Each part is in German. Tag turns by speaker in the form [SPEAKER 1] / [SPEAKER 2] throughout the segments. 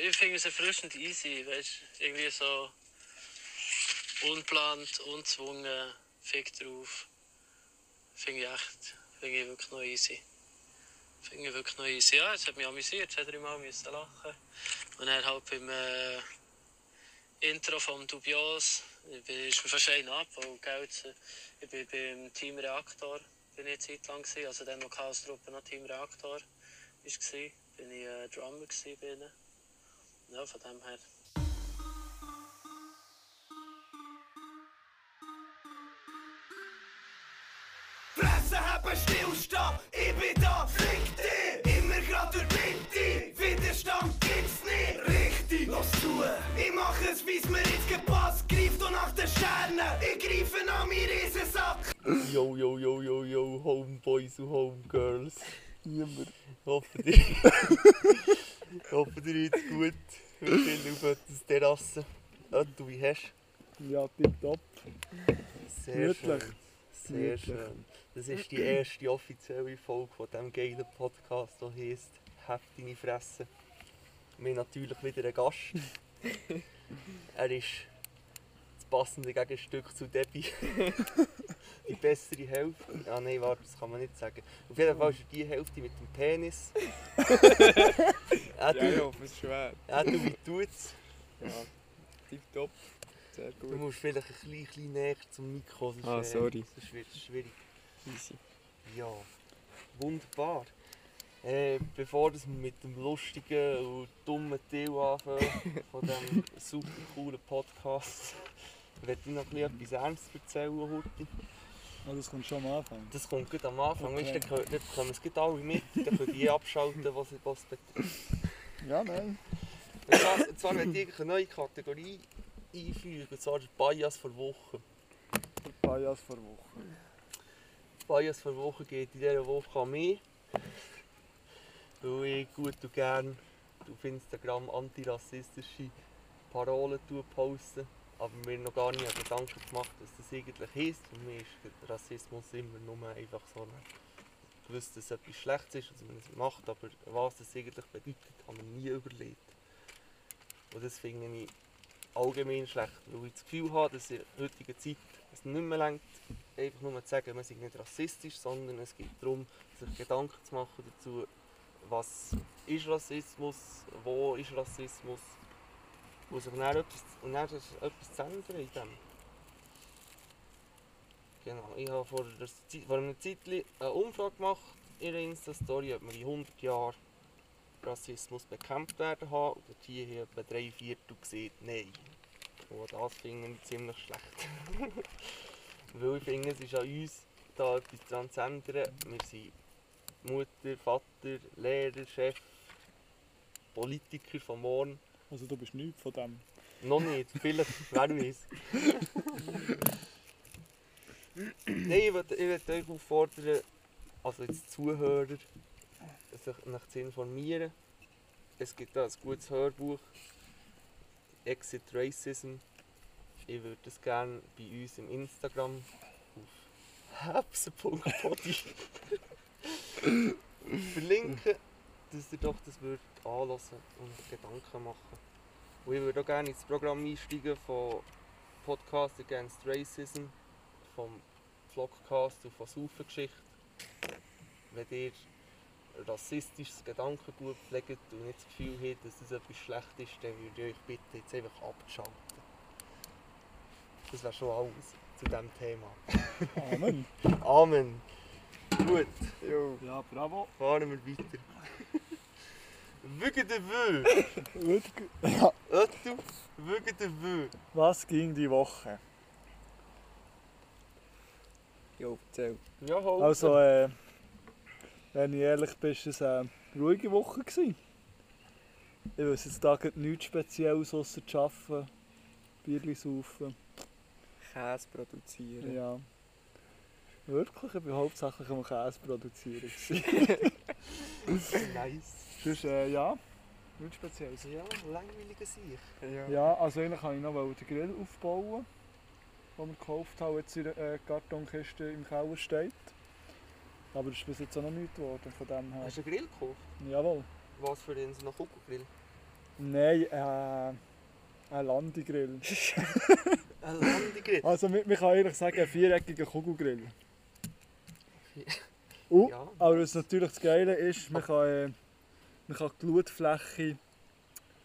[SPEAKER 1] ich finde es erfrischend easy, weißt du? Irgendwie so unplant, unzwungen, fick drauf. Finde ich echt, finde ich wirklich noch easy. Finde ich wirklich noch easy. Ja, es hat mich amüsiert, zwei, dreimal müssen lachen. Und dann halt beim äh, Intro vom Dubios, ich bin- ist mir fast ein ab, weil, gell, jetzt, äh, ich bin beim Team Reaktor, bin ich eine Zeit lang gewesen, also dann noch Chaos-Truppe, noch Team Reaktor ist gsi, bin ich äh, Drummer gsi bei ihnen. Ja, von dem her.
[SPEAKER 2] Fresse haben, stillstehen, ich bin da, fick dich! Immer grad durch die Mitte, Widerstand gibt's nicht! Richtig, los zu! Ich mach es, wie's mir jetzt gepasst, greif doch nach den Sternen, ich greife nach meinen Riesensack!
[SPEAKER 3] Yo, yo, yo, yo, yo, Homeboys und Homegirls. Niemand. Hoffe dir. Hoffe dir jetzt gut. Wir sind auf etwas Terrasse. Ah, du, wie hast
[SPEAKER 4] Ja, tipptopp.
[SPEAKER 3] Sehr
[SPEAKER 4] Gemütlich.
[SPEAKER 3] schön. Sehr
[SPEAKER 4] Gemütlich.
[SPEAKER 3] schön. Das ist die erste offizielle Folge von diesem geilen Podcast, der heisst «Hab deine Fresse». Wir haben natürlich wieder einen Gast. er ist das passende Gegenstück zu Debbie. die bessere Hälfte. Ah nein, warte, das kann man nicht sagen. Auf jeden Fall ist er die Hälfte mit dem Penis. er
[SPEAKER 4] Ja, ich
[SPEAKER 3] tut,
[SPEAKER 4] hoffe, es ist schwer.
[SPEAKER 3] er tut wie tut's.
[SPEAKER 4] Ja. Tipptopp. Sehr
[SPEAKER 3] Du
[SPEAKER 4] gut.
[SPEAKER 3] musst vielleicht ein bisschen, bisschen näher zum Mikro. sonst,
[SPEAKER 4] Ah,
[SPEAKER 3] äh,
[SPEAKER 4] sorry.
[SPEAKER 3] sonst wird's schwierig.
[SPEAKER 4] Easy.
[SPEAKER 3] Ja, wunderbar. Äh, bevor das wir mit dem lustigen und dummen Teil anfangen von diesem super coolen Podcast, werde ich noch ein bisschen etwas Ernstes erzählen heute.
[SPEAKER 4] Ah, das kommt schon am Anfang.
[SPEAKER 3] Das kommt gut am Anfang,
[SPEAKER 4] Okay.
[SPEAKER 3] okay. dann können dann kommen es gleich alle mit, dann können die abschalten, was was betrifft.
[SPEAKER 4] Ja, nein.
[SPEAKER 3] Und zwar- Und zwar möchte ich eine neue Kategorie einfügen, und zwar der Bias vor Woche.
[SPEAKER 4] Ein paar Jahre vor Woche.
[SPEAKER 3] Bias vor Woche geht in dieser Woche an mich. Weil ich gut und gern auf Instagram antirassistische Parolen tue poste. Aber mir noch gar nicht Gedanken gemacht, was das eigentlich heisst. Für mich ist Rassismus immer nur einfach so ein ich wusste, dass etwas Schlechtes ist, dass man es macht, aber was das eigentlich bedeutet, habe ich nie überlegt. Und das finde ich allgemein schlecht, weil ich das Gefühl habe, dass in der heutigen Zeit es nicht mehr reicht, einfach nur zu sagen, man sei nicht rassistisch, sondern es geht darum, sich Gedanken zu machen dazu, was ist Rassismus, wo ist Rassismus, und sich dann etwas, und dann das- etwas zu ändern in dem. Genau, ich habe vor, einer Zeit, vor einer Zeit eine Umfrage gemacht in einer Insta-Story, ob wir in 100 Jahren Rassismus bekämpft werden haben, und dort hier haben etwa drei Viertel gesehen, nein. Und das finde ich ziemlich schlecht. Weil ich finde, es ist an uns, da etwas daran zu ändern. Wir sind Mutter, Vater, Lehrer, Chef, Politiker von morgen.
[SPEAKER 4] Also du bist nichts von dem.
[SPEAKER 3] Noch nicht, vielleicht, wer weiß. Nein, ich würde ich würd euch auffordern, also jetzt Zuhörer, sich nach zu informieren. Es gibt da ein gutes Hörbuch, Exit Racism. Ich würde es gerne bei uns im Instagram auf hebse.body verlinken, dass ihr doch das würdet anlassen und euch Gedanken machen. Und ich würde auch gerne ins Programm einsteigen von Podcast Against Racism, vom Vlogcast und von Saufengeschichte. Wenn ihr rassistisches Gedankengut pflegt und nicht das Gefühl habt, dass das etwas schlecht ist, dann würde ich euch bitten, jetzt einfach abzuschalten. Das wäre schon alles zu diesem Thema.
[SPEAKER 4] Amen.
[SPEAKER 3] Amen. Gut,
[SPEAKER 4] Ja, bravo.
[SPEAKER 3] fahren wir weiter. Wegen der Wö.
[SPEAKER 4] Gut. ge-
[SPEAKER 3] Otto, wegen der Wö.
[SPEAKER 4] Was ging die Woche?
[SPEAKER 5] Jo, zähl.
[SPEAKER 3] Ja, halt. Holger.
[SPEAKER 4] Also, äh, wenn ich ehrlich bin, war es eine ruhige Woche. Gewesen. Ich weiß jetzt da gerade nichts Spezielles außer zu arbeiten, Bierchen saufen.
[SPEAKER 5] Käse produzieren.
[SPEAKER 4] Ja. Wirklich, ich war hauptsächlich am Käse produzieren. gewesen.
[SPEAKER 3] Nice. Also,
[SPEAKER 4] Sonst, äh, ja, nichts Spezielles.
[SPEAKER 3] Ja, langweiliger Sieg.
[SPEAKER 5] Ja.
[SPEAKER 4] Ja, also eigentlich wollte ich noch den Grill aufbauen, den wir gekauft haben, jetzt in der äh, Kartonkiste im Keller steht. Aber das ist bis jetzt auch noch nichts geworden von dem her.
[SPEAKER 3] Hast du einen Grill gekauft?
[SPEAKER 4] Jawohl,
[SPEAKER 3] Was für einen? So einen Kugelgrill?
[SPEAKER 4] Nein, äh, ein Landigrill.
[SPEAKER 3] Ein Landegrill.
[SPEAKER 4] Also man, man kann eigentlich sagen, ein viereckiger Kugelgrill. Und,
[SPEAKER 3] Ja.
[SPEAKER 4] aber was natürlich das Geile ist, man kann, äh, man kann die Glutfläche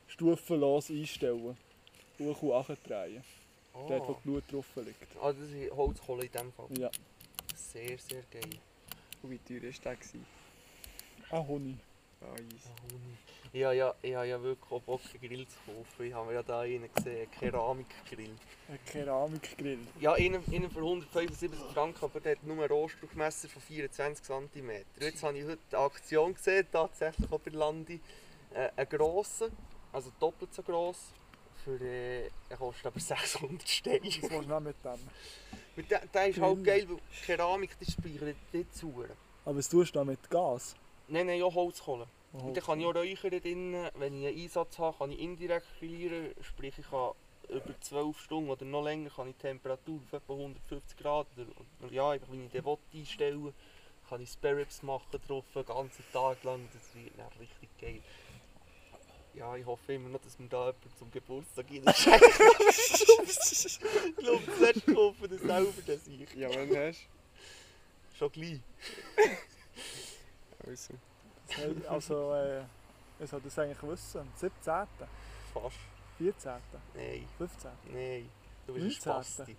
[SPEAKER 4] stufenlos einstellen. Hoch und runterdrehen. Dort, wo
[SPEAKER 3] Ah,
[SPEAKER 4] die Glut drauf liegt.
[SPEAKER 3] Ah, das ist Holzkohle in dem Fall.
[SPEAKER 4] Ja.
[SPEAKER 3] Sehr, sehr geil.
[SPEAKER 5] Und wie teuer war der? gewesen?
[SPEAKER 4] Ah, Honig.
[SPEAKER 5] Ah, easy.
[SPEAKER 3] Ja, Honig. Ich habe ja, ich habe ja wirklich auch Bock, einen Grill zu kaufen. Ich habe ja da einen gesehen, einen Keramikgrill.
[SPEAKER 4] Ein Keramikgrill.
[SPEAKER 3] Ja, einen, einen für 175 Franken, aber der hat nur ein Rohstoffmesser von 24 cm. Jetzt habe ich heute eine Aktion gesehen, tatsächlich auch bei Landi. Äh, einen grossen, also doppelt so gross. Für, äh, er kostet aber 600 Steine.
[SPEAKER 4] Was willst du noch mit dem?
[SPEAKER 3] Und der, der ist halt geil, weil die Keramik die speichert nicht zu.
[SPEAKER 4] Aber was tust du da mit Gas?
[SPEAKER 3] Nein, nein, auch Holzkohle.
[SPEAKER 4] Oh,
[SPEAKER 3] Und dann kann ich auch räuchern drin. Wenn ich einen Einsatz habe, kann ich indirekt grillieren. Sprich, ich kann über 12 Stunden oder noch länger kann ich die Temperatur auf etwa 150 Grad oder, oder ja, einfach, wenn ich den Wott einstelle, kann ich Sparrows machen drauf, den ganzen Tag lang. Das wird dann richtig geil. Ja, ich hoffe immer noch, dass mir da jemand zum Geburtstag in den Schenk Ich glaube, das letzte Kaufen, das selber, das ich.
[SPEAKER 5] Ja, wann hast
[SPEAKER 3] Schon gleich.
[SPEAKER 5] du? Also,
[SPEAKER 4] Hey, Also, äh, ich sollte das eigentlich wissen. 17.,
[SPEAKER 3] Fast.
[SPEAKER 4] 14.,
[SPEAKER 3] Nein.
[SPEAKER 4] 15.
[SPEAKER 3] Nein, du bist ein
[SPEAKER 4] 19..
[SPEAKER 3] Spasti.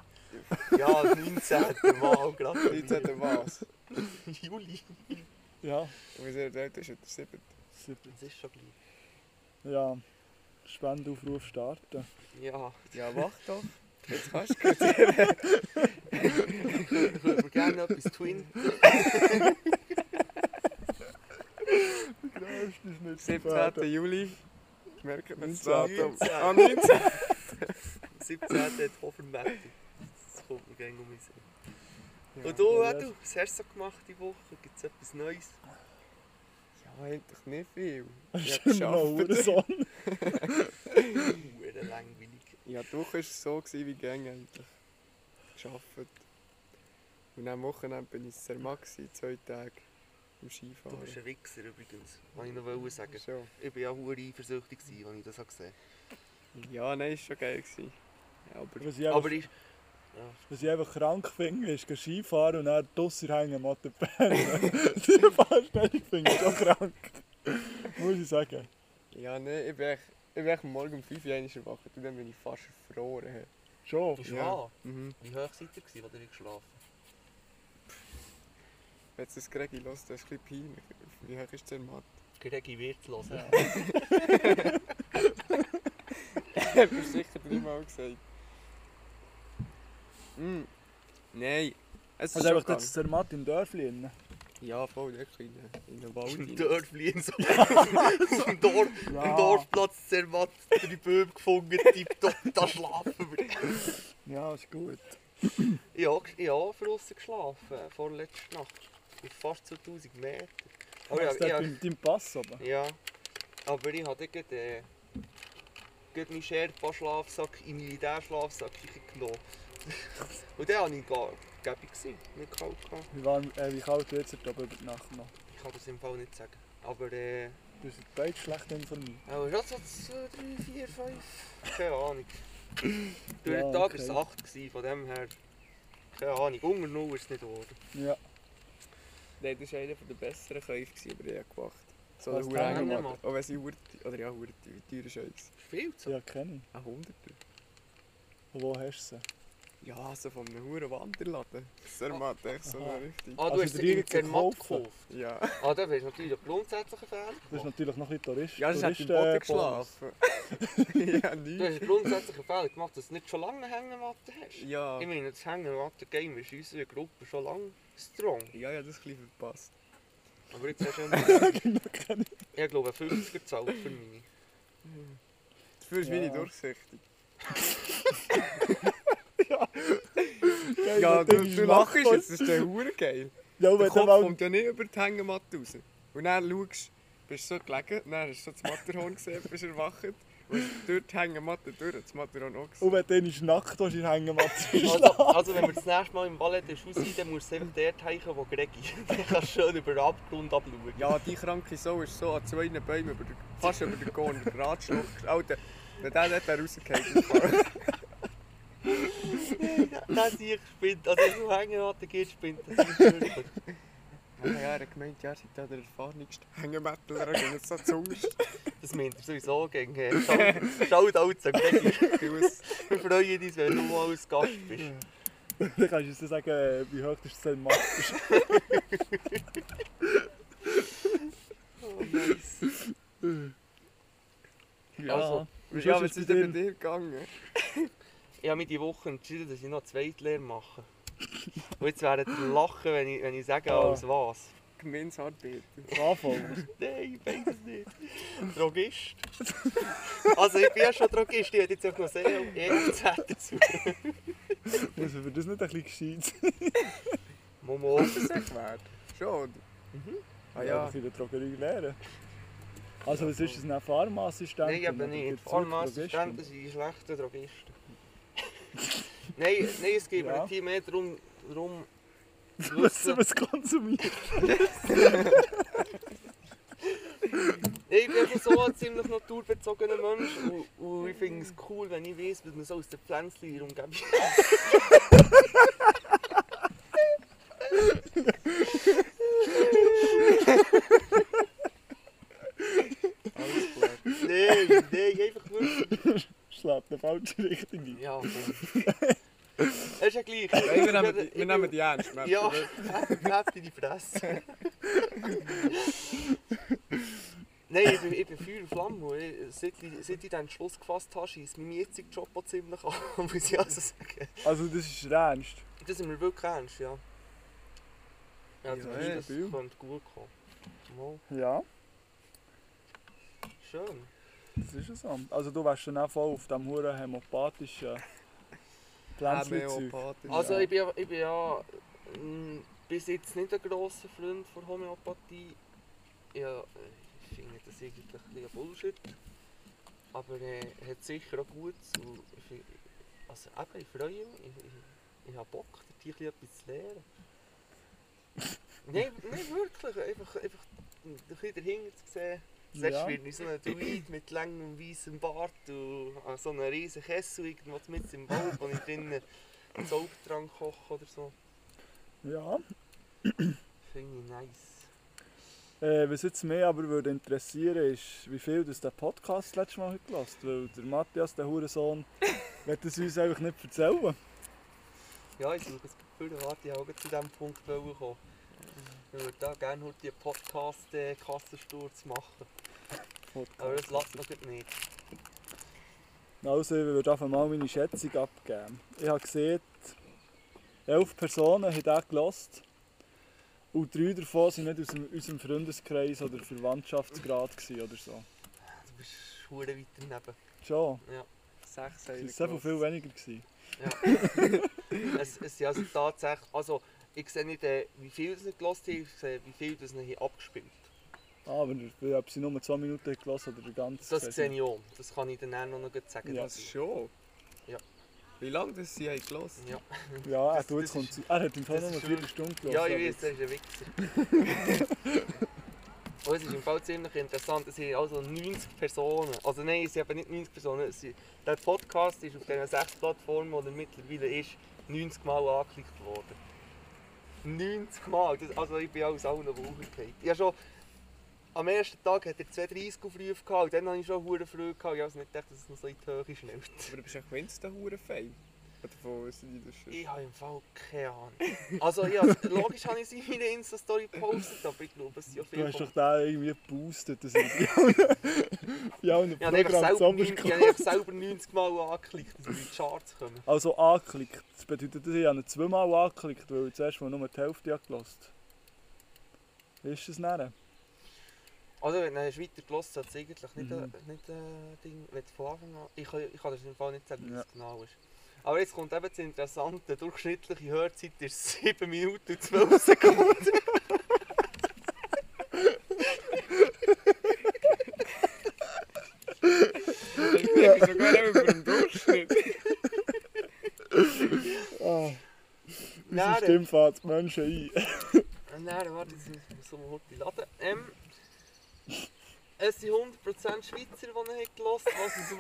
[SPEAKER 3] Ja, das 19. Mal, gerade.
[SPEAKER 5] jetzt hat er was.
[SPEAKER 3] Juli.
[SPEAKER 4] Ja,
[SPEAKER 5] Und wieso der ist er der siebte?
[SPEAKER 4] super.
[SPEAKER 3] Das ist schon gleich.
[SPEAKER 4] Ja, Spendaufruf starten.
[SPEAKER 3] Ja,
[SPEAKER 5] Ja, mach doch. Jetzt kannst du
[SPEAKER 3] ich würde gerne etwas Twin.
[SPEAKER 4] Größte ist nicht
[SPEAKER 5] 17. Juli. Merkt man das
[SPEAKER 4] 19..
[SPEAKER 5] Datum. Ah, 19.
[SPEAKER 3] 17. hat Hofermetti. Das kommt mir gerne um mich.
[SPEAKER 5] Ja.
[SPEAKER 3] Und du,
[SPEAKER 4] ja,
[SPEAKER 3] Edu, was hast du so gemacht die Woche? Gibt es etwas Neues?
[SPEAKER 5] Ja, eigentlich nicht viel. Ich
[SPEAKER 4] Ich
[SPEAKER 5] hab
[SPEAKER 4] habe geschafft.
[SPEAKER 5] geschafft.
[SPEAKER 4] Sonne.
[SPEAKER 3] Hure langweilig.
[SPEAKER 5] Ja, die Woche war so gewesen wie gängig eigentlich. Geschafft. Und am Wochenende bin ich in Zermatt, gewesen, zwei Tage.
[SPEAKER 3] Du
[SPEAKER 4] Ah,
[SPEAKER 5] Am
[SPEAKER 3] bist
[SPEAKER 5] Skifahren.
[SPEAKER 3] ein Wichser übrigens. Wollte ich noch wollen sagen.
[SPEAKER 5] Schon.
[SPEAKER 3] Ich war ja hure eifersüchtig, gewesen, als ich das gesehen
[SPEAKER 5] Ja, nein, ist schon geil. Gewesen. Ja, aber
[SPEAKER 4] Was
[SPEAKER 3] habe.
[SPEAKER 4] ich, einfach,
[SPEAKER 3] Aber ich...
[SPEAKER 4] was ich einfach krank finde, ist gehen Skifahren und dann draussen hängen mit den Bären. Die Fahrstellung finde ich schon krank. Muss ich sagen.
[SPEAKER 5] ja, nein, ich bin, echt, ich bin echt morgen um 5 Uhr einmal erwacht und dann bin ich fast erfroren.
[SPEAKER 4] Schon.
[SPEAKER 3] Ist
[SPEAKER 5] Ja.
[SPEAKER 3] wahr.
[SPEAKER 5] Mhm.
[SPEAKER 3] Wie hoch seid ihr, gewesen, als ihr geschlafen
[SPEAKER 5] Wenn du das Gregi hörst, das ist ein bisschen peinlich. Wie hoch ist Zermatt?
[SPEAKER 3] habt? Gregi wird hören.
[SPEAKER 5] Hast du sicher dreimal gesagt. Mm. Nein. Es
[SPEAKER 4] Also einfach
[SPEAKER 5] schon
[SPEAKER 4] das Zermatt im Dörfli. drin.
[SPEAKER 5] gegangen. Ja, voll, wirklich. In, eh, in den Wald
[SPEAKER 3] Im
[SPEAKER 5] rein.
[SPEAKER 3] Dörfli in so im, Dorf, im
[SPEAKER 4] Ja.
[SPEAKER 3] Dorfplatz Zermatt drei Böhm gefunden, tipptopp, da schlafen wir.
[SPEAKER 4] Ja, ist gut.
[SPEAKER 3] Ich habe ich hab draussen geschlafen, äh, vorletzte Nacht. Auf fast 2000 Meter.
[SPEAKER 4] Aber
[SPEAKER 3] Aber
[SPEAKER 4] ja,
[SPEAKER 3] Oh ja,
[SPEAKER 4] beim, beim Pass oben.
[SPEAKER 3] ja, aber ich hatte gerade äh, gerade meinen Sherpa-Schlafsack in meinen Militärschlafsack genommen. Und den habe ich gar gäbig gesehen, nicht kalt. Gehabt.
[SPEAKER 4] Wie, warm, äh, wie kalt wird es dort oben über die Nacht noch?
[SPEAKER 3] Ich kann das im Fall nicht sagen. Aber äh,
[SPEAKER 4] Du bist beide schlecht informiert.
[SPEAKER 3] Aber schon so 2, 3, 4, 5. Keine Ahnung. Durch
[SPEAKER 4] Ja,
[SPEAKER 3] den Tag war
[SPEAKER 4] okay.
[SPEAKER 3] es 8, gewesen, von dem her. Keine Ahnung, unter 0 ist es nicht geworden.
[SPEAKER 4] Ja.
[SPEAKER 5] Nein, das war einer der besseren Käufe, gewesen, aber ich habe gemacht. So
[SPEAKER 4] Was
[SPEAKER 5] eine Hure
[SPEAKER 4] denn?
[SPEAKER 5] Engelmann. Auch wenn sie Hure Oder ja, Hure teuer teuer ist eins.
[SPEAKER 3] Viel zu.
[SPEAKER 4] Ja, kenne ich.
[SPEAKER 5] Ein Hunderter.
[SPEAKER 4] Und wo hast du sie?
[SPEAKER 5] Ja, so von einem Hure Wanderladen. Zermatt, echt so
[SPEAKER 4] Aha.
[SPEAKER 5] richtig.
[SPEAKER 3] Ah, du
[SPEAKER 4] Also
[SPEAKER 3] hast
[SPEAKER 4] drei
[SPEAKER 3] den Intermat
[SPEAKER 4] gekauft.
[SPEAKER 3] gekauft.
[SPEAKER 5] Ja.
[SPEAKER 3] Ah, dann wärst du natürlich ein grundsätzlicher Fehler
[SPEAKER 4] Das ist
[SPEAKER 3] gemacht.
[SPEAKER 4] natürlich noch ein bisschen Tourist.
[SPEAKER 5] Ja, das hat im Boden geschlafen. ja,
[SPEAKER 3] Du hast
[SPEAKER 5] nicht.
[SPEAKER 3] einen grundsätzlichen Fehler gemacht, dass du nicht schon lange eine Hängematte hast.
[SPEAKER 5] Ja.
[SPEAKER 3] Ich meine, das Hängematte-Game ist in unserer Gruppe schon lange strong.
[SPEAKER 5] Ja, ja, das ist ein bisschen verpasst.
[SPEAKER 3] Aber jetzt hast du ja
[SPEAKER 4] kenne
[SPEAKER 3] Ich glaube, 50er gezahlt für meine.
[SPEAKER 5] Dafür ist meine
[SPEAKER 4] Ja.
[SPEAKER 5] durchsichtig.
[SPEAKER 4] ich.
[SPEAKER 5] Ja,
[SPEAKER 4] das
[SPEAKER 5] du,
[SPEAKER 4] ist
[SPEAKER 5] du lachst
[SPEAKER 4] machbar.
[SPEAKER 5] jetzt, das ist der Hure geil.
[SPEAKER 4] Ja, und
[SPEAKER 5] Der
[SPEAKER 4] wenn du
[SPEAKER 5] Kopf
[SPEAKER 4] mal
[SPEAKER 5] kommt ja nicht über die Hängematte raus. Und dann schaust du, bist so gelegen, dann hast du so das Matterhorn gesehen, bist erwacht. Und dort hängen Matten durch, das Matterhorn auch gesehen.
[SPEAKER 4] Und wenn du dann in der Nacht hast, in der Hängematte
[SPEAKER 3] Also,
[SPEAKER 4] schlafen.
[SPEAKER 3] also wenn wir das nächste Mal im Ballet raus sind, dann musst du einfach dort heichen, wo Gregi ist. Dann kannst du schön über den Abgrund abschauen.
[SPEAKER 5] Ja, die kranke Sau ist so an zwei Bäumen, über den, fast über den Korn, der Radschlucht. Alter, wenn der nicht wäre rausgefallen.
[SPEAKER 3] Dann sehe ich spinnt. Also wenn du hängen hat, dann geht spinnt. Das ist wirklich.
[SPEAKER 5] Ja, er hat gemeint, ja, seid ihr der erfahrenste Hängemettler, und jetzt so zumst.
[SPEAKER 3] Das meint er sowieso gegen her. Schau- Schau da zu Gregi.
[SPEAKER 5] Ich muss
[SPEAKER 3] Wir freuen uns, wenn du mal als Gast bist.
[SPEAKER 4] Dann kannst du uns dann sagen, äh, wie hoch ist das denn Max? Ja,
[SPEAKER 3] Also,
[SPEAKER 4] Wie
[SPEAKER 5] Ja,
[SPEAKER 4] ist
[SPEAKER 5] was
[SPEAKER 4] es
[SPEAKER 5] ist
[SPEAKER 4] bei
[SPEAKER 5] denn bei
[SPEAKER 4] dir?
[SPEAKER 5] dir gegangen?
[SPEAKER 3] ich habe mich diese Woche entschieden, dass ich noch eine Zweitlehre mache. Und jetzt werdet ihr lachen, wenn ich, wenn ich sage,
[SPEAKER 4] Ah.
[SPEAKER 3] als was.
[SPEAKER 5] Gemeinsarbeiter.
[SPEAKER 4] Anfang.
[SPEAKER 3] Nein, beides nicht. Drogist. Also ich bin ja schon Drogist, ich hätte jetzt auch noch sehr eh, und EZ dazu.
[SPEAKER 4] Muss man für das nicht ein bisschen gescheit sein?
[SPEAKER 3] Momo.
[SPEAKER 5] Das ist gewährt. Schon, oder? Ah ja,
[SPEAKER 4] das in der Drogerie lernen. Also, was ist das? Ein Pharmaassistent?
[SPEAKER 3] Nein, eben nicht. Pharmaassistenten sind schlechte Drogisten. nein, nein, es geht mir
[SPEAKER 4] Ja.
[SPEAKER 3] nicht viel mehr darum, darum zu wissen.
[SPEAKER 4] Wissen, was konsumieren.
[SPEAKER 3] Nein, ich bin einfach so ein ziemlich naturbezogener Mensch und, und ich finde es cool, wenn ich weiß, was man so aus den Pflänzchen in der Umgebung
[SPEAKER 5] alles klar.
[SPEAKER 3] Nein, nein, einfach nur.
[SPEAKER 4] Schlägt eine falsche Richtung ein.
[SPEAKER 3] Ja, komm. Das ist ja gleich.
[SPEAKER 5] Nein, wir nehmen die, wir nehmen die ernst. Merkt
[SPEAKER 3] Ja,
[SPEAKER 5] ihr?
[SPEAKER 3] habt in die Fresse. Nein, ich bin, ich bin Feuer und Flamme. und ich- Seit, ich- seit ich den Schluss gefasst habe, ist mein jetziger Job auch ziemlich an, muss ich also sagen.
[SPEAKER 4] Also, das ist ernst.
[SPEAKER 3] Das sind wir wirklich ernst, ja. Ja, das,
[SPEAKER 5] Ja,
[SPEAKER 3] ja,
[SPEAKER 5] ey,
[SPEAKER 3] das
[SPEAKER 5] Bill.
[SPEAKER 3] könnte gut kommen. Mal,
[SPEAKER 4] Ja,
[SPEAKER 3] schön.
[SPEAKER 4] das ist es so. Also, du wärst dann auch voll auf diesem huren
[SPEAKER 5] Ah,
[SPEAKER 4] hämopathischen Pflänzchen-Zeug.
[SPEAKER 5] Homöopathisch.
[SPEAKER 3] Also
[SPEAKER 4] Ja.
[SPEAKER 3] ich bin ja, ich bin ja mm, bis jetzt nicht ein grosser Freund von Homöopathie. Ja, äh, ich finde das eigentlich ein bisschen Bullshit. Aber äh, hat sicher auch gut. Ich, fi- also eben, ich freue mich. Ich, ich, ich habe Bock, dort hier ein bisschen etwas zu lernen. Nein, nein, wirklich. Einfach, einfach ein bisschen dahinter zu sehen. Zuerst
[SPEAKER 4] Ja.
[SPEAKER 3] wird so ein Druid mit langem weißem Bart und an so einem riesen Kessel irgendwo mit im Wald, wo ich drinnen einen Zaubertrank koche oder so.
[SPEAKER 4] Ja.
[SPEAKER 3] Finde ich nice.
[SPEAKER 4] Äh, was jetzt mehr aber würde interessieren ist, wie viel das der Podcast letztes Mal hat gelassen. Weil der Matthias, der Hurensohn, wird das uns einfach nicht erzählen.
[SPEAKER 3] Ja, ich schaue es für die harte Augen zu diesem Punkt wollen kommen. Ich würde da gerne heute einen Podcast-Kassensturz machen. Aber das lässt man gerade nicht.
[SPEAKER 4] Also, ich würde einfach mal meine Schätzung abgeben. Ich habe gesehen, elf Personen haben den gelassen. Und drei davon waren nicht aus dem- unserem Freundeskreis oder Verwandtschaftsgrad gewesen oder so.
[SPEAKER 3] Du bist schwer weit daneben.
[SPEAKER 4] Schon.
[SPEAKER 5] Sechs
[SPEAKER 4] Es
[SPEAKER 5] haben
[SPEAKER 4] waren sehr viel, viel weniger. Gewesen.
[SPEAKER 3] Es, es sind also tatsächlich. Also, ich sehe nicht, äh, wie viel das nicht gelost haben, ich sehe, wie viel das nicht abgespielt haben.
[SPEAKER 4] Ah, aber ich- ob sie nur zwei Minuten haben gelassen oder den ganzen.
[SPEAKER 3] Das sehe ich auch. Das kann ich dann auch noch gut sagen.
[SPEAKER 4] Ja.
[SPEAKER 5] Das schon?
[SPEAKER 3] Ja.
[SPEAKER 5] Wie lange das sie haben gelassen?
[SPEAKER 3] Ja.
[SPEAKER 4] Ja,
[SPEAKER 3] Das-
[SPEAKER 4] er, du,
[SPEAKER 3] das
[SPEAKER 4] jetzt kommt
[SPEAKER 3] ist-
[SPEAKER 4] sie- er hat im Fall
[SPEAKER 3] das
[SPEAKER 4] nur eine
[SPEAKER 3] ist
[SPEAKER 4] Viertelstunde gelassen.
[SPEAKER 3] Ja,
[SPEAKER 4] aber
[SPEAKER 3] ich weiß,
[SPEAKER 4] jetzt-
[SPEAKER 3] das ist ein Wichser. Und es ist im Fall ziemlich interessant, es sind also 90 Personen, also nein, es sind eben nicht 90 Personen, es sind, der Podcast ist auf diesen sechs Plattformen, wo er mittlerweile ist, 90 Mal angeklickt worden. 90 Mal, das, also ich bin auch aus allen Wochen gefallen. Ich habe schon, am ersten Tag hat er 32 Aufrufe gehabt, und dann habe ich schon hure Freude gehabt, ich habe also nicht gedacht, dass es noch so in die Höhe schnellt.
[SPEAKER 5] Aber du bist auch gewinnt, der Hurenfein. Oder von wissen die das schon?
[SPEAKER 3] Ich habe im Fall keine Ahnung. Also ja, logisch habe ich sie in meiner Insta-Story gepostet, aber ich glaube, es sind ja
[SPEAKER 4] Du
[SPEAKER 3] viele
[SPEAKER 4] hast
[SPEAKER 3] vom
[SPEAKER 4] doch da irgendwie geboostet, dass ich ja und ein
[SPEAKER 3] Ja, ich
[SPEAKER 4] Programm
[SPEAKER 3] habe
[SPEAKER 4] zusammen
[SPEAKER 3] selber, ich habe selber 90 Mal angeklickt, dass wir in die Charts kommen.
[SPEAKER 4] Also angeklickt. Das bedeutet, ich habe ihn zweimal angeklickt, weil ich zuerst mal nur die Hälfte angelassen habe. Ist es näher?
[SPEAKER 3] Also wenn du dann weiter gehört hat es eigentlich nicht,
[SPEAKER 4] Mhm.
[SPEAKER 3] ein- nicht ein Ding, wenn du von Anfang an... Ich, kann- ich kann das im Fall nicht sagen, wie
[SPEAKER 4] Ja.
[SPEAKER 3] es genau ist. Aber jetzt kommt eben das Interessante, durchschnittliche Hörzeit ist 7 Minuten und 12 Sekunden.
[SPEAKER 5] bin sogar noch über dem Durchschnitt.
[SPEAKER 4] Ah, unsere
[SPEAKER 3] Nein,
[SPEAKER 4] Stimme fährt die Menschen ein.
[SPEAKER 3] nein, warte, jetzt müssen wir so mal heute laden. Ähm, es sind 100% Schweizer, die ihn hat gelassen, was ein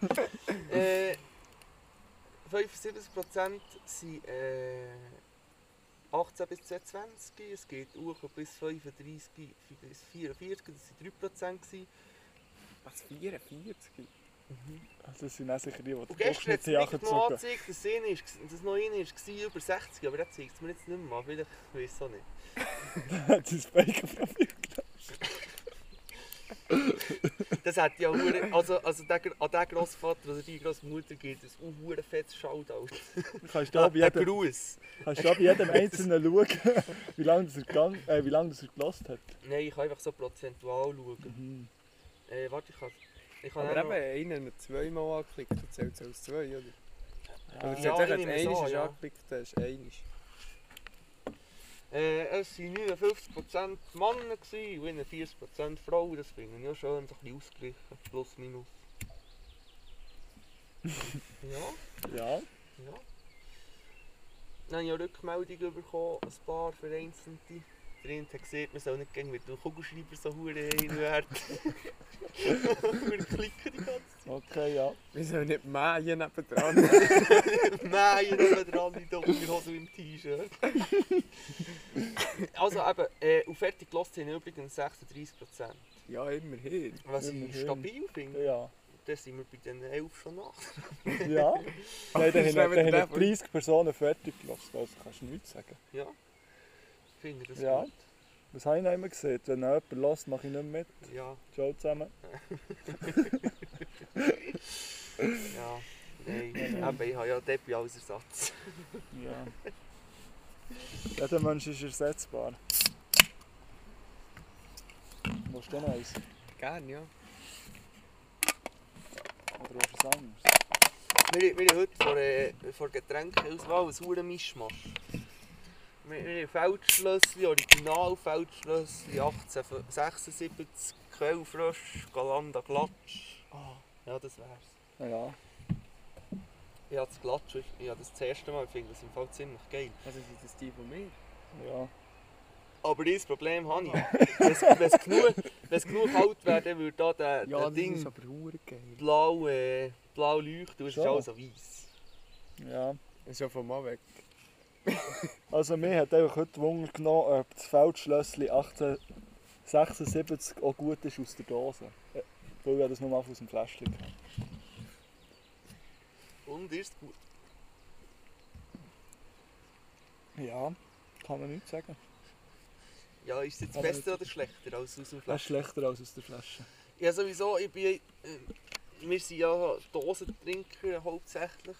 [SPEAKER 3] Wunder. äh, 75% sind äh, 18 bis 22, es geht hoch bis 35 bis 44, das waren 3%. Gewesen.
[SPEAKER 5] Was, 44?
[SPEAKER 4] Also Das sind auch sicher die, die den
[SPEAKER 3] Und gestern hat
[SPEAKER 4] Durchschnitt
[SPEAKER 3] es
[SPEAKER 4] haben
[SPEAKER 3] mich noch
[SPEAKER 4] angezogen.
[SPEAKER 3] angezeigt, dass, einer ist- dass noch einer war über 60, aber das zeigt es mir jetzt nicht mehr an, weil ich weiß auch nicht.
[SPEAKER 4] Dann hat sie das Bacon verfügt.
[SPEAKER 3] Das hat ja hure- also, also der, an den Grossvater oder die Grossmutter geht es auch hure fettes Shoutout.
[SPEAKER 4] Kannst du
[SPEAKER 3] Da,
[SPEAKER 4] da bei
[SPEAKER 3] der
[SPEAKER 4] jedem,
[SPEAKER 3] Gruß.
[SPEAKER 4] kannst du da bei jedem Einzelnen schauen, wie lange das er, gegangen, äh, wie lange das er gelassen hat?
[SPEAKER 3] Nein, ich kann einfach so prozentual schauen. Äh, warte, ich kann... Ich kann
[SPEAKER 5] Aber
[SPEAKER 3] auch
[SPEAKER 5] eben, einen hat zweimal angeklickt, dann zählt es als zwei, oder? Oder
[SPEAKER 3] Ja,
[SPEAKER 5] zählt auch,
[SPEAKER 3] ich
[SPEAKER 5] wenn du
[SPEAKER 3] nehme
[SPEAKER 5] einmal
[SPEAKER 3] es an,
[SPEAKER 5] hast
[SPEAKER 3] ja.
[SPEAKER 5] angeklickt hast? Einmal.
[SPEAKER 3] noch, äh, es waren 59% Männer gewesen und 41% Frauen. Das finde ich ja schön, so ein bisschen ausgeglichen. Plus, minus. ja.
[SPEAKER 4] Ja.
[SPEAKER 3] Ja. Dann habe ich auch Rückmeldungen bekommen, ein paar vereinzelte. Der eine hat gesehen, man soll nicht gegen mit dem Kugelschreiber so hure hin und her. Wir klicken die ganze
[SPEAKER 4] Okay, ja.
[SPEAKER 5] Wieso nicht Mähen nebendran?
[SPEAKER 3] Zeit. Nein, neben dran, die Doppelhose im T-Shirt. also eben, äh, auf fertig gelost sind übrigens 36%.
[SPEAKER 5] ja, immerhin.
[SPEAKER 3] Was ich
[SPEAKER 4] Immerhin.
[SPEAKER 3] stabil finde.
[SPEAKER 4] Ja.
[SPEAKER 3] Da sind wir bei den 11 schon nach.
[SPEAKER 4] ja. Nein, dann haben
[SPEAKER 5] Das wäre wieder
[SPEAKER 4] dann
[SPEAKER 5] der
[SPEAKER 4] haben
[SPEAKER 5] Punkt.
[SPEAKER 4] 30 Personen fertig gelassen. Also kannst du nichts sagen.
[SPEAKER 3] Ja. Finde das
[SPEAKER 4] Ja.
[SPEAKER 3] gut.
[SPEAKER 4] Was habe ich noch immer gesehen? Wenn noch jemand lässt, mache ich nicht mit.
[SPEAKER 3] Ja,
[SPEAKER 4] Ciao zusammen.
[SPEAKER 3] ja. Nein, eben, ich habe ja Deppi als Ersatz.
[SPEAKER 4] Ja. Jeder Mensch ist ersetzbar. Willst du noch eins?
[SPEAKER 5] Gerne, ja.
[SPEAKER 4] Oder willst du was anderes?
[SPEAKER 3] Wir, wir haben heute vor, äh, vor Getränkeauswahl einen hohen Mischmasch. Wir, wir haben Feldschlössli, Original Feldschlössli 1876, Quellfrösch, Galanda Glatsch.
[SPEAKER 5] Ah.
[SPEAKER 3] Ja, das wär's.
[SPEAKER 4] Na Ja.
[SPEAKER 3] Ich habe das Glatsch, ich, ich habe das, das erste Mal, ich finde das im Fall ziemlich geil.
[SPEAKER 5] Also ist das die von mir?
[SPEAKER 4] ja.
[SPEAKER 3] Aber das Problem habe ich. Wenn es genug, wenn's genug kalt wäre, dann würde da der,
[SPEAKER 5] Ja,
[SPEAKER 3] der
[SPEAKER 5] das
[SPEAKER 3] Ding
[SPEAKER 5] ist aber hure geil.
[SPEAKER 3] blau, äh, blau leuchten und es ist
[SPEAKER 4] Schon.
[SPEAKER 3] alles so weiss.
[SPEAKER 4] Ja.
[SPEAKER 5] Ist ja vom Anweg.
[SPEAKER 4] Also mir hat einfach heute Wunder genommen, ob das Feldschlössli 1876 auch gut ist aus der Dose. Äh, Weil ich das nur mal aus dem Fläschchen hatte.
[SPEAKER 3] Und ist gut.
[SPEAKER 4] Ja, kann man nicht sagen.
[SPEAKER 3] Ja, ist es jetzt
[SPEAKER 5] Also
[SPEAKER 4] Aber-
[SPEAKER 3] besser oder schlechter als aus dem
[SPEAKER 4] Das
[SPEAKER 3] Flasch?
[SPEAKER 4] ist schlechter als aus der Flasche.
[SPEAKER 3] Ja, sowieso, ich bin. Äh, wir sind ja Dosentrinker hauptsächlich.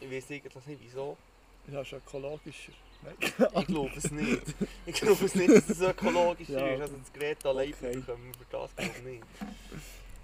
[SPEAKER 3] Ich weiß eigentlich nicht wieso.
[SPEAKER 4] Ja, ist ökologischer.
[SPEAKER 3] Ich glaube es nicht. Ich glaube es nicht, dass es ökologisch
[SPEAKER 4] Ja.
[SPEAKER 3] ist. Also das Gerät allein
[SPEAKER 4] Okay.
[SPEAKER 3] bekommen wir das glaube ich nicht.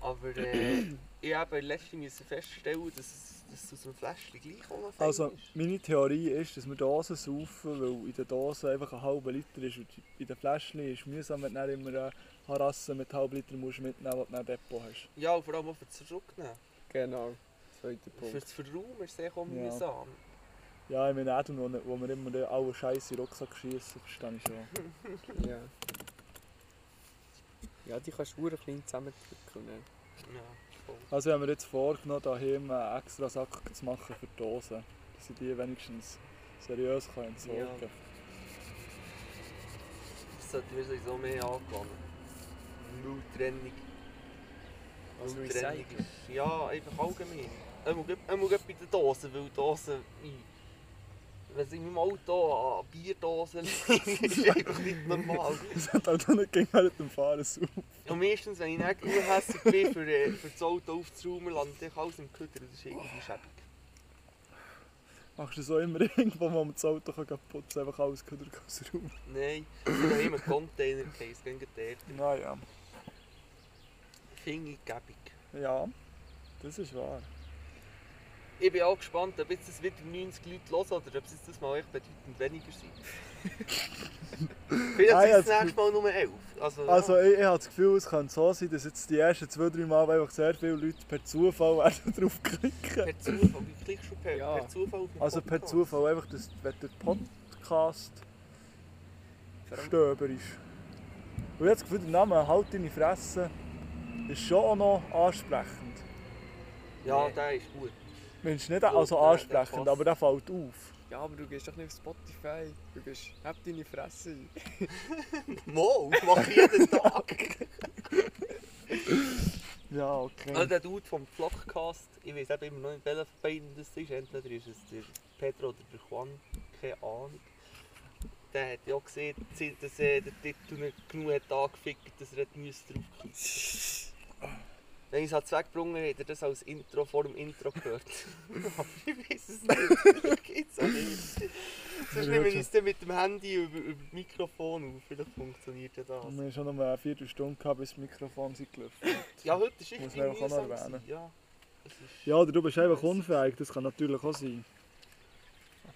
[SPEAKER 3] Aber äh, ich habe letztens müssen feststellen, dass es, dass es aus dem Fläschchen gleich auch noch fein
[SPEAKER 4] Also
[SPEAKER 3] ist.
[SPEAKER 4] meine Theorie ist, dass wir Dosen saufen, weil in der Dose einfach ein halber Liter ist und in der Flasche ist es mühsam, wenn du dann immer eine Harasse mit halb Liter musst mitnehmen musst, die du dann im Depot hast.
[SPEAKER 3] Ja, und vor allem auch für das Zurücknehmen.
[SPEAKER 5] Genau. Zweiter
[SPEAKER 3] Für
[SPEAKER 5] Punkt.
[SPEAKER 3] das Verraumen ist es eigentlich auch
[SPEAKER 4] Ja.
[SPEAKER 3] mühsam.
[SPEAKER 4] Ja, ich meine, auch, wo wo wir immer den alle Scheiße in den Rucksack schießen, verstehe ich schon.
[SPEAKER 5] Ja. Ja, die kannst du hure klein zusammendrücken. Ne?
[SPEAKER 3] Ja, voll.
[SPEAKER 4] Also haben wir jetzt vorgenommen, daheim einen extra Sack zu machen für die Dosen. Dass ich die wenigstens seriös kann entsorgen kann.
[SPEAKER 3] Das sollten wir sowieso mehr angewandt. Mülltrennung.
[SPEAKER 5] Also
[SPEAKER 3] Mülltrennung
[SPEAKER 5] Recycling.
[SPEAKER 3] ist- Ja, einfach allgemein. Einmal gut- einmal gut bei den Dosen, weil Dosen... hm, Wenn es in meinem Auto eh, an Bierdosen liegen, ist einfach nicht normal.
[SPEAKER 4] Das hat auch nicht gegen während dem Fahren saufen.
[SPEAKER 3] Und meistens, wenn ich nicht genug hässlich bin, für, äh, für das Auto aufzuräumen, landet ich alles im Köder und das ist irgendwie schäbig.
[SPEAKER 4] Machst du so immer irgendwo, wo man das Auto kann gleich putzen kann, einfach alles Köder aus dem Raum?
[SPEAKER 3] Nein, ich habe immer Container gehabt, gegen den
[SPEAKER 4] Naja.
[SPEAKER 3] Finger gäbig.
[SPEAKER 4] Ja, das ist wahr.
[SPEAKER 3] Ich bin auch gespannt, ob jetzt das wieder 90 Leute hören oder ob es jetzt das mal echt bedeutend weniger sind. Vielleicht
[SPEAKER 4] Nein,
[SPEAKER 3] sind es das
[SPEAKER 4] also-
[SPEAKER 3] nächste Mal nur 11. Also,
[SPEAKER 4] Also
[SPEAKER 3] ja.
[SPEAKER 4] ich, ich habe das Gefühl, es könnte so sein, dass jetzt die ersten zwei, drei Mal einfach sehr viele Leute per Zufall werden draufklicken.
[SPEAKER 3] per Zufall, wie klickst du per,
[SPEAKER 5] Ja.
[SPEAKER 3] per Zufall auf den
[SPEAKER 4] Also per
[SPEAKER 3] Podcast?
[SPEAKER 4] Zufall einfach, dass wenn der Podcast stöber ist. Und ich habe das Gefühl, der Name «Halt deine Fresse» ist schon auch noch ansprechend.
[SPEAKER 3] Ja, der ist gut.
[SPEAKER 4] Mensch, nicht also
[SPEAKER 3] Oh, der- der
[SPEAKER 4] ansprechend,
[SPEAKER 3] passt.
[SPEAKER 4] aber der fällt auf.
[SPEAKER 5] Ja, aber du gehst doch nicht auf Spotify. Du gehst, hab deine Fresse ein.
[SPEAKER 3] Mo, ich mache jeden Tag.
[SPEAKER 4] Ja, okay.
[SPEAKER 3] also der Dude vom Flockcast, ich weiß eben immer noch nicht, welcher von beiden das ist. Entweder ist es der Pedro oder der Juan, keine Ahnung. Der hat ja auch gesehen, dass äh, der Titel nicht genug hat angefickt, dass er draufklicken musste. Wenn ich es halt weggebrungen hätte, das als Intro vor dem Intro gehört. Aber ich weiß es nicht. Geht's auch nicht. Sonst nehmen wir uns dann mit dem Handy über, über das Mikrofon auf. Vielleicht funktioniert ja das.
[SPEAKER 4] Wir haben schon noch eine Viertelstunde gehabt, bis das Mikrofon sich gelaufen ist.
[SPEAKER 3] Ja, heute ist
[SPEAKER 4] Muss
[SPEAKER 3] echt
[SPEAKER 4] man einfach auch noch
[SPEAKER 3] mühsam
[SPEAKER 4] erwähnen.
[SPEAKER 3] gewesen, Ja. Es ist-
[SPEAKER 4] Ja, oder du bist einfach unfähig, das kann natürlich auch sein.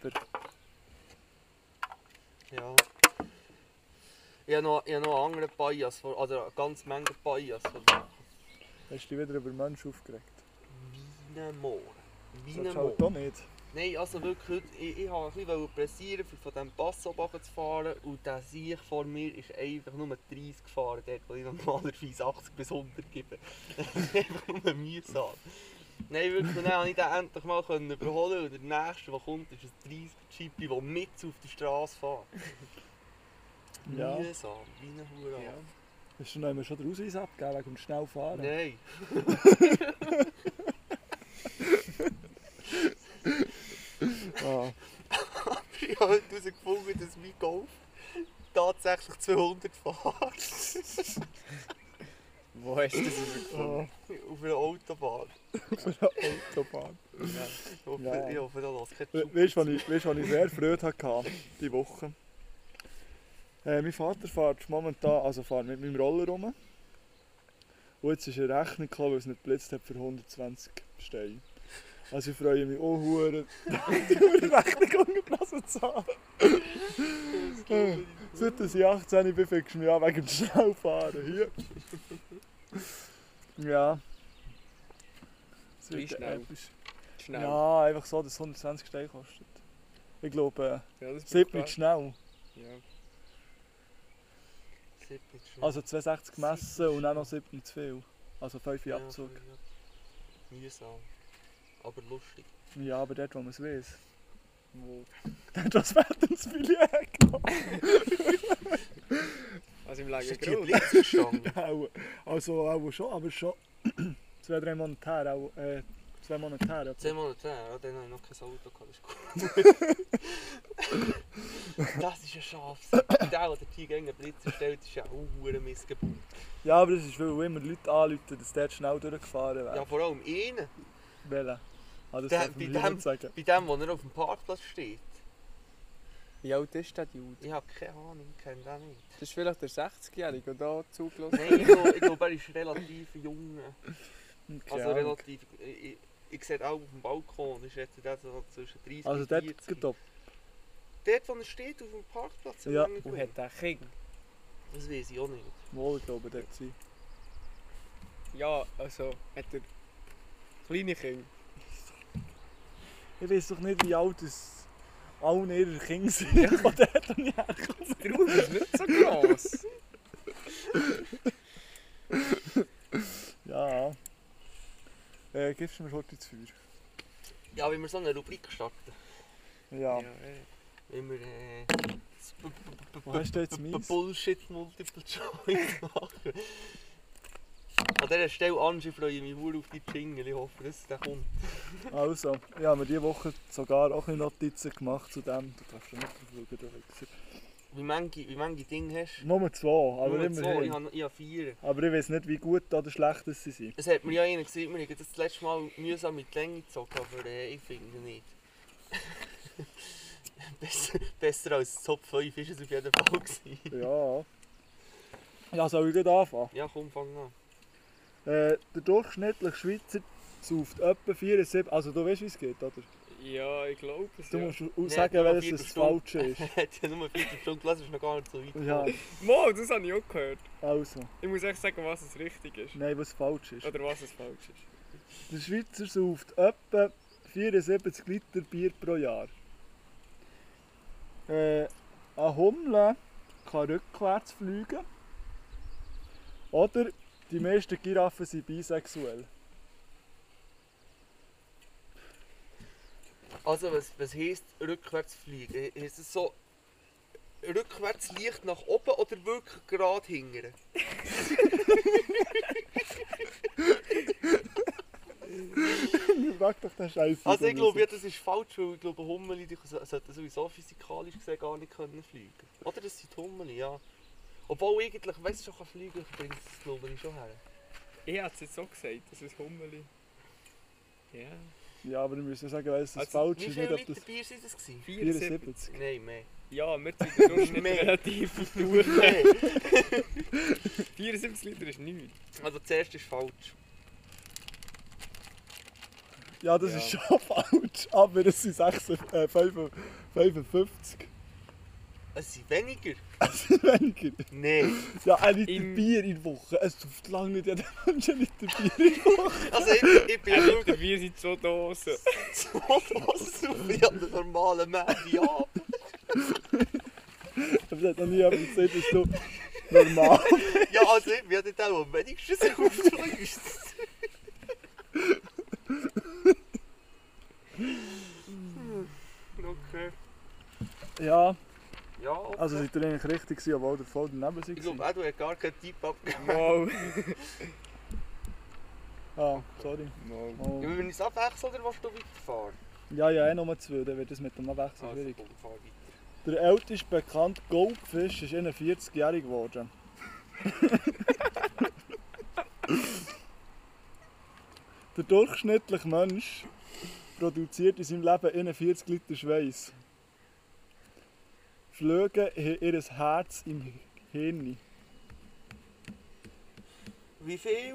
[SPEAKER 4] Aber
[SPEAKER 3] ja. Ich habe noch, ich habe noch einen anderen Bias, vor, also eine ganze Menge Bias. von
[SPEAKER 4] hast du dich wieder über Menschen aufgeregt?
[SPEAKER 3] Wienemor.
[SPEAKER 4] Das ist
[SPEAKER 3] Wienemor.
[SPEAKER 4] halt auch nicht.
[SPEAKER 3] Nein, also wirklich, heute, ich, ich wollte ein bisschen pressieren, um von diesem Pass runter zu fahren. Und der Sieg vor mir ist einfach nur 30 gefahren, dort, wo ich normalerweise 80 bis 100 gebe. einfach nur mühsam. Nein, wirklich, und dann konnte ich den endlich mal können überholen. Und der nächste, der kommt, ist ein 30 Chippy, der mit auf der Straße fährt.
[SPEAKER 4] Ja.
[SPEAKER 3] Mühsam, wie ein Huren.
[SPEAKER 5] Ja.
[SPEAKER 4] Hast du noch immer schon den Ausweis abgegeben wegen dem Schnellfahren?
[SPEAKER 3] Nein.
[SPEAKER 4] Ah,
[SPEAKER 3] Ich habe heute herausgefunden, dass mein Golf tatsächlich 200 fährt.
[SPEAKER 5] Wo hast du das
[SPEAKER 4] ah,
[SPEAKER 5] übergefunden?
[SPEAKER 3] auf einer Autobahn.
[SPEAKER 4] für eine Autobahn.
[SPEAKER 3] Ich hoffe,
[SPEAKER 4] Ja.
[SPEAKER 3] ich hoffe, da lässt kein
[SPEAKER 4] We- Weißt du, was ich, weißt, du, was ich sehr Freude hatte diese Woche? Äh, mein Vater fährt momentan, also fährt mit meinem Roller rum. Und jetzt ist eine Rechnung gekommen, weil es nicht blitzt hat, für 120 Steine. Also ich freue mich auch hure, die Rechnung unterlassen zu haben. Seit ich 18 bin, fängst du mich an wegen dem Schnellfahren hier. Ja. Das
[SPEAKER 5] Wie
[SPEAKER 4] wird
[SPEAKER 5] schnell?
[SPEAKER 4] episch.
[SPEAKER 5] Schnell.
[SPEAKER 4] Ja, einfach so, dass es 120 Steine kostet. Ich glaube,
[SPEAKER 5] Ja, das
[SPEAKER 4] äh,
[SPEAKER 5] ist
[SPEAKER 4] sieht
[SPEAKER 5] klar.
[SPEAKER 4] nicht schnell.
[SPEAKER 5] Ja.
[SPEAKER 3] Also,
[SPEAKER 4] Also 62 gemessen und dann noch 7 zu viel. Also 5 in
[SPEAKER 3] ja,
[SPEAKER 4] Abzug.
[SPEAKER 3] ja. Mühsam. Aber lustig.
[SPEAKER 4] Ja, aber dort, wo man es weiß. Wo? Dort, wo das Wetter ins Billet hat.
[SPEAKER 5] Also im Lager
[SPEAKER 3] Ist die
[SPEAKER 4] genau.
[SPEAKER 5] Grund.
[SPEAKER 3] Blitz gestanden?
[SPEAKER 4] Auch- Also auch schon, aber schon zwei, drei Monate her. Auch, äh, zwei Monate her. etwa.
[SPEAKER 3] Zehn Monate her, ja, dann habe ich noch kein Auto gehabt, das ist gut. das ist ein Schaf. Der, der die Gänge Blitz stellt, ist ja auch ein Missgeburt.
[SPEAKER 4] Ja, aber das ist, weil immer Leute anrufen, dass dort schnell durchgefahren
[SPEAKER 3] Ja,
[SPEAKER 4] werden.
[SPEAKER 3] vor allem einen.
[SPEAKER 4] Wählen. Ah, das
[SPEAKER 3] Der-
[SPEAKER 4] darf
[SPEAKER 3] bei
[SPEAKER 4] man hier
[SPEAKER 3] dem-
[SPEAKER 4] nicht sagen.
[SPEAKER 3] Bei dem, wo er auf dem Parkplatz steht.
[SPEAKER 5] Wie alt ist der Dude?
[SPEAKER 3] Ich habe keine Ahnung, ich kenne den nicht.
[SPEAKER 5] Das ist vielleicht der 60-Jährige, der da zugelassen
[SPEAKER 3] Nein, ich glaube, ich glaub, er ist relativ jung.
[SPEAKER 4] Okay,
[SPEAKER 3] Also
[SPEAKER 4] ja.
[SPEAKER 3] relativ. Ich, ich, ich sehe auch auf dem Balkon, ist jetzt der so zwischen 30
[SPEAKER 4] also
[SPEAKER 3] und
[SPEAKER 4] dort
[SPEAKER 3] 40.
[SPEAKER 4] geht ab.
[SPEAKER 3] Dort, wo er steht, auf dem Parkplatz. im
[SPEAKER 4] Ja.
[SPEAKER 3] Langenthal.
[SPEAKER 5] Und hat einen Kind?
[SPEAKER 3] Das weiß ich auch nicht.
[SPEAKER 4] Wohl, glaube ich, dort sein.
[SPEAKER 5] Ja, also hat er kleine Kinder.
[SPEAKER 4] Ich weiß doch nicht, wie alt es allen ihrer Kinder sind, die dort herkommen.
[SPEAKER 5] Der Ruf ist nicht so gross.
[SPEAKER 4] Ja. Äh, gibst du mir heute ins Feuer?
[SPEAKER 3] Ja, wenn wir so eine Rubrik starten.
[SPEAKER 4] Ja.
[SPEAKER 5] eh.
[SPEAKER 3] Wenn wir. Äh, das B- B- B-
[SPEAKER 4] Wo hast du jetzt
[SPEAKER 3] B- B-
[SPEAKER 4] meins?
[SPEAKER 3] Bullshit Multiple Choice machen. An dieser Stelle, Angie, freue ich mich sehr auf die Jingle. Ich hoffe, dass der kommt.
[SPEAKER 4] Also, ich habe mir diese Woche sogar auch ein Notizen gemacht zu dem. Du darfst ja nicht drauf schauen, du Wichser.
[SPEAKER 3] Wie viele wie manche Dinge hast du?
[SPEAKER 4] Nummer 2, aber
[SPEAKER 3] Nur zwei, Ich
[SPEAKER 4] immerhin.
[SPEAKER 3] habe, ich habe vier.
[SPEAKER 4] Aber ich weiß nicht, wie gut oder schlecht das sie sind.
[SPEAKER 3] Es hat mir ja einer gesagt, wir haben das letzte Mal mühsam mit die Länge gezogen, aber äh, ich finde nicht. besser, besser als Top 5 ist es auf jeden Fall. Gewesen.
[SPEAKER 4] Ja. Ja, soll ich gleich anfangen?
[SPEAKER 3] Ja, komm, fang an.
[SPEAKER 4] Äh, der durchschnittliche Schweizer sauft etwa 74. Also du weißt, wie es geht, oder?
[SPEAKER 5] Ja, ich glaube es.
[SPEAKER 4] Du
[SPEAKER 5] ja.
[SPEAKER 4] musst
[SPEAKER 3] Nee,
[SPEAKER 4] auch sagen,
[SPEAKER 3] nur
[SPEAKER 4] welches
[SPEAKER 3] vier
[SPEAKER 4] das
[SPEAKER 3] Stunden.
[SPEAKER 4] Falsche ist.
[SPEAKER 3] hat ja nur 40 Stunden gelesen, ist noch gar nicht so weit.
[SPEAKER 4] Ja,
[SPEAKER 5] Mo, das habe ich auch gehört.
[SPEAKER 4] also.
[SPEAKER 5] Ich muss echt sagen, was es richtig ist.
[SPEAKER 4] Nein, was falsch ist.
[SPEAKER 5] Oder was es falsch ist.
[SPEAKER 4] Der Schweizer sauft etwa 74 Liter Bier pro Jahr. Äh, eine Hummel kann rückwärts fliegen. Oder die meisten Giraffen sind bisexuell.
[SPEAKER 3] Also, was, was heisst rückwärts fliegen? Heißt es so rückwärts leicht nach oben oder wirklich gerade hingern?
[SPEAKER 4] Frag doch den Scheiß.
[SPEAKER 3] Also, ich glaube, ja, das ist falsch, weil ich glaube, Hummeli die so- sollten sowieso physikalisch gesehen gar nicht können fliegen Oder das sind die Hummeli, ja. Obwohl, eigentlich, wenn es schon kann fliegen kann, bringt es, glaube ich, schon her.
[SPEAKER 5] Ich hätte es jetzt so gesagt, das ist Hummeli. Ja.
[SPEAKER 4] Ja, aber wir müssen sagen, welches das
[SPEAKER 5] Also,
[SPEAKER 4] falsch
[SPEAKER 3] Wie
[SPEAKER 4] ist,
[SPEAKER 3] viele
[SPEAKER 4] nicht ob
[SPEAKER 3] Liter
[SPEAKER 4] das
[SPEAKER 3] Bier sind das? Gewesen?
[SPEAKER 5] 74.
[SPEAKER 4] 74.
[SPEAKER 3] Nein, mehr.
[SPEAKER 5] Ja, wir ziehen den Durchschnitt
[SPEAKER 3] Mehr.
[SPEAKER 5] relativ durch.
[SPEAKER 3] Nein.
[SPEAKER 5] 74 Liter ist nichts.
[SPEAKER 3] Also, das erste ist falsch.
[SPEAKER 4] Ja, das
[SPEAKER 5] Ja.
[SPEAKER 4] ist schon falsch, aber es sind 56, äh, 55.
[SPEAKER 3] Es sind weniger?
[SPEAKER 4] Es ist weniger.
[SPEAKER 3] Nein.
[SPEAKER 4] Ja, ein Liter
[SPEAKER 5] Im-
[SPEAKER 4] Bier in der Woche. Es tut lange nicht jeder Mensch ein Liter Bier in der Woche.
[SPEAKER 3] Also, ich, ich bin wirklich
[SPEAKER 5] Oder wir sind zwei Dosen.
[SPEAKER 3] was auf wie an einem normalen Mandy ab.
[SPEAKER 4] Aber das hat noch nie jemand gesagt, dass du normal
[SPEAKER 3] Ja, also, ich bin der, am wenigstens aufdrückst. Okay.
[SPEAKER 4] Ja,
[SPEAKER 3] Ja, okay.
[SPEAKER 4] also seid ihr eigentlich richtig gewesen, obwohl ihr voll daneben seid.
[SPEAKER 3] ich glaube, Edu hat gar keinen Tipp abgegeben.
[SPEAKER 5] Wow.
[SPEAKER 4] Ah, sorry.
[SPEAKER 5] Wow.
[SPEAKER 4] Oh.
[SPEAKER 3] Ja, wenn wir uns abwechseln, oder willst du weiterfahren?
[SPEAKER 4] Ja, ja, eh nur zwei, dann wird es mit dem Abwechseln
[SPEAKER 3] Also,
[SPEAKER 4] schwierig.
[SPEAKER 3] komm, fahr weiter.
[SPEAKER 4] Der älteste bekannte Goldfisch ist 41-jährig geworden. Der durchschnittliche Mensch produziert in seinem Leben 41 Liter Schweiß. Flöge haben ihr Herz im Hirn.
[SPEAKER 3] Wie viel,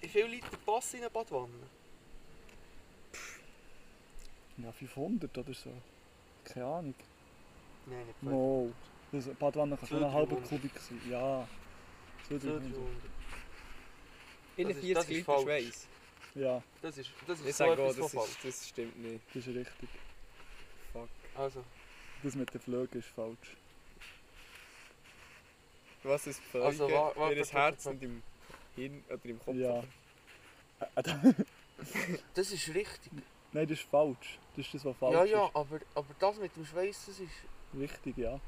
[SPEAKER 3] wie viel Liter passen in eine Badwanne?
[SPEAKER 4] Ja, 500 oder so. Keine Ahnung.
[SPEAKER 3] Nein, nicht viel.
[SPEAKER 4] Mal. Das Badwanne kann schon ein halber
[SPEAKER 3] 200.
[SPEAKER 4] Kubik sein. Ja. 200.
[SPEAKER 3] 200. Das ist-
[SPEAKER 5] 41
[SPEAKER 3] das ist
[SPEAKER 5] Liter
[SPEAKER 3] falsch.
[SPEAKER 5] Schweiß.
[SPEAKER 4] Ja,
[SPEAKER 3] Das ist, das
[SPEAKER 5] Ich
[SPEAKER 3] ist so
[SPEAKER 5] sage auch,
[SPEAKER 3] etwas
[SPEAKER 5] das,
[SPEAKER 3] von falsch.
[SPEAKER 5] ist, das stimmt nicht.
[SPEAKER 4] das ist richtig.
[SPEAKER 5] Fuck.
[SPEAKER 3] Also,
[SPEAKER 4] Das mit der Flöge ist falsch.
[SPEAKER 5] Was dus ist Pflege?
[SPEAKER 3] Also, wa- warte,
[SPEAKER 5] Ihres
[SPEAKER 3] warte,
[SPEAKER 5] Herz
[SPEAKER 3] warte.
[SPEAKER 5] und im Hirn oder im Kopf.
[SPEAKER 4] Ja.
[SPEAKER 3] das ist richtig.
[SPEAKER 4] Nein, das ist falsch. Das ist das, was falsch
[SPEAKER 3] ja, ja,
[SPEAKER 4] ist.
[SPEAKER 3] aber, aber das mit dem Schweiß, das ist...
[SPEAKER 4] Richtig, ja.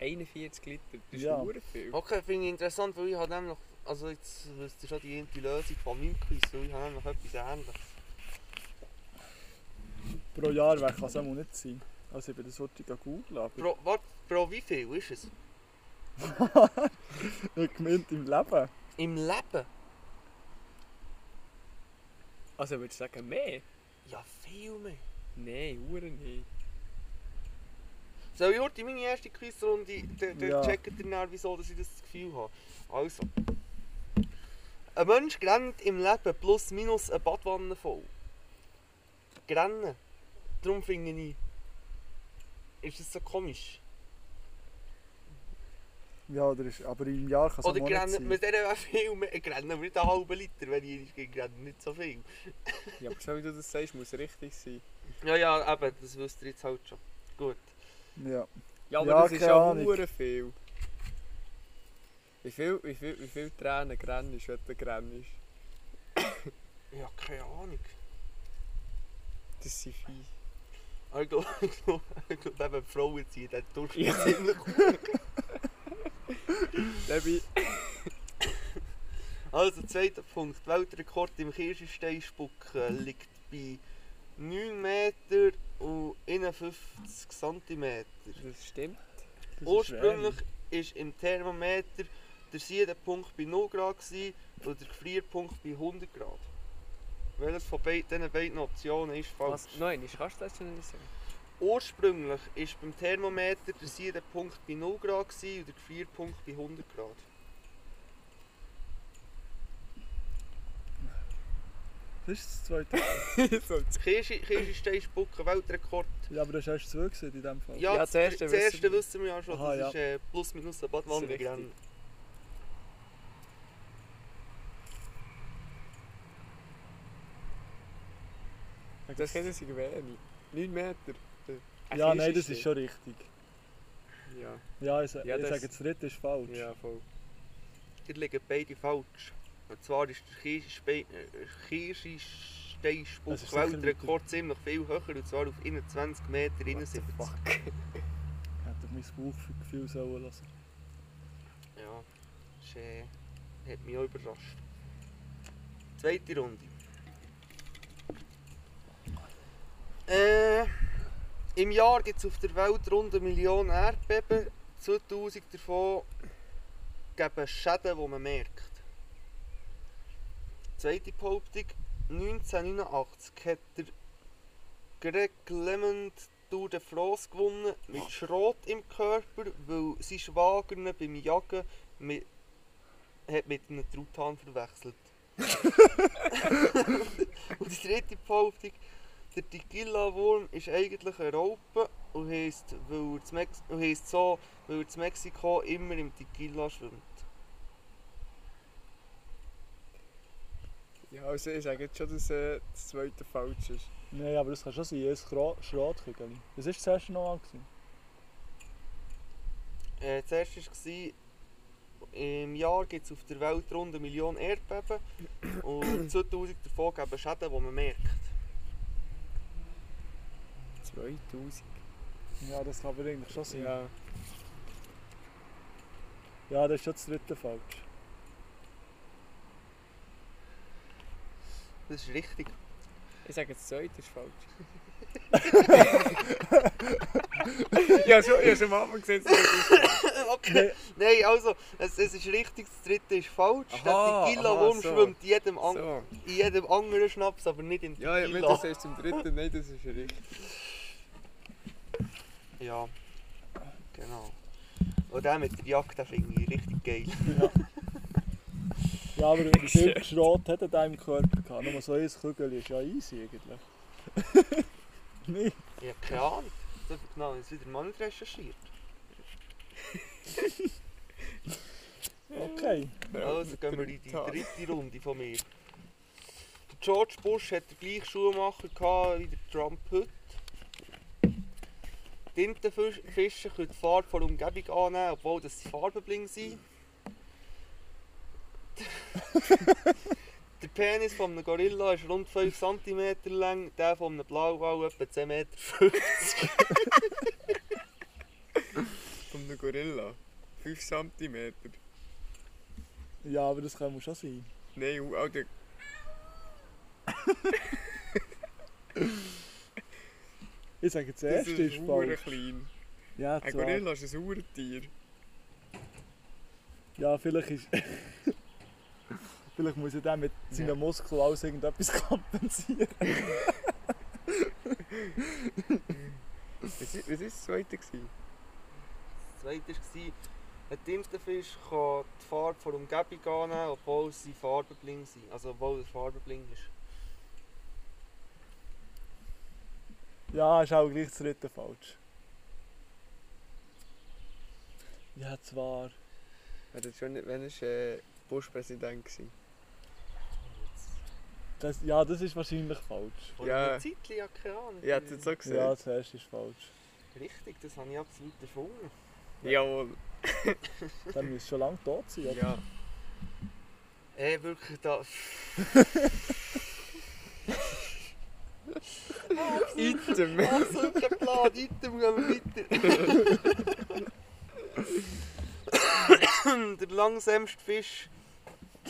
[SPEAKER 5] 41 Liter, das ist
[SPEAKER 4] Ja.
[SPEAKER 5] ja. viel.
[SPEAKER 3] Okay, finde ich interessant, weil ich habe nämlich, also jetzt wisst ihr schon die erste Lösung von meinem Quiz, weil ich habe nämlich etwas ähnliches.
[SPEAKER 4] Pro Jahr wer kann es auch nicht sein. Also ich bin das heute googeln, aber
[SPEAKER 3] Pro, warte, pro wie viel ist es?
[SPEAKER 4] ich gemeint im Leben.
[SPEAKER 3] Im Leben?
[SPEAKER 5] Also würdest du sagen, mehr?
[SPEAKER 3] Ja, viel mehr.
[SPEAKER 5] Nein, Uhren nicht.
[SPEAKER 3] Soll ich heute meine erste Quizrunde, dann dann
[SPEAKER 4] Ja.
[SPEAKER 3] checkt ihr dann, wieso dass ich das Gefühl habe. Also. Ein Mensch rennt im Leben plus minus eine Badwanne voll. Rennen. Darum finde ich... Ist das so komisch?
[SPEAKER 4] Ja, oder ist, aber im Jahr kann es auch
[SPEAKER 3] Oder
[SPEAKER 4] nicht
[SPEAKER 3] grennen
[SPEAKER 4] sein.
[SPEAKER 3] mit dieser wäre viel mehr. Grennen wir nicht einen halben Liter, wenn ich gegen grennen nicht so viel.
[SPEAKER 5] Ja, aber so wie du das sagst, muss richtig sein.
[SPEAKER 3] Ja, ja, eben, das wisst ihr jetzt halt schon. Gut.
[SPEAKER 4] Ja.
[SPEAKER 5] Ja, aber
[SPEAKER 4] Ja,
[SPEAKER 5] das ist
[SPEAKER 4] keine
[SPEAKER 5] ja
[SPEAKER 4] Ahnung.
[SPEAKER 5] Uhren viel. Wie viel, wie viel, wie viel Tränen grennst, wenn du grennst?
[SPEAKER 3] Ja, keine Ahnung.
[SPEAKER 5] Das sind viel.
[SPEAKER 3] Aber Ich glaube, ich glaube, ich glaube, eben Frauen ziehen den Durchschnitt
[SPEAKER 5] Ja.
[SPEAKER 3] ziemlich gut.
[SPEAKER 5] Lebi,
[SPEAKER 3] Also, zweiter Punkt. Weltrekord im Kirschensteinspucken liegt bei 9 Meter und 51 cm.
[SPEAKER 5] das stimmt.
[SPEAKER 4] Das ist
[SPEAKER 3] Ursprünglich
[SPEAKER 4] schwer.
[SPEAKER 3] war im Thermometer der Siedenpunkt bei 0 Grad gewesen und der Gefrierpunkt bei 100 Grad. Welches von beid, diesen beiden Optionen ist falsch?
[SPEAKER 5] Was? Nein, ich kannst du das schon nicht sagen.
[SPEAKER 3] Ursprünglich war beim Thermometer der Siedenpunkt bei 0 Grad gewesen und der Gefrierpunkt bei 100 Grad.
[SPEAKER 4] Das ist das zweite.
[SPEAKER 5] so,
[SPEAKER 3] Kirschenstein spucken, Weltrekord.
[SPEAKER 4] Ja, aber das war erst zwei gewesen in dem Fall.
[SPEAKER 3] Ja,
[SPEAKER 5] das erste
[SPEAKER 3] das
[SPEAKER 5] wissen
[SPEAKER 3] erste
[SPEAKER 5] wir.
[SPEAKER 3] wissen wir ja schon.
[SPEAKER 4] Aha,
[SPEAKER 3] das
[SPEAKER 4] ja.
[SPEAKER 3] ist äh, plus minus eine Badwandergrenze.
[SPEAKER 5] das können sie gewählen. 9 Meter. Ein
[SPEAKER 4] ja nein, das
[SPEAKER 5] Kirschenstein.
[SPEAKER 4] ist schon richtig.
[SPEAKER 5] Ja,
[SPEAKER 4] Ja, ich, sa-
[SPEAKER 5] Ja,
[SPEAKER 4] ich
[SPEAKER 5] das-
[SPEAKER 4] sage, das dritte ist falsch.
[SPEAKER 5] ja voll.
[SPEAKER 3] Hier liegen beide falsch. Und zwar ist der Kirschenspe- äh,
[SPEAKER 4] Das ist sicher
[SPEAKER 3] Kirschensteinspuck-Weltrekord ziemlich viel höher, und zwar auf 21 Meter. 71.
[SPEAKER 4] Hätte ich mein Bauchgefühl sollen lassen.
[SPEAKER 3] Ja, das äh, hat mich auch überrascht. Zweite Runde. Äh, Im Jahr gibt es auf der Welt rund eine Million Erdbeben. 2000 davon geben Schäden, die man merkt. Zweite Behauptung. 1989 hat der Greg Lemond Tour de France gewonnen mit Schrot im Körper, weil sein Schwager ihn beim Jagen mit, hat mit einem Truthahn verwechselt. und die dritte Behauptung, der Tequila-Wurm ist eigentlich eine Raupe und heisst, weil er zu Mex und heisst so, weil er zu Mexiko immer im Tequila schwimmt.
[SPEAKER 5] Ja, also ich sage jetzt schon, dass äh, das zweite falsch ist.
[SPEAKER 4] Nein, aber das kann schon sein. Ein Schra- Schrotkügel. Was war das erste nochmal? gewesen?
[SPEAKER 3] Äh, zuerst war im Jahr gibt es auf der Welt rund eine Million Erdbeben und 2000 davon geben Schäden, die man merkt.
[SPEAKER 5] 2000.
[SPEAKER 4] Ja, das kann aber eigentlich schon sein. Ja,
[SPEAKER 5] Ja,
[SPEAKER 4] das ist schon das dritte falsch.
[SPEAKER 3] Das ist richtig.
[SPEAKER 5] ich sage jetzt, das zweite ist falsch. ich habe schon, ich hab schon am Anfang gesagt, das zweite ist falsch.
[SPEAKER 3] okay. Nein, also, es, es ist richtig, das dritte ist falsch.
[SPEAKER 5] Aha,
[SPEAKER 3] der Tequila
[SPEAKER 5] aha,
[SPEAKER 3] Wurm
[SPEAKER 5] so.
[SPEAKER 3] schwimmt in jedem, an
[SPEAKER 5] So.
[SPEAKER 3] in jedem anderen Schnaps, aber nicht in
[SPEAKER 5] Ja,
[SPEAKER 3] Tequila.
[SPEAKER 5] ja, wenn du das erst zum dritten, nein, das ist richtig.
[SPEAKER 3] Ja, genau. Und der mit der Jagd, den finde ich richtig geil.
[SPEAKER 4] Ja, aber wie viel Schrot hat er in im Körper gehabt? Nur so ein Kügel ist ja easy eigentlich. Nein.
[SPEAKER 3] Ich habe keine Ahnung. Das habe ich genau jetzt wieder mal nicht recherchiert.
[SPEAKER 4] Okay.
[SPEAKER 5] Genau.
[SPEAKER 3] Also gehen wir in die
[SPEAKER 5] Tag.
[SPEAKER 3] dritte Runde von mir. Der George Bush hat den gleichen Schuhmacher gehabt wie der Trump heute. Tintenfische können die Farbe von der Umgebung annehmen, obwohl das sie farbenblind sind. der Penis von einem Gorilla ist rund 5 cm lang, der von einem Blauwal etwa 10 m.
[SPEAKER 5] Von einem um Gorilla. 5 cm.
[SPEAKER 4] Ja, aber das kann schon sein.
[SPEAKER 5] Nein, au- Alter.
[SPEAKER 4] Ich sage, das
[SPEAKER 5] Das
[SPEAKER 4] erste
[SPEAKER 5] ist
[SPEAKER 4] ist
[SPEAKER 5] hure
[SPEAKER 4] falsch.
[SPEAKER 5] klein.
[SPEAKER 4] Ja,
[SPEAKER 5] Ein
[SPEAKER 4] zwar.
[SPEAKER 5] Gorilla ist ein Urtier.
[SPEAKER 4] Ja, vielleicht ist. vielleicht muss er dann mit seinen
[SPEAKER 5] Ja.
[SPEAKER 4] Muskeln alles irgendetwas kompensieren.
[SPEAKER 5] Was war das zweite? Gewesen?
[SPEAKER 3] Das zweite war, ein Tintenfisch kann die Farbe von der Umgebung annehmen, obwohl sie farbenblind sind. Also obwohl er farbenblind ist.
[SPEAKER 4] Ja, ist auch gleich das dritte falsch. Ja, zwar.
[SPEAKER 5] Wer das schon nicht, wenn er äh, Bush-Präsident war.
[SPEAKER 4] Das, ja, das ist wahrscheinlich falsch.
[SPEAKER 3] Vor
[SPEAKER 5] Ja.
[SPEAKER 3] einer Zeitli, ja, keine Ahnung.
[SPEAKER 5] Ich hätte es jetzt so
[SPEAKER 4] Ja,
[SPEAKER 5] gesagt.
[SPEAKER 4] das erste ist falsch.
[SPEAKER 3] Richtig, das habe ich absolut erfunden.
[SPEAKER 5] Jawohl.
[SPEAKER 4] Dann müsste schon lange tot sein, oder?
[SPEAKER 5] Ja.
[SPEAKER 3] Äh, wirklich, da...
[SPEAKER 5] Item.
[SPEAKER 3] Absolut kein Plan, item, gehen wir weiter. der langsamste Fisch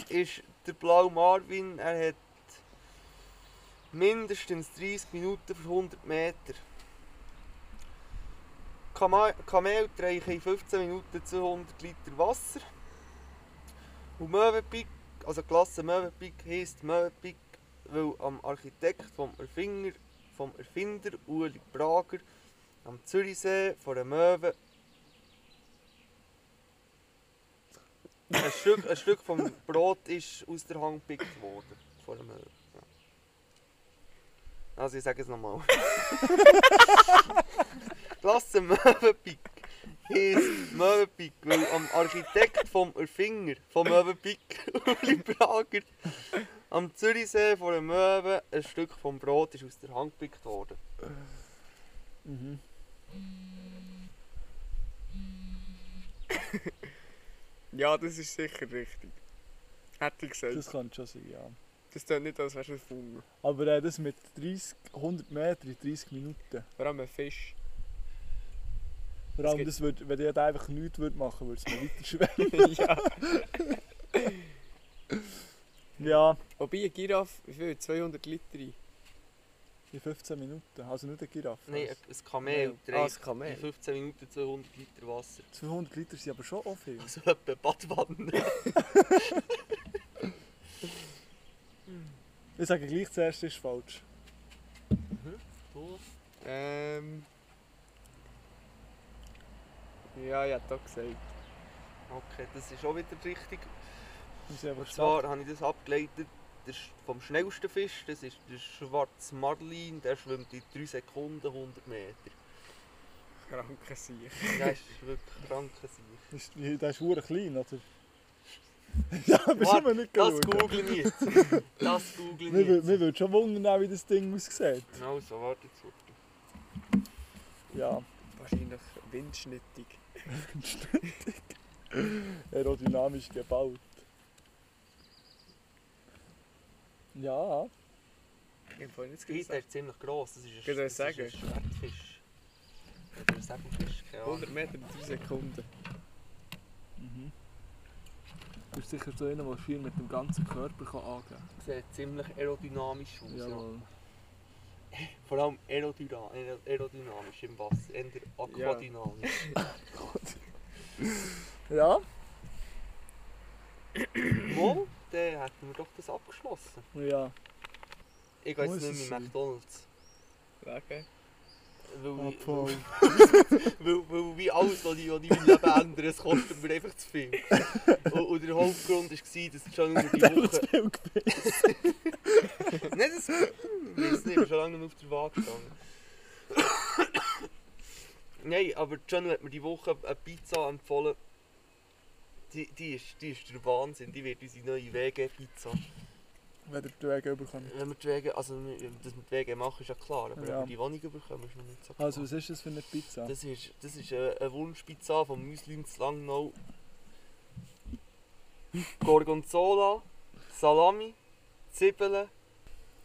[SPEAKER 3] ist der blaue Marvin. Er hat mindestens 30 Minuten für 100 Meter. Kama- Kamel trinken in 15 Minuten 200 Liter Wasser. Und Möwenpick, also Klasse Möwenpick heisst Möwenpick, weil am Architekt vom Erfinder vom Erfinder Ueli Prager am Zürichsee von der Möwe. Ein Stück, ein Stück vom Brot ist aus der Hand gepickt worden. Von der Möwe. Ja. Also ich sage es nochmal. Klasse Möwenpick heisst Möwenpick, weil am Architekt vom Erfinder vom Möwenpick, Uli Prager, am Zürichsee vor der Möwe ein Stück vom Brot ist aus der Hand gepickt worden.
[SPEAKER 4] Mhm.
[SPEAKER 5] Ja, das ist sicher richtig. Hätte ich gesagt. Das,
[SPEAKER 4] Das kann schon sein, ja.
[SPEAKER 5] das klingt nicht, als wärst du ein Funger.
[SPEAKER 4] Aber äh, das mit 30, 100 Meter in 30 Minuten.
[SPEAKER 5] Vor allem ein Fisch.
[SPEAKER 4] Vor
[SPEAKER 5] Das
[SPEAKER 4] allem,
[SPEAKER 5] geht-
[SPEAKER 4] das würd, wenn ich jetzt einfach nichts würd machen würde, würde es mir weiter schwemmen.
[SPEAKER 5] ja.
[SPEAKER 4] Ja,
[SPEAKER 5] Wobei, eine Giraffe, wie viel? 200 Liter rein.
[SPEAKER 4] in 15 Minuten. Also nicht eine Giraffe.
[SPEAKER 3] Nein, ein Kamel
[SPEAKER 5] Ah,
[SPEAKER 3] trägt
[SPEAKER 5] ein Kamel.
[SPEAKER 3] in 15 Minuten 200 Liter Wasser.
[SPEAKER 4] 200 Liter sind aber schon auch viel.
[SPEAKER 3] Also etwa eine Badwanne.
[SPEAKER 4] Ich sage gleich, zuerst ist falsch.
[SPEAKER 5] Ähm. Ja, ich hätte auch gesagt.
[SPEAKER 3] Okay, das ist auch wieder richtig.
[SPEAKER 4] Wir sind einfach
[SPEAKER 3] Und
[SPEAKER 4] gesagt.
[SPEAKER 3] zwar habe ich das abgeleitet der Sch- vom schnellsten Fisch, das ist der schwarze Marlin, der schwimmt in 3 Sekunden 100 Meter.
[SPEAKER 5] Kranke Sieg.
[SPEAKER 3] Das ist wirklich kranker Sieg.
[SPEAKER 4] Das ist- Der ist verdammt klein, oder? ja, aber schon mal nicht
[SPEAKER 3] Das
[SPEAKER 4] schauen.
[SPEAKER 3] google ich jetzt. Das google
[SPEAKER 4] Mir
[SPEAKER 3] ich
[SPEAKER 4] würde
[SPEAKER 3] jetzt.
[SPEAKER 4] mir würd schon wundern, wie das Ding aussieht.
[SPEAKER 3] Also, warte jetzt. warte.
[SPEAKER 4] Ja,
[SPEAKER 5] Wahrscheinlich windschnittig.
[SPEAKER 4] aerodynamisch gebaut. Ja,
[SPEAKER 5] Ich habe vorhin nicht
[SPEAKER 3] Hey, Der
[SPEAKER 5] gesagt.
[SPEAKER 3] ist ziemlich gross, das ist ein, das
[SPEAKER 5] Geht euch
[SPEAKER 3] ist ein
[SPEAKER 5] sagen?
[SPEAKER 3] Schwertfisch. Oder ein Segelfisch, keine Ahnung.
[SPEAKER 5] 100 Meter in 3 Sekunden.
[SPEAKER 4] Mhm. Du bist sicher so einer, der viel mit dem ganzen Körper kann angeben
[SPEAKER 3] Sieht ziemlich aerodynamisch aus.
[SPEAKER 4] kann.
[SPEAKER 3] Ja.
[SPEAKER 4] Jawohl.
[SPEAKER 3] Vor allem aerodyna aer- aerodynamisch im Wasser, eher aquadynamisch.
[SPEAKER 4] Ja,
[SPEAKER 3] Mal, dann hätten wir doch das abgeschlossen.
[SPEAKER 4] ja.
[SPEAKER 3] Ich gehe jetzt
[SPEAKER 4] Muss
[SPEAKER 3] nicht
[SPEAKER 4] es
[SPEAKER 3] mehr
[SPEAKER 4] sein?
[SPEAKER 3] in McDonalds.
[SPEAKER 5] Wegen?
[SPEAKER 3] Weil, ich,
[SPEAKER 4] Abfall.
[SPEAKER 3] weil, weil wie alles, was ich, was ich in meinem Leben ändere, es kostet mir einfach zu viel. Und, und der Hauptgrund war, dass ich schon nur die Woche...
[SPEAKER 4] Viel gebissen.
[SPEAKER 3] Nein, das... hm, Ich weiß nicht, ich bin schon lange nicht mehr auf der Waage gestanden. Nein, aber John hat mir die Woche eine Pizza empfohlen. Die, die, ist, die ist der Wahnsinn, die wird unsere neue WG-Pizza.
[SPEAKER 4] Wenn der Weg überkommt.
[SPEAKER 3] Wenn wir die WG, also dass wir die WG machen, ist ja klar, aber
[SPEAKER 4] Ja.
[SPEAKER 3] wenn wir die Wohnung bekommen, ist noch nicht so klar.
[SPEAKER 4] Also, was ist das für eine Pizza?
[SPEAKER 3] Das ist, das ist eine, eine Wunschpizza von Muslim zu Langnau. Gorgonzola, Salami, Zwiebeln,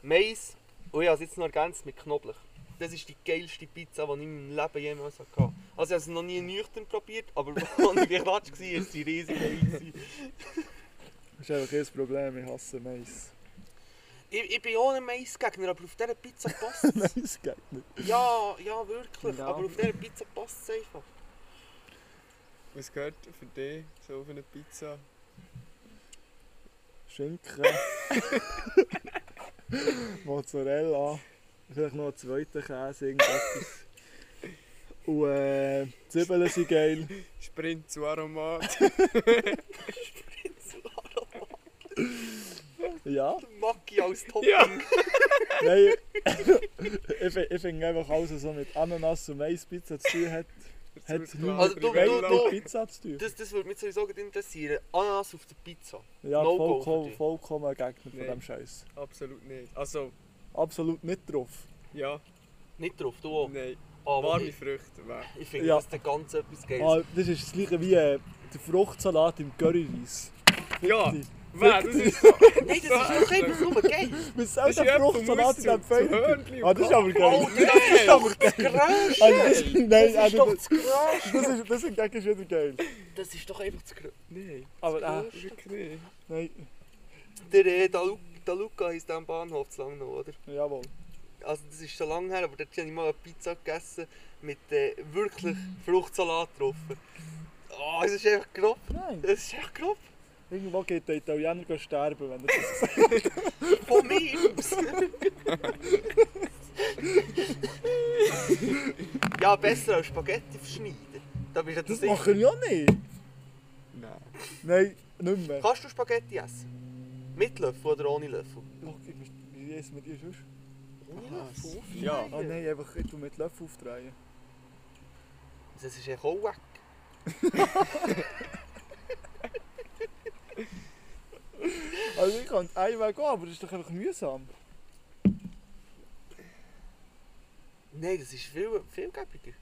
[SPEAKER 3] Mais und ich habe es jetzt noch ergänzt mit Knoblauch. Das ist die geilste Pizza, die ich in meinem Leben jemals hatte. Also ich habe es noch nie nüchtern probiert, aber als ich gekratzt war, war sie riesig gewesen.
[SPEAKER 4] Das ist einfach kein Problem, ich hasse Mais.
[SPEAKER 3] Ich, ich bin ohne Maisgegner, aber auf dieser Pizza passt es.
[SPEAKER 4] Mais geht nicht.
[SPEAKER 3] Ja, ja, wirklich.
[SPEAKER 4] Ja.
[SPEAKER 3] Aber auf dieser Pizza passt es einfach.
[SPEAKER 5] Was gehört für dich so auf eine Pizza?
[SPEAKER 4] Schinken. Mozzarella. Vielleicht noch einen zweiten Käse, irgendetwas. Und äh, Zwiebeln sind geil.
[SPEAKER 5] Sprint zu Aromat.
[SPEAKER 4] Ja,
[SPEAKER 3] Maggi als Topping.
[SPEAKER 5] Ja.
[SPEAKER 4] nein. ich fi- ich finde einfach alles, was so mit Ananas und Maispizza zu tun hat, hat nichts
[SPEAKER 5] Also,
[SPEAKER 4] mit
[SPEAKER 3] du-
[SPEAKER 4] Geil
[SPEAKER 3] du-
[SPEAKER 4] mit
[SPEAKER 3] du-
[SPEAKER 4] Pizza zu tun.
[SPEAKER 3] Das, das würde mich sowieso gerade interessieren. Ananas auf der Pizza.
[SPEAKER 4] Ja,
[SPEAKER 3] No-Go für
[SPEAKER 4] vollkommen,
[SPEAKER 3] dich.
[SPEAKER 4] vollkommen ein Gegner von
[SPEAKER 5] Nee.
[SPEAKER 4] diesem Scheiß.
[SPEAKER 5] Absolut nicht. Also,
[SPEAKER 4] Absolut nicht drauf.
[SPEAKER 5] ja,
[SPEAKER 3] Nicht drauf, du auch. Ah,
[SPEAKER 5] nein.
[SPEAKER 3] Aber
[SPEAKER 5] Warme
[SPEAKER 3] ich,
[SPEAKER 5] Früchte, weg.
[SPEAKER 3] ich finde
[SPEAKER 4] Ja.
[SPEAKER 3] das das ganz etwas Geiles.
[SPEAKER 4] Ah, das ist das gleiche wie äh, der Fruchtsalat im Curryreis.
[SPEAKER 5] Ja,
[SPEAKER 4] dich.
[SPEAKER 5] wer, das ist so.
[SPEAKER 3] Nein, das ist doch einfach nur geil.
[SPEAKER 4] Was soll
[SPEAKER 5] Das ist
[SPEAKER 4] der
[SPEAKER 5] ja
[SPEAKER 4] Fruchtsalat in diesem
[SPEAKER 5] etwas zum
[SPEAKER 4] Feuer?
[SPEAKER 5] Hörnli
[SPEAKER 4] Ah, das ist aber geil.
[SPEAKER 3] Oh, das ist aber das Größte.
[SPEAKER 4] Also
[SPEAKER 3] Das
[SPEAKER 4] das, nein,
[SPEAKER 3] ist
[SPEAKER 4] also
[SPEAKER 3] doch
[SPEAKER 4] das,
[SPEAKER 3] das Größte.
[SPEAKER 4] das ist, das ist, das ist wieder geil.
[SPEAKER 3] Das ist doch einfach das Größte.
[SPEAKER 5] Nein,
[SPEAKER 4] Aber äh,
[SPEAKER 5] wirklich nicht.
[SPEAKER 4] nein,
[SPEAKER 3] Der, äh, der, Lu der Luca ist am Bahnhof zu lang noch, oder?
[SPEAKER 4] jawohl.
[SPEAKER 3] Also das ist schon lange her, aber dort habe ich mal eine Pizza gegessen mit äh, wirklich Fruchtsalat drauf. Oh, es ist einfach grob.
[SPEAKER 4] Nein,
[SPEAKER 3] Es ist einfach grob.
[SPEAKER 4] irgendwo geht der Italiener sterben, wenn er das
[SPEAKER 3] Von mir aus. ja, besser als Spaghetti verschneiden. Da bist du
[SPEAKER 4] Das
[SPEAKER 3] sicher.
[SPEAKER 4] mache ich auch nicht.
[SPEAKER 5] Nein.
[SPEAKER 4] Nein, nicht mehr.
[SPEAKER 3] Kannst du Spaghetti essen? Mit Löffel oder ohne Löffel?
[SPEAKER 4] Schau, ich muss- Wie ist es mit dir sonst?
[SPEAKER 5] Was?
[SPEAKER 4] Ja. Ah nein, einfach ich tu mit Löffel aufdrehen.
[SPEAKER 3] Das ist echt auch weg.
[SPEAKER 4] Also ich kann einen Weg gehen, aber das ist doch einfach mühsam.
[SPEAKER 3] Nein, das ist viel, viel gäbiger.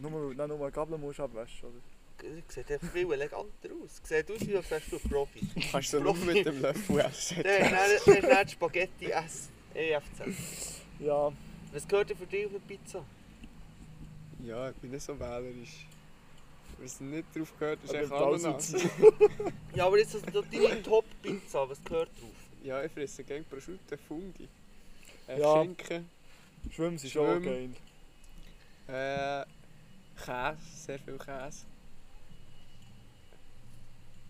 [SPEAKER 4] Nur, nein, nur eine Gabel musst du abwaschen, oder?
[SPEAKER 3] Das sieht echt viel eleganter aus. Sieht aus, wie als wärst du ein Profi.
[SPEAKER 5] Kannst du nur mit dem Löffel essen?
[SPEAKER 3] Der hat dann- der hat dann Spaghetti S. EFZ.
[SPEAKER 4] Ja,
[SPEAKER 3] Was gehört denn für dich auf eine Pizza?
[SPEAKER 5] Ja, ich bin nicht so wählerisch. Was nicht drauf gehört, ist
[SPEAKER 4] Aber
[SPEAKER 5] echt
[SPEAKER 4] die Balsen
[SPEAKER 5] Ananas.
[SPEAKER 3] Ja, aber jetzt das, das deine Top-Pizza, was gehört drauf?
[SPEAKER 5] Ja, ich fresse gerne Prosciutto, Fungi. Äh,
[SPEAKER 4] Ja.
[SPEAKER 5] Schinken,
[SPEAKER 4] schwimmen ist
[SPEAKER 5] Schwimmen.
[SPEAKER 4] auch geil.
[SPEAKER 5] äh, Käse, sehr viel Käse.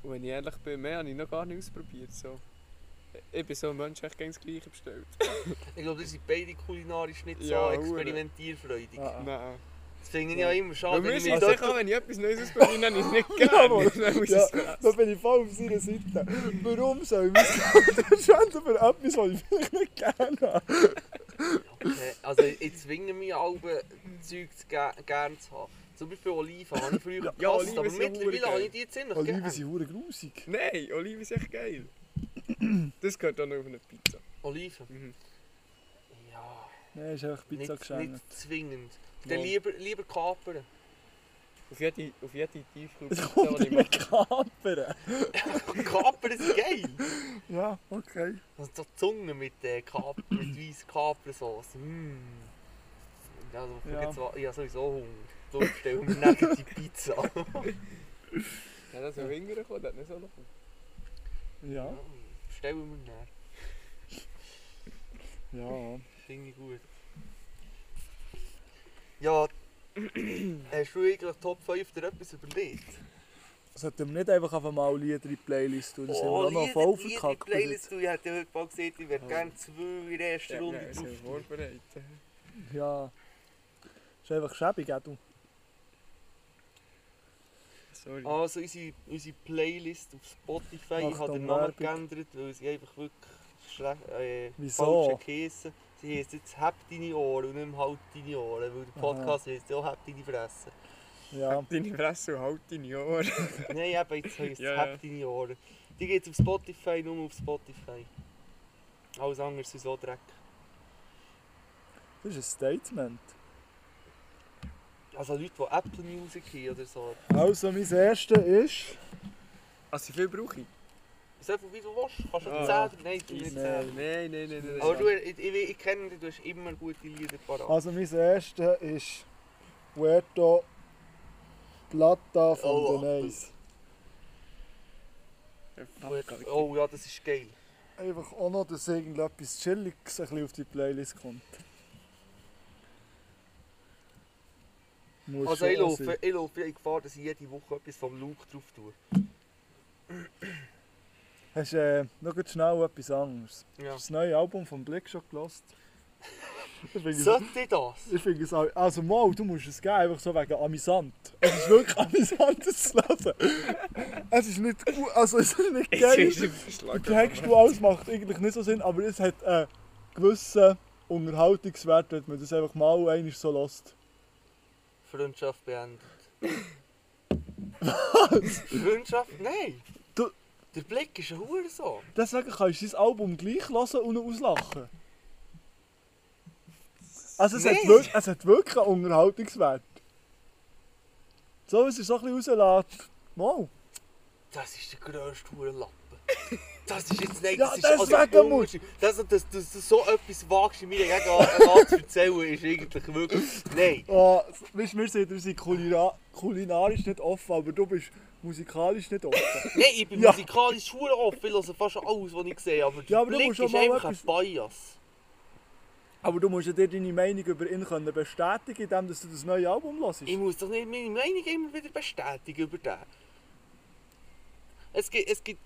[SPEAKER 5] Und wenn ich ehrlich bin, mehr habe ich noch gar nicht ausprobiert. So. Ich bin so ein Mensch, ich gerne das Gleiche bestellt.
[SPEAKER 3] Ich glaube, die sind beide kulinarisch nicht so
[SPEAKER 5] Ja, hure.
[SPEAKER 3] experimentierfreudig.
[SPEAKER 4] Ah, ah.
[SPEAKER 5] Nein.
[SPEAKER 3] Das finde ich ja immer schade.
[SPEAKER 5] Weil
[SPEAKER 3] wenn ich
[SPEAKER 5] mir ist
[SPEAKER 3] mich
[SPEAKER 5] es
[SPEAKER 3] dort-
[SPEAKER 5] sicher, wenn ich etwas Neues ausprobiere, habe ich es nicht gerne.
[SPEAKER 4] Jawohl.
[SPEAKER 5] Dann muss ich
[SPEAKER 4] Ja,
[SPEAKER 5] es fressen.
[SPEAKER 4] da bin ich voll auf seiner Seite. Warum soll ich mich schänden für etwas, was ich vielleicht nicht gerne habe?
[SPEAKER 3] Okay, Also ich zwinge mich alle Zeug zu ge- gerne zu haben. Zum Beispiel Oliven habe ich früher
[SPEAKER 5] Ja,
[SPEAKER 3] gehasst,
[SPEAKER 5] Oliven
[SPEAKER 3] aber
[SPEAKER 5] sind ja
[SPEAKER 3] mittlerweile
[SPEAKER 5] hure
[SPEAKER 3] habe
[SPEAKER 5] geil.
[SPEAKER 3] ich die ziemlich
[SPEAKER 4] Oliven
[SPEAKER 3] gern.
[SPEAKER 4] sind hure grusig.
[SPEAKER 5] Nein, Oliven ist echt geil. Das gehört auch noch auf eine Pizza.
[SPEAKER 3] Oliven?
[SPEAKER 5] Mhm.
[SPEAKER 3] Ja,
[SPEAKER 4] Nein, ist einfach Pizza
[SPEAKER 3] nicht,
[SPEAKER 4] geschenkt.
[SPEAKER 3] nicht zwingend. Dann
[SPEAKER 5] Mal.
[SPEAKER 3] lieber, lieber kapern.
[SPEAKER 5] Auf jede, auf jede Tiefkühlpizza,
[SPEAKER 4] Es kommt
[SPEAKER 5] die ich
[SPEAKER 4] eine Kapern.
[SPEAKER 3] kapern ist geil!
[SPEAKER 4] Ja, okay.
[SPEAKER 3] Also so die Zunge mit, äh, Kap mit weiss Kaprensauce. Mm. Ja, also,
[SPEAKER 4] Ja.
[SPEAKER 3] Jetzt, wa- ich habe sowieso Hunger. Du bestellst mir nicht die Pizza.
[SPEAKER 5] mache. Hat das ein Winger bekommen? Hat nicht so noch.
[SPEAKER 4] Ja,
[SPEAKER 3] Bestell mir näher.
[SPEAKER 4] ja.
[SPEAKER 3] Finde ich gut. Ja, hast du eigentlich Top 5 dir etwas überlegt?
[SPEAKER 4] Sollten wir nicht einfach auf einmal Lieder in die Playlist Dus tun? Das haben wir auch noch
[SPEAKER 3] Lieder,
[SPEAKER 4] voll
[SPEAKER 3] Lieder,
[SPEAKER 4] verkackt.
[SPEAKER 3] Oh, Playlist, du, ich hätte ja heute mal gesagt, ich wäre gerne zwei in der ersten
[SPEAKER 5] Ja,
[SPEAKER 3] Runde
[SPEAKER 5] ja,
[SPEAKER 3] drauf.
[SPEAKER 5] sehr vorbereitet.
[SPEAKER 4] Ja. Ist einfach schäbig, auch du.
[SPEAKER 5] Sorry.
[SPEAKER 3] Also unsere, unsere Playlist auf Spotify, ich
[SPEAKER 4] Achtung,
[SPEAKER 3] habe den Namen
[SPEAKER 4] Werbung.
[SPEAKER 3] geändert, weil sie einfach wirklich schlecht, äh,
[SPEAKER 4] Wieso?
[SPEAKER 3] falsch geheissen. Sie heisst jetzt «Hab deine Ohren» und nicht mehr «Halt deine Ohren», weil der Podcast heisst ja auch «Hab deine Fresse».
[SPEAKER 4] Ja.
[SPEAKER 5] Deine Fresse und halt deine Ohren.
[SPEAKER 3] Nein, eben, jetzt heisst es
[SPEAKER 5] Ja, ja.
[SPEAKER 3] «Hab deine Ohren». Die geht auf Spotify, nur auf Spotify. Alles andere ist so Dreck.
[SPEAKER 4] Das ist ein Statement.
[SPEAKER 3] Also Leute, die Apple Music haben oder so.
[SPEAKER 4] Also, mein erster ist.
[SPEAKER 5] Also, wie viel brauche ich?
[SPEAKER 3] So viel wie du willst. Kannst du
[SPEAKER 5] Ah,
[SPEAKER 3] ja. 10 Nein, du nicht
[SPEAKER 4] Easy.
[SPEAKER 3] 10.
[SPEAKER 5] Nein, nein, nein, nein.
[SPEAKER 3] Aber du, ich, ich, ich kenne dich, du hast immer gute Lieder parat.
[SPEAKER 4] Also, mein erster ist. Puerto Plata von
[SPEAKER 3] Oh,
[SPEAKER 4] The Nays.
[SPEAKER 5] Ah,
[SPEAKER 3] Gut. Oh ja, das ist geil.
[SPEAKER 4] Einfach auch noch, dass irgendetwas Chilliges ein bisschen auf die Playlist kommt. Muss
[SPEAKER 3] Also
[SPEAKER 4] schon
[SPEAKER 3] ich
[SPEAKER 4] sein.
[SPEAKER 3] laufe, ich laufe in Gefahr, dass ich jede Woche etwas vom Luke drauf tue.
[SPEAKER 4] Hast du äh, noch grad schnell etwas anderes?
[SPEAKER 3] Ja.
[SPEAKER 4] Hast du das neue Album von Blick schon gelost? Ich finde es-
[SPEAKER 3] Sollte ich das?
[SPEAKER 4] ich finde es auch. Also, mal, du musst es geben, einfach so wegen amüsant. Es ist wirklich amüsant, das zu hören. Es ist nicht gut, also es ist nicht geil.
[SPEAKER 5] Jetzt ist es verschlagen.
[SPEAKER 4] Der Text, du alles macht eigentlich nicht so Sinn, aber es hat einen gewissen Unterhaltungswert, wenn man das einfach mal einmal so lässt.
[SPEAKER 3] Freundschaft beendet. Was? Freundschaft? Nein!
[SPEAKER 4] Du-
[SPEAKER 3] Der Blick ist ein Hure so.
[SPEAKER 4] Deswegen kannst du dein Album gleich hören und ihn auslachen. Also es, hat
[SPEAKER 3] Nein.
[SPEAKER 4] wirklich, es hat wirklich einen Unterhaltungswert. So, es ist so ein bisschen rausgelassen. Wow.
[SPEAKER 3] Das ist der grösste Hurenlappen. Das ist jetzt nicht,
[SPEAKER 4] Ja,
[SPEAKER 3] das ist
[SPEAKER 4] deswegen
[SPEAKER 3] der
[SPEAKER 4] musst-
[SPEAKER 3] Unterschied. Das, dass, dass, dass du so etwas wagst, in meiner Gegenwart zu erzählen, ist eigentlich wirklich... Nein.
[SPEAKER 4] Oh, weißt du, wir sind, wir sind kulina kulinarisch nicht offen, aber du bist musikalisch nicht offen.
[SPEAKER 3] Nein, ich bin
[SPEAKER 4] Ja.
[SPEAKER 3] musikalisch schwer offen, ich höre fast alles, was ich sehe, aber der
[SPEAKER 4] Ja, aber du
[SPEAKER 3] Blick
[SPEAKER 4] musst
[SPEAKER 3] ist
[SPEAKER 4] auch mal
[SPEAKER 3] einfach ein
[SPEAKER 4] etwas-
[SPEAKER 3] Bias.
[SPEAKER 4] aber du musst ja dir deine Meinung über ihn können bestätigen, indem dass du das neue Album hörst.
[SPEAKER 3] Ich muss doch nicht meine Meinung immer wieder bestätigen über den. Es gibt, es gibt,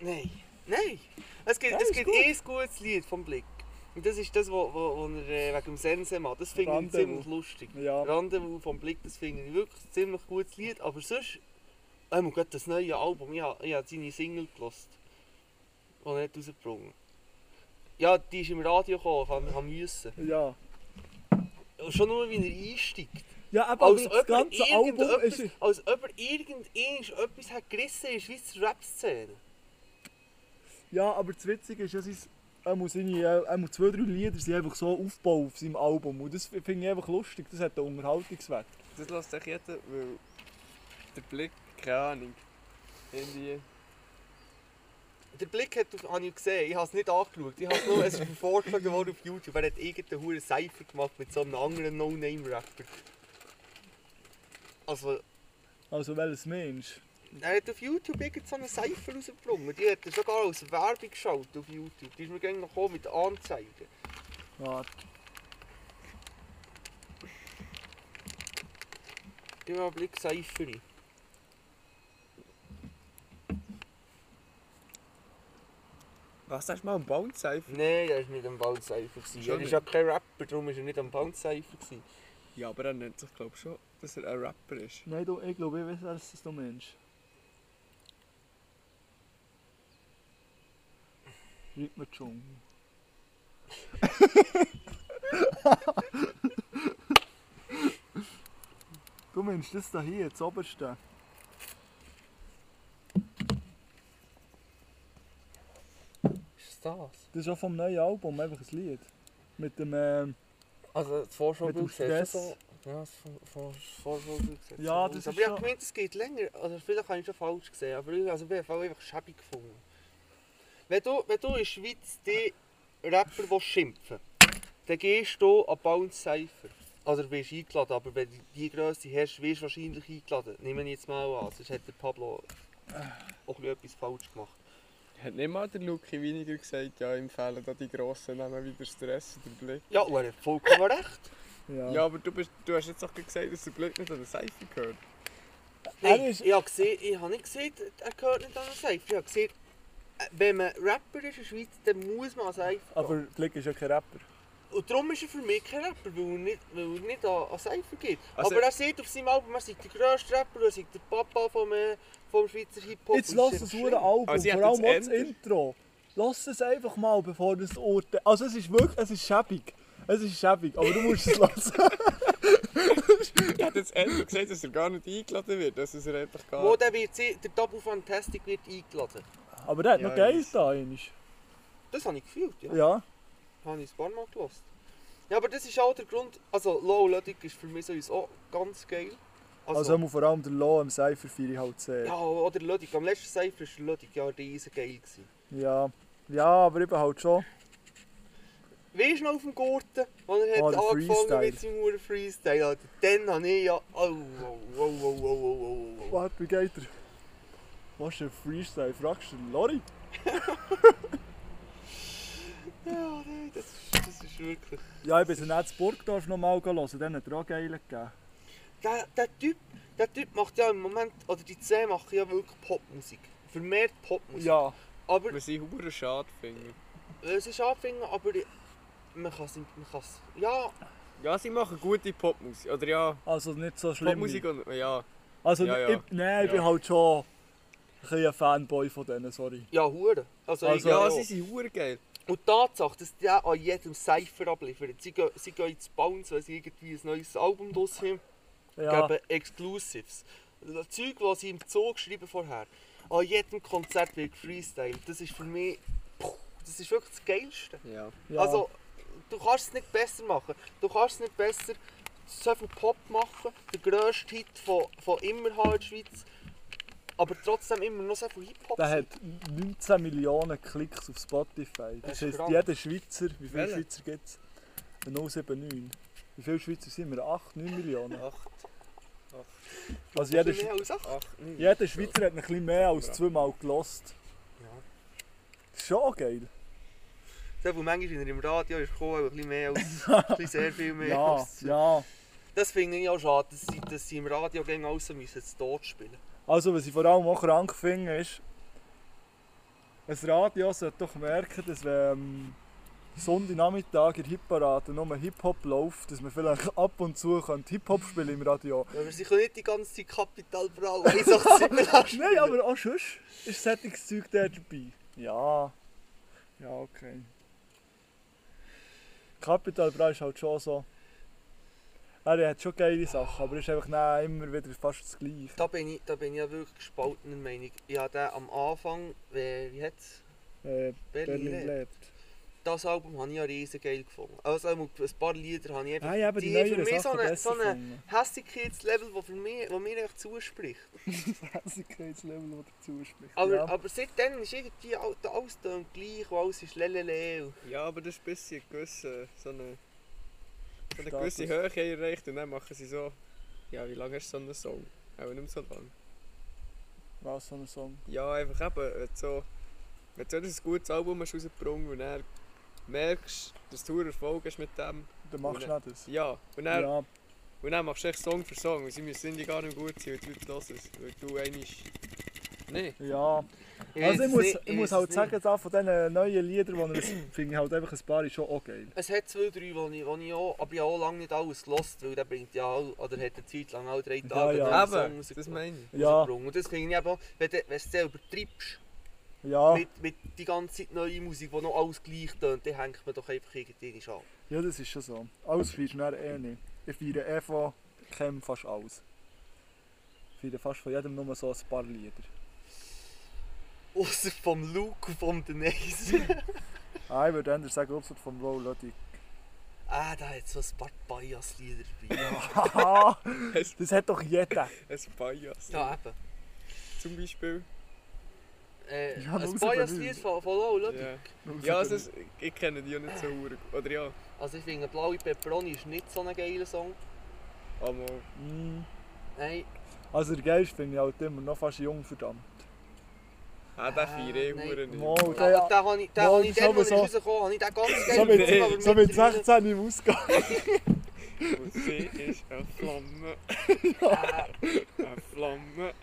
[SPEAKER 3] nein, nein. Es gibt,
[SPEAKER 4] Nein,
[SPEAKER 3] es
[SPEAKER 4] ist
[SPEAKER 3] gibt
[SPEAKER 4] gut.
[SPEAKER 3] ein gutes Lied vom Blick. Und das ist das, was er äh, wegen dem Sense macht. Das finde ich
[SPEAKER 4] Rendezvous.
[SPEAKER 3] ziemlich lustig.
[SPEAKER 4] Ja.
[SPEAKER 3] Rendezvous vom Blick, das finde ich wirklich ein ziemlich gutes Lied. Aber sonst, oh mein Gott, das neue Album, ich habe, ich habe seine Single gelost, die er hat rausgebracht Ja, die ist im Radio gekommen, haben haben müssen.
[SPEAKER 4] Ja.
[SPEAKER 3] Und schon nur, wie er einsteigt.
[SPEAKER 4] Ja, aber
[SPEAKER 3] Als
[SPEAKER 4] das
[SPEAKER 3] ob er
[SPEAKER 4] ganze Album
[SPEAKER 3] irgendetwas,
[SPEAKER 4] ist...
[SPEAKER 3] als ob er irgendetwas hat gerissen ist, wie zur Rap-Szene.
[SPEAKER 4] Ja, aber das Witzige ist ja, sein, er muss seine, äh, er muss zwei, drei Lieder sind einfach so aufbauen auf seinem Album. Und das finde ich einfach lustig, das hat einen Unterhaltungswert.
[SPEAKER 5] Das lässt sich jeder, weil der Blick, keine Ahnung. Irgendwie.
[SPEAKER 3] Der Blick hat auf, habe ich gesehen, ich habe es nicht angeschaut. Ich habe es nur, es ist mir vorgeschlagen worden auf YouTube. Er hat irgendeinen hohen Cypher gemacht mit so einem anderen No-Name-Rapper. Also,
[SPEAKER 4] Also welches Mensch?
[SPEAKER 3] er hat auf YouTube irgendeinen Cypher rausgebracht. Die hat er sogar als Werbung geschaltet auf YouTube. Die ist mir gerne noch gekommen mit Anzeigen.
[SPEAKER 4] Warte.
[SPEAKER 3] Die haben einen Blick Cypher.
[SPEAKER 5] Was hast du mal am Bounce einfach?
[SPEAKER 3] Nein, er war nicht am Bounce Cypher. gewesen.
[SPEAKER 5] Schon
[SPEAKER 3] Er ist ja kein Rapper, darum war er nicht am Bounce Cypher. gewesen.
[SPEAKER 5] Ja, aber er nennt sich, glaube ich, schon, dass er ein Rapper ist.
[SPEAKER 4] Nein, du, ich glaube, ich weiß, wer das du meinst. Rhythmus-Dschungel. du meinst das da hier, das oberste?
[SPEAKER 3] Ist das das?
[SPEAKER 4] Das ist auch vom neuen Album, einfach ein Lied. Mit dem, ähm,
[SPEAKER 3] Also das Vorschaubild
[SPEAKER 4] Mit dem
[SPEAKER 3] siehst du
[SPEAKER 4] Stress.
[SPEAKER 3] so. Ja, das Vor- Vor- Vorschaubild siehst du
[SPEAKER 4] Ja,
[SPEAKER 3] so aus.
[SPEAKER 4] das
[SPEAKER 3] Aber
[SPEAKER 4] ist
[SPEAKER 3] ich habe
[SPEAKER 4] schon-
[SPEAKER 3] gemeint, es geht länger. Also vielleicht habe ich schon falsch gesehen, aber ich also, ich habe es einfach schäbig gefunden. Wenn du, wenn du in der Schweiz die Rapper willst schimpfen dann gehst du an Bounce Cypher. Also du wirst eingeladen, aber wenn du die Größe hast, wirst du wahrscheinlich eingeladen. Nehmen wir jetzt mal an, sonst hat der Pablo auch ein bisschen etwas falsch gemacht.
[SPEAKER 5] Hat nicht mal der Luki weniger gesagt, ja, ihm fehlen da die grossen Namen wie der Stress und der Blick.
[SPEAKER 3] Ja, und er hat vollkommen recht.
[SPEAKER 4] ja.
[SPEAKER 5] Ja, aber du, bist, du hast jetzt auch gerade gesagt, dass der Blick nicht an den Seife gehört.
[SPEAKER 3] Nein,
[SPEAKER 4] Er ist-
[SPEAKER 3] ich habe gesehen, ich habe nicht gesehen, er gehört nicht an den Seife. Ich habe gesehen, äh, wenn man Rapper ist in der Schweiz, dann muss man an Seife gehen.
[SPEAKER 4] Aber Blick ist ja kein Rapper.
[SPEAKER 3] Und darum ist er für mich kein Rapper, weil er nicht, weil er nicht an, an Seife geht.
[SPEAKER 5] Also-
[SPEAKER 3] Aber er sieht auf seinem Album, er sei der grösste Rapper, er sei der Papa vom, äh, vom Schweizer Hip-Hop.
[SPEAKER 4] Oh, Jetzt
[SPEAKER 3] Und
[SPEAKER 4] lass das
[SPEAKER 3] ist
[SPEAKER 4] hure
[SPEAKER 3] einfach
[SPEAKER 4] Album,
[SPEAKER 5] Also, ich
[SPEAKER 4] vor
[SPEAKER 5] hätte
[SPEAKER 4] allem auch das
[SPEAKER 5] jetzt Enter.
[SPEAKER 4] Intro. Lass es einfach mal, bevor du es urteilst. Also es ist wirklich, es ist schäbig. Es ist schäbig, aber du musst es lassen.
[SPEAKER 5] Er hat jetzt endlich gesagt, dass er gar nicht eingeladen wird, dass es er einfach
[SPEAKER 3] schlimm.
[SPEAKER 5] gar
[SPEAKER 3] Wo der, wird, sie- der Double Fantastic wird eingeladen.
[SPEAKER 4] Aber der hat
[SPEAKER 5] Ja,
[SPEAKER 4] noch geil
[SPEAKER 5] nice.
[SPEAKER 4] da einmal.
[SPEAKER 3] Das habe ich gefühlt, ja.
[SPEAKER 4] Ja.
[SPEAKER 3] habe ich ein paar Mal gelost. Ja, aber das ist auch der Grund, also Low Ludwig ist für mich sowieso auch ganz geil.
[SPEAKER 4] Also muss vor allem der Lo am Cypher feiere ich halt sehr.
[SPEAKER 3] Ja,
[SPEAKER 4] Ja.
[SPEAKER 3] oder Ludwig. Am letzten Cypher war Ludwig ja riesen geil. Gewesen.
[SPEAKER 4] ja. aber eben halt schon.
[SPEAKER 3] Weißt du noch auf dem Gurten, wo er hat
[SPEAKER 4] Oh, der
[SPEAKER 3] angefangen
[SPEAKER 4] Freestyle.
[SPEAKER 3] mit seinem Huren Freestyle? Alter, dann habe ich ja. Oh, oh, oh, oh, oh, oh, oh, oh.
[SPEAKER 4] Warte, wie geht er? Was ist ein Freestyle? Fragst du den Lori?
[SPEAKER 3] Ja, nein, das, ist- das ist wirklich.
[SPEAKER 4] Ja, ich bin dann auch zu Burgdorf nochmal hören, den hat er auch geil gegeben.
[SPEAKER 3] Der, der, typ, der Typ macht ja im Moment, oder die zwei machen ja wirklich Popmusik. Vermehrt Popmusik.
[SPEAKER 4] Ja.
[SPEAKER 3] Aber
[SPEAKER 5] Wir sind hure schade, finde ich.
[SPEAKER 3] es ist anfangen, aber man kann es. Man kann es ja,
[SPEAKER 5] Ja, sie machen gute Popmusik. Oder ja,
[SPEAKER 4] Also nicht so schlimm.
[SPEAKER 5] Popmusik und. Ja.
[SPEAKER 4] Also
[SPEAKER 5] Ja, ja.
[SPEAKER 4] ich, nein, ich
[SPEAKER 5] Ja.
[SPEAKER 4] bin halt schon ein bisschen ein Fanboy von denen, sorry.
[SPEAKER 3] ja, Huren. Also,
[SPEAKER 4] Also,
[SPEAKER 3] ja,
[SPEAKER 5] ja,
[SPEAKER 3] ja.
[SPEAKER 5] sie sind hure geil.
[SPEAKER 3] Und die Tatsache, dass die auch an jedem Cypher abliefern. Sie gehen, sie gehen ins Bounce, weil sie irgendwie ein neues Album draus haben.
[SPEAKER 4] Ja,
[SPEAKER 3] Geben Exclusives. Also, Das Zeug, was sie im Zoo geschrieben vorher. An jedem Konzert wird Freestyle. Das ist für mich. Puh, Das ist wirklich das Geilste.
[SPEAKER 5] Ja.
[SPEAKER 4] ja.
[SPEAKER 3] Also, du kannst es nicht besser machen. Du kannst es nicht besser so viel Pop machen. Der grösste Hit von, von immer haben in der Schweiz. Aber trotzdem immer noch so viel Hip-Hop.
[SPEAKER 4] der
[SPEAKER 3] sein.
[SPEAKER 4] hat 19 Millionen Klicks auf Spotify.
[SPEAKER 3] Das
[SPEAKER 4] Das
[SPEAKER 3] ist
[SPEAKER 4] heisst,
[SPEAKER 3] krank.
[SPEAKER 4] jeder Schweizer, wie viele
[SPEAKER 5] Welche?
[SPEAKER 4] Schweizer gibt es? 079. Wie viele Schweizer sind wir? 8, 9 Millionen?
[SPEAKER 5] Acht.
[SPEAKER 4] Also jeder,
[SPEAKER 3] Mehr
[SPEAKER 4] Sch-
[SPEAKER 3] als acht.
[SPEAKER 5] Acht, neun.
[SPEAKER 4] jeder Schweizer hat ein bisschen mehr als zweimal gelost.
[SPEAKER 3] Ja.
[SPEAKER 4] Das ist schon geil.
[SPEAKER 3] So viel manchmal, wenn er im Radio ist, gekommen, aber ein bisschen mehr als, ein bisschen sehr viel mehr
[SPEAKER 4] Ja,
[SPEAKER 3] als...
[SPEAKER 4] ja.
[SPEAKER 3] Das finde ich auch schade, dass sie, dass sie im Radio gegen alles müssen zu Tod spielen.
[SPEAKER 4] Also, was ich vor allem auch krank finde, ist, ein Radio sollte doch merken, dass wenn ähm, Sonntagnachmittag in der Hip-Parade nur Hip-Hop läuft, dass man vielleicht ab und zu könnte Hip-Hop spielen im Radio.
[SPEAKER 3] Ja, aber sie können nicht die ganze Zeit Kapital Brau 187
[SPEAKER 4] Nein, aber auch sonst ist solches Zeug da dabei. Ja. Ja, okay. Capital Bra ist halt schon so. Er hat schon geile Sachen, aber ist einfach dann immer wieder fast das Gleiche.
[SPEAKER 3] Da bin ich, da bin ich ja wirklich gespaltener Meinung. Ich habe den am Anfang, wie, wie hat's?
[SPEAKER 4] Äh,
[SPEAKER 3] Berlin.
[SPEAKER 4] Berlin
[SPEAKER 3] Berlin.
[SPEAKER 4] lebt.
[SPEAKER 3] Das Album habe ich ja riesen geil gefunden. Also einmal ein paar Lieder habe ich einfach
[SPEAKER 4] Ah, ja, aber die,
[SPEAKER 3] die für
[SPEAKER 4] neueren
[SPEAKER 3] mich
[SPEAKER 4] Sachen
[SPEAKER 3] so eine-
[SPEAKER 4] besser
[SPEAKER 3] so eine-
[SPEAKER 4] gefunden.
[SPEAKER 3] Hässigkeitslevel, das für mich, wo mir echt zuspricht.
[SPEAKER 4] Hässigkeitslevel, das dazu spricht.
[SPEAKER 3] Aber,
[SPEAKER 4] ja.
[SPEAKER 3] aber seitdem ist irgendwie all- alles dann gleich und alles ist lelele. und-
[SPEAKER 5] Ja, aber das ist ein bisschen gewisse, so eine, so eine
[SPEAKER 4] Status.
[SPEAKER 5] gewisse Höhe erreicht und dann machen sie so. Ja, wie lange ist so ein Song? Auch nicht mehr so lang.
[SPEAKER 4] Was so ein Song.
[SPEAKER 5] Ja, einfach eben, wenn du so, wenn du so ein gutes Album hast rausgebracht und dann merkst, dass du Erfolg hast mit dem.
[SPEAKER 4] Dann machst du
[SPEAKER 5] Oder-
[SPEAKER 4] nicht das.
[SPEAKER 5] Ja, und dann,
[SPEAKER 4] Ja,
[SPEAKER 5] Und dann machst du echt Song für Song. Und sie müssen die gar nicht gut sein, weil die Leute hören es. Weil du einmisch. Nein.
[SPEAKER 4] ja.
[SPEAKER 3] weiß
[SPEAKER 4] Also ich
[SPEAKER 3] es
[SPEAKER 4] muss,
[SPEAKER 3] nicht,
[SPEAKER 4] ich
[SPEAKER 3] weiß
[SPEAKER 4] muss
[SPEAKER 3] es
[SPEAKER 4] halt
[SPEAKER 3] nicht.
[SPEAKER 4] sagen, da von diesen neuen Liedern, die er finde ich halt einfach ein paar ist schon auch geil.
[SPEAKER 3] Es hat zwei, drei, wo ich, wo ich auch, aber ich habe auch lange nicht alles gelost, weil der bringt ja all, oder hat eine Zeit lang alle drei Tage einen
[SPEAKER 4] ja.
[SPEAKER 3] neuen Song
[SPEAKER 5] Eben, das
[SPEAKER 3] rausgebracht.
[SPEAKER 5] meine ich.
[SPEAKER 4] Ja,
[SPEAKER 3] rausgebracht. Und das finde ich eben, auch, wenn du wenn du es dann übertreibst,
[SPEAKER 4] ja,
[SPEAKER 3] mit, mit die ganze Zeit neue Musik, die noch alles gleich tönt, dann hängt man doch einfach irgendwie an.
[SPEAKER 4] ja, das ist schon so. Alles feierst du dann eh nicht. Ich feiere eh von Chem fast alles. Ich feiere fast von jedem nur so ein paar Lieder.
[SPEAKER 3] Außer vom Luke und vom Denise.
[SPEAKER 4] Ah, ich würde eher sagen, Upset vom Low Logic.
[SPEAKER 3] ah, da hat so ein paar Bias-Lieder dabei.
[SPEAKER 4] Haha, das hat doch jeder.
[SPEAKER 5] Ein Bias.
[SPEAKER 3] Ja, eben.
[SPEAKER 5] Zum Beispiel.
[SPEAKER 3] Äh,
[SPEAKER 4] Ja,
[SPEAKER 3] ein
[SPEAKER 4] muss
[SPEAKER 3] Bias-Lied
[SPEAKER 4] überlegen.
[SPEAKER 3] von, von Low, oder?
[SPEAKER 5] Ja, ja also, es- ich kenne die ja nicht so hure gut. Oder ja,
[SPEAKER 3] Also ich finde, Blaue Pepperoni ist nicht so ein geiler Song.
[SPEAKER 5] aber
[SPEAKER 4] Mm.
[SPEAKER 3] Nein,
[SPEAKER 4] Also der Geist finde ich halt immer noch fast jung, verdammt.
[SPEAKER 5] auch den feiere ich
[SPEAKER 3] nein.
[SPEAKER 5] Ah, hure nicht.
[SPEAKER 4] Mal,
[SPEAKER 3] da,
[SPEAKER 4] der,
[SPEAKER 3] da habe ich, da
[SPEAKER 4] Mal,
[SPEAKER 3] habe ich dann, als ich
[SPEAKER 4] sowieso.
[SPEAKER 3] rausgekommen habe ich den ganz geil
[SPEAKER 4] so mit,
[SPEAKER 3] gefunden, aber
[SPEAKER 4] so mit
[SPEAKER 3] mittlerweile-
[SPEAKER 4] 16 im Ausgang.
[SPEAKER 5] Und sie ist eine Flamme. Eine Flamme.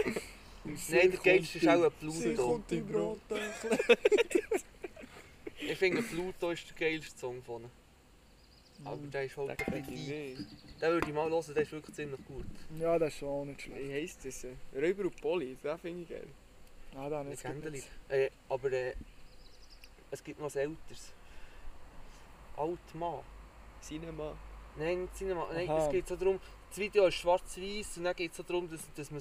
[SPEAKER 3] Nein, der geilste ist auch ein Pluto.
[SPEAKER 5] kommt im
[SPEAKER 3] Ich finde, Pluto ist der geilste Song von ihnen. Aber der ist halt
[SPEAKER 5] Den
[SPEAKER 3] ein
[SPEAKER 5] kenne
[SPEAKER 3] bisschen
[SPEAKER 5] ich
[SPEAKER 3] deep.
[SPEAKER 5] nicht.
[SPEAKER 3] Den würde ich mal hören, der ist wirklich ziemlich gut.
[SPEAKER 4] Ja, das ist schon auch nicht schlecht.
[SPEAKER 5] Wie heisst das? äh? Räuber und Poli, das finde ich geil.
[SPEAKER 4] Ah, da nicht.
[SPEAKER 3] Legendeli. Äh, aber äh, es gibt noch was Älteres. Altmann.
[SPEAKER 5] Cinema.
[SPEAKER 3] Nein, nicht Cinema. Nein,
[SPEAKER 4] Aha.
[SPEAKER 3] es geht so darum, das Video ist schwarz-weiß und dann geht es so darum, dass, dass man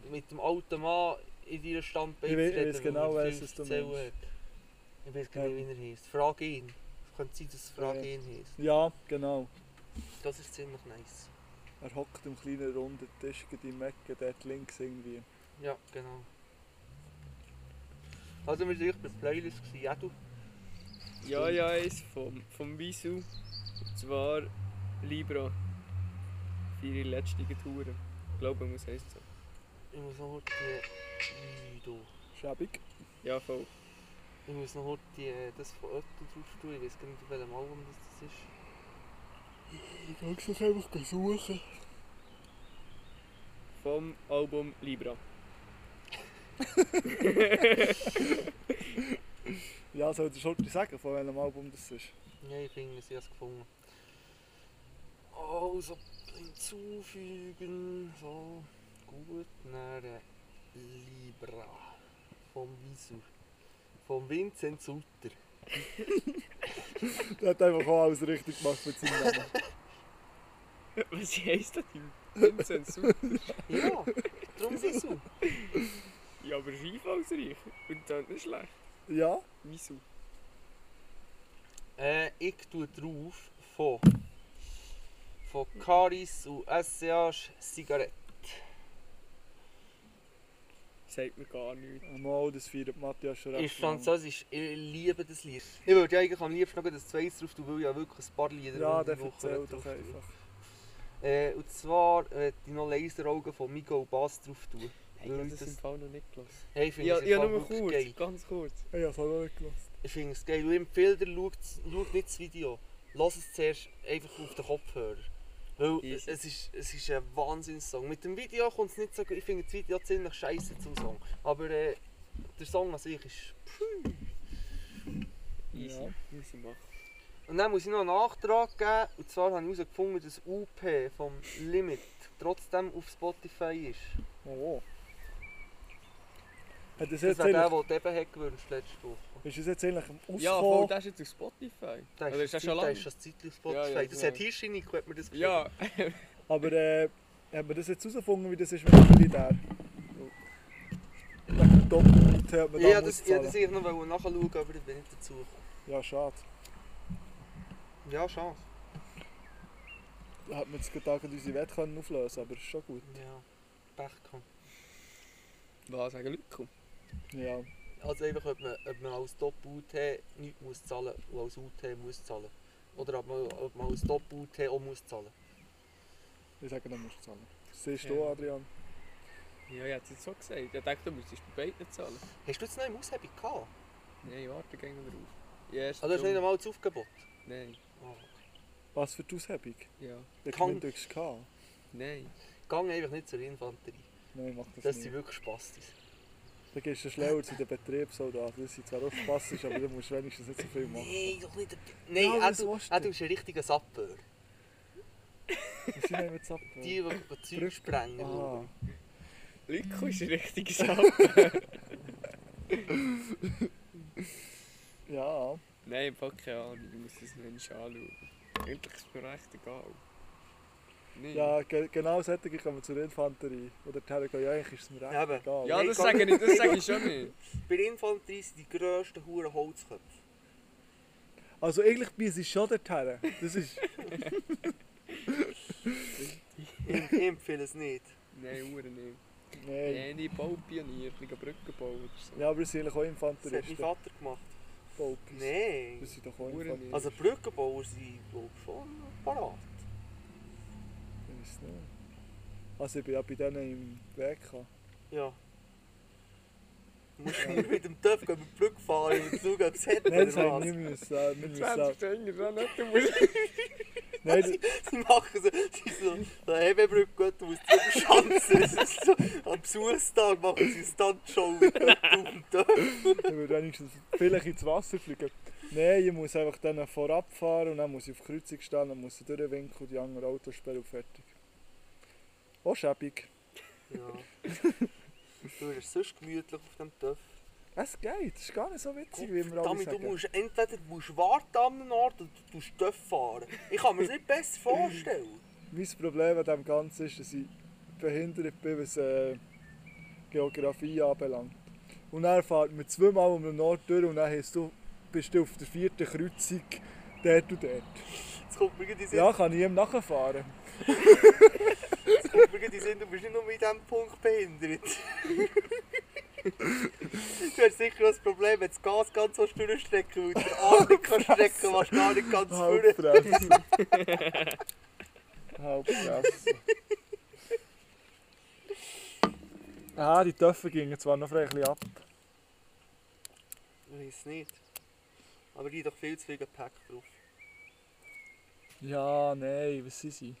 [SPEAKER 3] so mit dem alten Mann in deiner Standbein
[SPEAKER 4] Ich we- ich
[SPEAKER 3] reden,
[SPEAKER 4] weiss
[SPEAKER 3] weil
[SPEAKER 4] genau,
[SPEAKER 3] er
[SPEAKER 4] welches
[SPEAKER 3] viel
[SPEAKER 4] du
[SPEAKER 3] zu erzählen
[SPEAKER 4] meinst.
[SPEAKER 3] hat. Ich weiß genau,
[SPEAKER 4] Ja.
[SPEAKER 3] wie er heißt. Frage ihn. Es könnte sein, dass es Frage
[SPEAKER 4] Ja.
[SPEAKER 3] ihn heißt.
[SPEAKER 4] Ja, genau.
[SPEAKER 3] Das ist ziemlich nice.
[SPEAKER 4] Er hockt im kleinen runden Tisch gerade im Ecken, dort links irgendwie.
[SPEAKER 3] Ja, genau. Also wir waren echt bei der Playlist, gewesen, ja du.
[SPEAKER 5] Ja, ja, eins vom, vom Wieso. Und zwar Libra. Für ihre letzte Tour. Ich glaube, man muss heißt so.
[SPEAKER 3] Ich muss noch heute die... Lido.
[SPEAKER 4] Schäbig.
[SPEAKER 5] Ja, voll.
[SPEAKER 3] Ich muss noch heute die, äh, das von Otto drauf tun. Ich weiß gar nicht, auf welchem Album das, das ist.
[SPEAKER 4] Ich kann es einfach suchen.
[SPEAKER 5] Vom Album Libra.
[SPEAKER 4] Ja, soll ich schon sagen, von welchem Album das ist?
[SPEAKER 3] Ja, ich finde, sie hat es gefunden. Also, hinzufügen. So, gut. Dann äh, Libra. Vom Wieso. Vom Vincent Sutter.
[SPEAKER 4] Der hat einfach auch alles richtig gemacht mit seinem Namen.
[SPEAKER 5] Was heisst der Typ? Vincent Sutter.
[SPEAKER 3] Ja, drum Wieso.
[SPEAKER 5] Ja, aber ist einfallsreich. Und dann nicht schlecht.
[SPEAKER 4] Ja?
[SPEAKER 5] Wieso?
[SPEAKER 3] Äh, ich tue drauf von. von Caris und SCH Zigarette.
[SPEAKER 5] Sagt mir gar nichts.
[SPEAKER 4] Mal, das feiert Matthias schon
[SPEAKER 3] Ist
[SPEAKER 4] recht. lang.
[SPEAKER 3] französisch, ich liebe das Lied. Ich würde ja eigentlich am liebsten noch das zweite drauf tun, weil ich ja wirklich ein paar Lieder
[SPEAKER 4] Ja,
[SPEAKER 3] in der
[SPEAKER 4] der
[SPEAKER 3] Woche
[SPEAKER 4] erzählt
[SPEAKER 3] drauf
[SPEAKER 4] doch
[SPEAKER 3] tue.
[SPEAKER 4] einfach.
[SPEAKER 3] Äh, und zwar äh, die noch Laseraugen von Migo Bass drauf tun.
[SPEAKER 5] Hey, ich habe
[SPEAKER 3] das-
[SPEAKER 5] das im Fall noch nicht gelassen.
[SPEAKER 3] Hey, ich finde
[SPEAKER 5] Ja,
[SPEAKER 3] es
[SPEAKER 5] ja
[SPEAKER 3] einfach
[SPEAKER 5] nur
[SPEAKER 3] wirklich
[SPEAKER 5] kurz.
[SPEAKER 3] geil.
[SPEAKER 5] Ganz kurz.
[SPEAKER 4] Ich hab's auch noch nicht gelassen.
[SPEAKER 3] Ich finde es geil. Und ich empfehle dir, schaut, schaut nicht das Video. Lass es zuerst einfach auf den Kopfhörer. Weil
[SPEAKER 5] Easy.
[SPEAKER 3] es ist, es ist ein Wahnsinnssong. Mit dem Video kommt es nicht so gut. Ich finde das Video ziemlich scheiße zum Song. Aber äh, der Song an sich ist.
[SPEAKER 5] Easy.
[SPEAKER 4] Ja.
[SPEAKER 5] Easy machen.
[SPEAKER 3] Und dann muss ich noch einen Nachtrag geben. Und zwar habe ich herausgefunden, dass UP vom Limit trotzdem auf Spotify ist.
[SPEAKER 4] Oh. Hat das
[SPEAKER 3] Das
[SPEAKER 4] jetzt
[SPEAKER 3] war der,
[SPEAKER 4] eigentlich...
[SPEAKER 3] der die eben hat gewünscht letzte Woche.
[SPEAKER 4] Ist es jetzt eigentlich ausgekommen?
[SPEAKER 5] Ja, voll, das ist jetzt auf Spotify.
[SPEAKER 3] Da
[SPEAKER 5] Oder ist das schon lang?
[SPEAKER 3] ist das Zeitlich auf
[SPEAKER 5] Ja, ja,
[SPEAKER 3] Spotify. das
[SPEAKER 5] genau.
[SPEAKER 3] hat Hirschini, hat mir das geschrieben.
[SPEAKER 5] Ja,
[SPEAKER 4] Aber äh, haben wir das jetzt herausgefunden, wie das ist mit dem Militär? Wegen dem Doppelpunkt hat man
[SPEAKER 3] Ich
[SPEAKER 4] da
[SPEAKER 3] wollte das, ich
[SPEAKER 4] auszahlen.
[SPEAKER 3] wollte das eigentlich noch wollen nachschauen, aber ich bin nicht dazu gekommen.
[SPEAKER 4] Ja, schade.
[SPEAKER 3] Ja, Chance.
[SPEAKER 4] Da hat man jetzt gerade gedacht, unsere Wette können auflösen aber ist schon gut.
[SPEAKER 3] Ja, Pech gehabt.
[SPEAKER 5] was sagen Leute? Komm.
[SPEAKER 4] Ja.
[SPEAKER 3] Also einfach, ob man, ob man als Top-UT nichts muss zahlen und als UT muss zahlen. Oder ob man, ob man als Top-UT auch muss zahlen.
[SPEAKER 4] Ich sage, dann musst du zahlen. Das siehst
[SPEAKER 5] Ja.
[SPEAKER 4] du, Adrian.
[SPEAKER 5] Ja, ich hätte es jetzt so gesagt. Ich dachte, du müsstest bei beiden zahlen.
[SPEAKER 3] Hast du jetzt noch im Aushebung gehabt?
[SPEAKER 5] Nein, ich warte gerne noch drauf. Ja,
[SPEAKER 4] Ah,
[SPEAKER 5] erst
[SPEAKER 3] Also hast du nicht
[SPEAKER 5] drum-
[SPEAKER 3] einmal das Aufgebot?
[SPEAKER 5] Nein,
[SPEAKER 3] Oh.
[SPEAKER 4] Was für die Aushebung?
[SPEAKER 5] ja,
[SPEAKER 4] Ich
[SPEAKER 3] Kann-
[SPEAKER 4] kann nicht durchs K.
[SPEAKER 5] nein.
[SPEAKER 3] Gang einfach nicht zur Infanterie.
[SPEAKER 4] Nein, mach das,
[SPEAKER 3] Das sind
[SPEAKER 4] nicht.
[SPEAKER 3] wirklich Spastis.
[SPEAKER 4] Dann gehst du schlauer zu den Betriebssoldaten. Das sind zwar auch spaßig, aber du musst wenigstens nicht so viel machen.
[SPEAKER 3] Nein, doch nicht. der-
[SPEAKER 4] Ja,
[SPEAKER 3] Nein,
[SPEAKER 4] was
[SPEAKER 3] du,
[SPEAKER 4] willst du?
[SPEAKER 3] äh, du bist ein richtiger Sapper.
[SPEAKER 4] Wir sind eben jetzt ab.
[SPEAKER 3] Die, die gehen Zeug sprengen.
[SPEAKER 4] Ah,
[SPEAKER 5] Lyko ist richtig sauber.
[SPEAKER 4] ja.
[SPEAKER 5] nein, ich habe keine Ahnung. Ich muss es noch einmal anschauen. Endlich ist mir echt egal. Nein.
[SPEAKER 4] Ja, ge genau solche kommen zur Infanterie. Oder die Herren gehen, ja, eigentlich ist es mir recht
[SPEAKER 3] Eben.
[SPEAKER 4] egal.
[SPEAKER 5] Ja,
[SPEAKER 3] Nein,
[SPEAKER 5] das
[SPEAKER 3] komm.
[SPEAKER 5] sage ich, das sage ich schon nicht.
[SPEAKER 3] Bei der Infanterie sind die grössten Huren Holzköpfe.
[SPEAKER 4] Also eigentlich bist du schon dort her. Das ist...
[SPEAKER 3] Ich empfehle es nicht.
[SPEAKER 5] Nein, Uhren nicht.
[SPEAKER 4] Nein.
[SPEAKER 5] Nein, ich baue Pionier, ich gehe Brücken bauen oder so.
[SPEAKER 4] Ja, aber es sind eigentlich auch
[SPEAKER 3] Das hat mein
[SPEAKER 4] Infanteristen.
[SPEAKER 3] Vater gemacht.
[SPEAKER 4] Baupis.
[SPEAKER 3] Nein.
[SPEAKER 4] Das sind doch auch
[SPEAKER 5] Hure
[SPEAKER 4] Infanteristen.
[SPEAKER 5] nicht.
[SPEAKER 3] Also Brückenbauer sind glaub, ich, schon parat.
[SPEAKER 4] Ich weiss nicht. Also ich bin ja bei denen im Weg. gehabt.
[SPEAKER 3] Ja. Du musst nur mit dem Töpf gehen, mit der Brücke fahren und schauen, ob es hat
[SPEAKER 4] Nein, das
[SPEAKER 3] oder
[SPEAKER 4] habe
[SPEAKER 3] was.
[SPEAKER 4] ich nicht müssen. äh, Wir müssen auch-
[SPEAKER 5] 20 Finger dran, du musst.
[SPEAKER 4] Nein, das-
[SPEAKER 3] Sie machen so, sie so eine Hebebrücke, gut, du musst drüber schanzen. Das ist so, am Besuchstag machen sie eine Stuntshow mit dem Töpf.
[SPEAKER 4] Ich würde wenigstens vielleicht ins Wasser fliegen. Nein, ich muss einfach dann vorab fahren und dann muss ich auf die Kreuzung stehen, dann muss ich durchwinken und die anderen Autos sperren und fertig. Auch schäbig.
[SPEAKER 3] Ja. Du bist sonst gemütlich auf dem Töpf.
[SPEAKER 4] Es geht, es ist gar nicht so witzig, wie wir alle
[SPEAKER 3] Damit du
[SPEAKER 4] sagen.
[SPEAKER 3] musst entweder du musst warten an einem Ort oder du musst Töpf fahren. Ich kann mir das nicht besser vorstellen.
[SPEAKER 4] Mein Problem an dem Ganzen ist, dass ich behindert bin, was äh, Geografie anbelangt. Und dann fährt man zweimal um den Nord durch und dann heisst du, bist du auf der vierten Kreuzung dort und dort.
[SPEAKER 3] Jetzt kommt mir gerade in den Sinn,
[SPEAKER 4] Ja, kann ich ihm nachfahren.
[SPEAKER 3] jetzt kommt mir gerade in den Sinn, du bist nicht nur mit diesem Punkt behindert. du hast sicher auch das Problem, wenn du das Gas ganz so durchstrecken weil du den Arm nicht kannst strecken kannst, gar nicht ganz führen.
[SPEAKER 4] Halbfressen. Halbfressen. Ah, die Töpfe gingen zwar noch frei ein bisschen ab.
[SPEAKER 3] Ich weiß nicht. Aber die haben doch viel zu viel Gepäck drauf.
[SPEAKER 4] Ja, nein, was sind sie?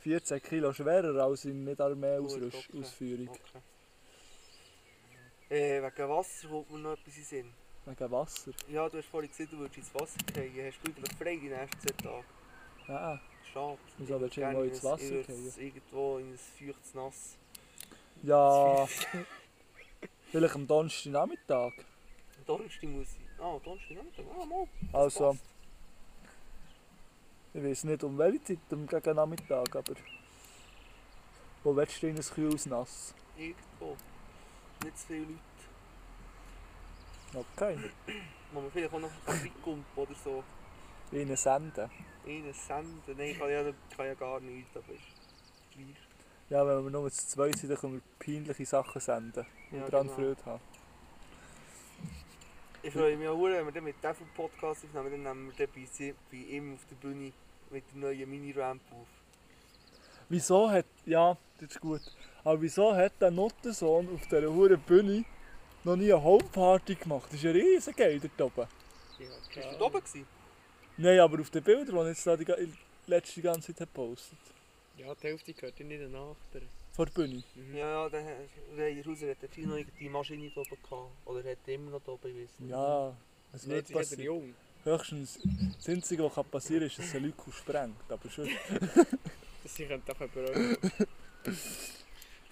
[SPEAKER 4] 14 Kilo schwerer als in nicht
[SPEAKER 3] Gut, okay.
[SPEAKER 4] Armee-Ausführung.
[SPEAKER 3] Okay. Äh, wegen Wasser kommt mir noch etwas in den Sinn.
[SPEAKER 4] Wegen Wasser.
[SPEAKER 3] Ja, du hast vorhin gesehen, du würdest ins Wasser gehen. Hast du eigentlich frei die nächsten zwei Tage?
[SPEAKER 4] Ah,
[SPEAKER 3] Schade.
[SPEAKER 4] wieso willst du
[SPEAKER 3] Gerne
[SPEAKER 4] irgendwo ins
[SPEAKER 3] ein-
[SPEAKER 4] Wasser
[SPEAKER 3] würd's
[SPEAKER 4] gehen?
[SPEAKER 3] Irgendwo in ein feuchtes Nass.
[SPEAKER 4] Ja, vielleicht am Donnerstagnachmittag.
[SPEAKER 3] Donnerstag muss ich... Ah, Donnerstag nicht. Ah, mal. Das
[SPEAKER 4] Also,
[SPEAKER 3] passt.
[SPEAKER 4] ich weiß nicht um welche Zeit, um gegen Nachmittag, aber... Wo willst du in ein Kühl nass?
[SPEAKER 3] Irgendwo. Nicht zu viele Leute.
[SPEAKER 4] Okay.
[SPEAKER 3] Wo man vielleicht auch noch reinkommt oder so.
[SPEAKER 4] In einen Senden.
[SPEAKER 3] Einen senden. Nein, kann ja, kann ja gar nichts, aber ist gleich.
[SPEAKER 4] Ja, wenn wir nur zu zweit sind, dann können wir peinliche Sachen senden. Und
[SPEAKER 3] Ja,
[SPEAKER 4] daran
[SPEAKER 3] genau.
[SPEAKER 4] Freude haben.
[SPEAKER 3] Ich freue mich auch, sehr, wenn wir dann mit dem Podcast aufnehmen, dann nehmen wir den bei, sie- bei ihm auf der Bühne mit der neuen Mini-Ramp auf.
[SPEAKER 4] Wieso hat... Ja, das ist gut. Aber wieso hat der Nuttensohn auf dieser hohen Bühne noch nie eine Homeparty gemacht? Das ist ja riesig geil dort oben.
[SPEAKER 5] Ja,
[SPEAKER 3] Bist du
[SPEAKER 5] klar.
[SPEAKER 3] da oben? gewesen?
[SPEAKER 4] Nein, aber auf den Bildern, die er jetzt da die ga- die letzte ganze Zeit hat gepostet
[SPEAKER 5] Ja, die Hälfte gehört ja nicht den Achteren.
[SPEAKER 4] Vor der Bühne.
[SPEAKER 5] Mhm.
[SPEAKER 3] Ja, ja, der Herr Reiherhauser hat dort noch die Maschine da oben gehabt. Oder hat immer noch da oben, ich weiss nicht.
[SPEAKER 4] Ja, es
[SPEAKER 5] Nein,
[SPEAKER 4] wird
[SPEAKER 5] das ist ja der
[SPEAKER 4] passieren.
[SPEAKER 5] Jung.
[SPEAKER 4] Höchstens das Einzige, was kann passieren kann, ist, dass ein Leute sprengt. Aber schon.
[SPEAKER 5] Das sie könnten auch jemanden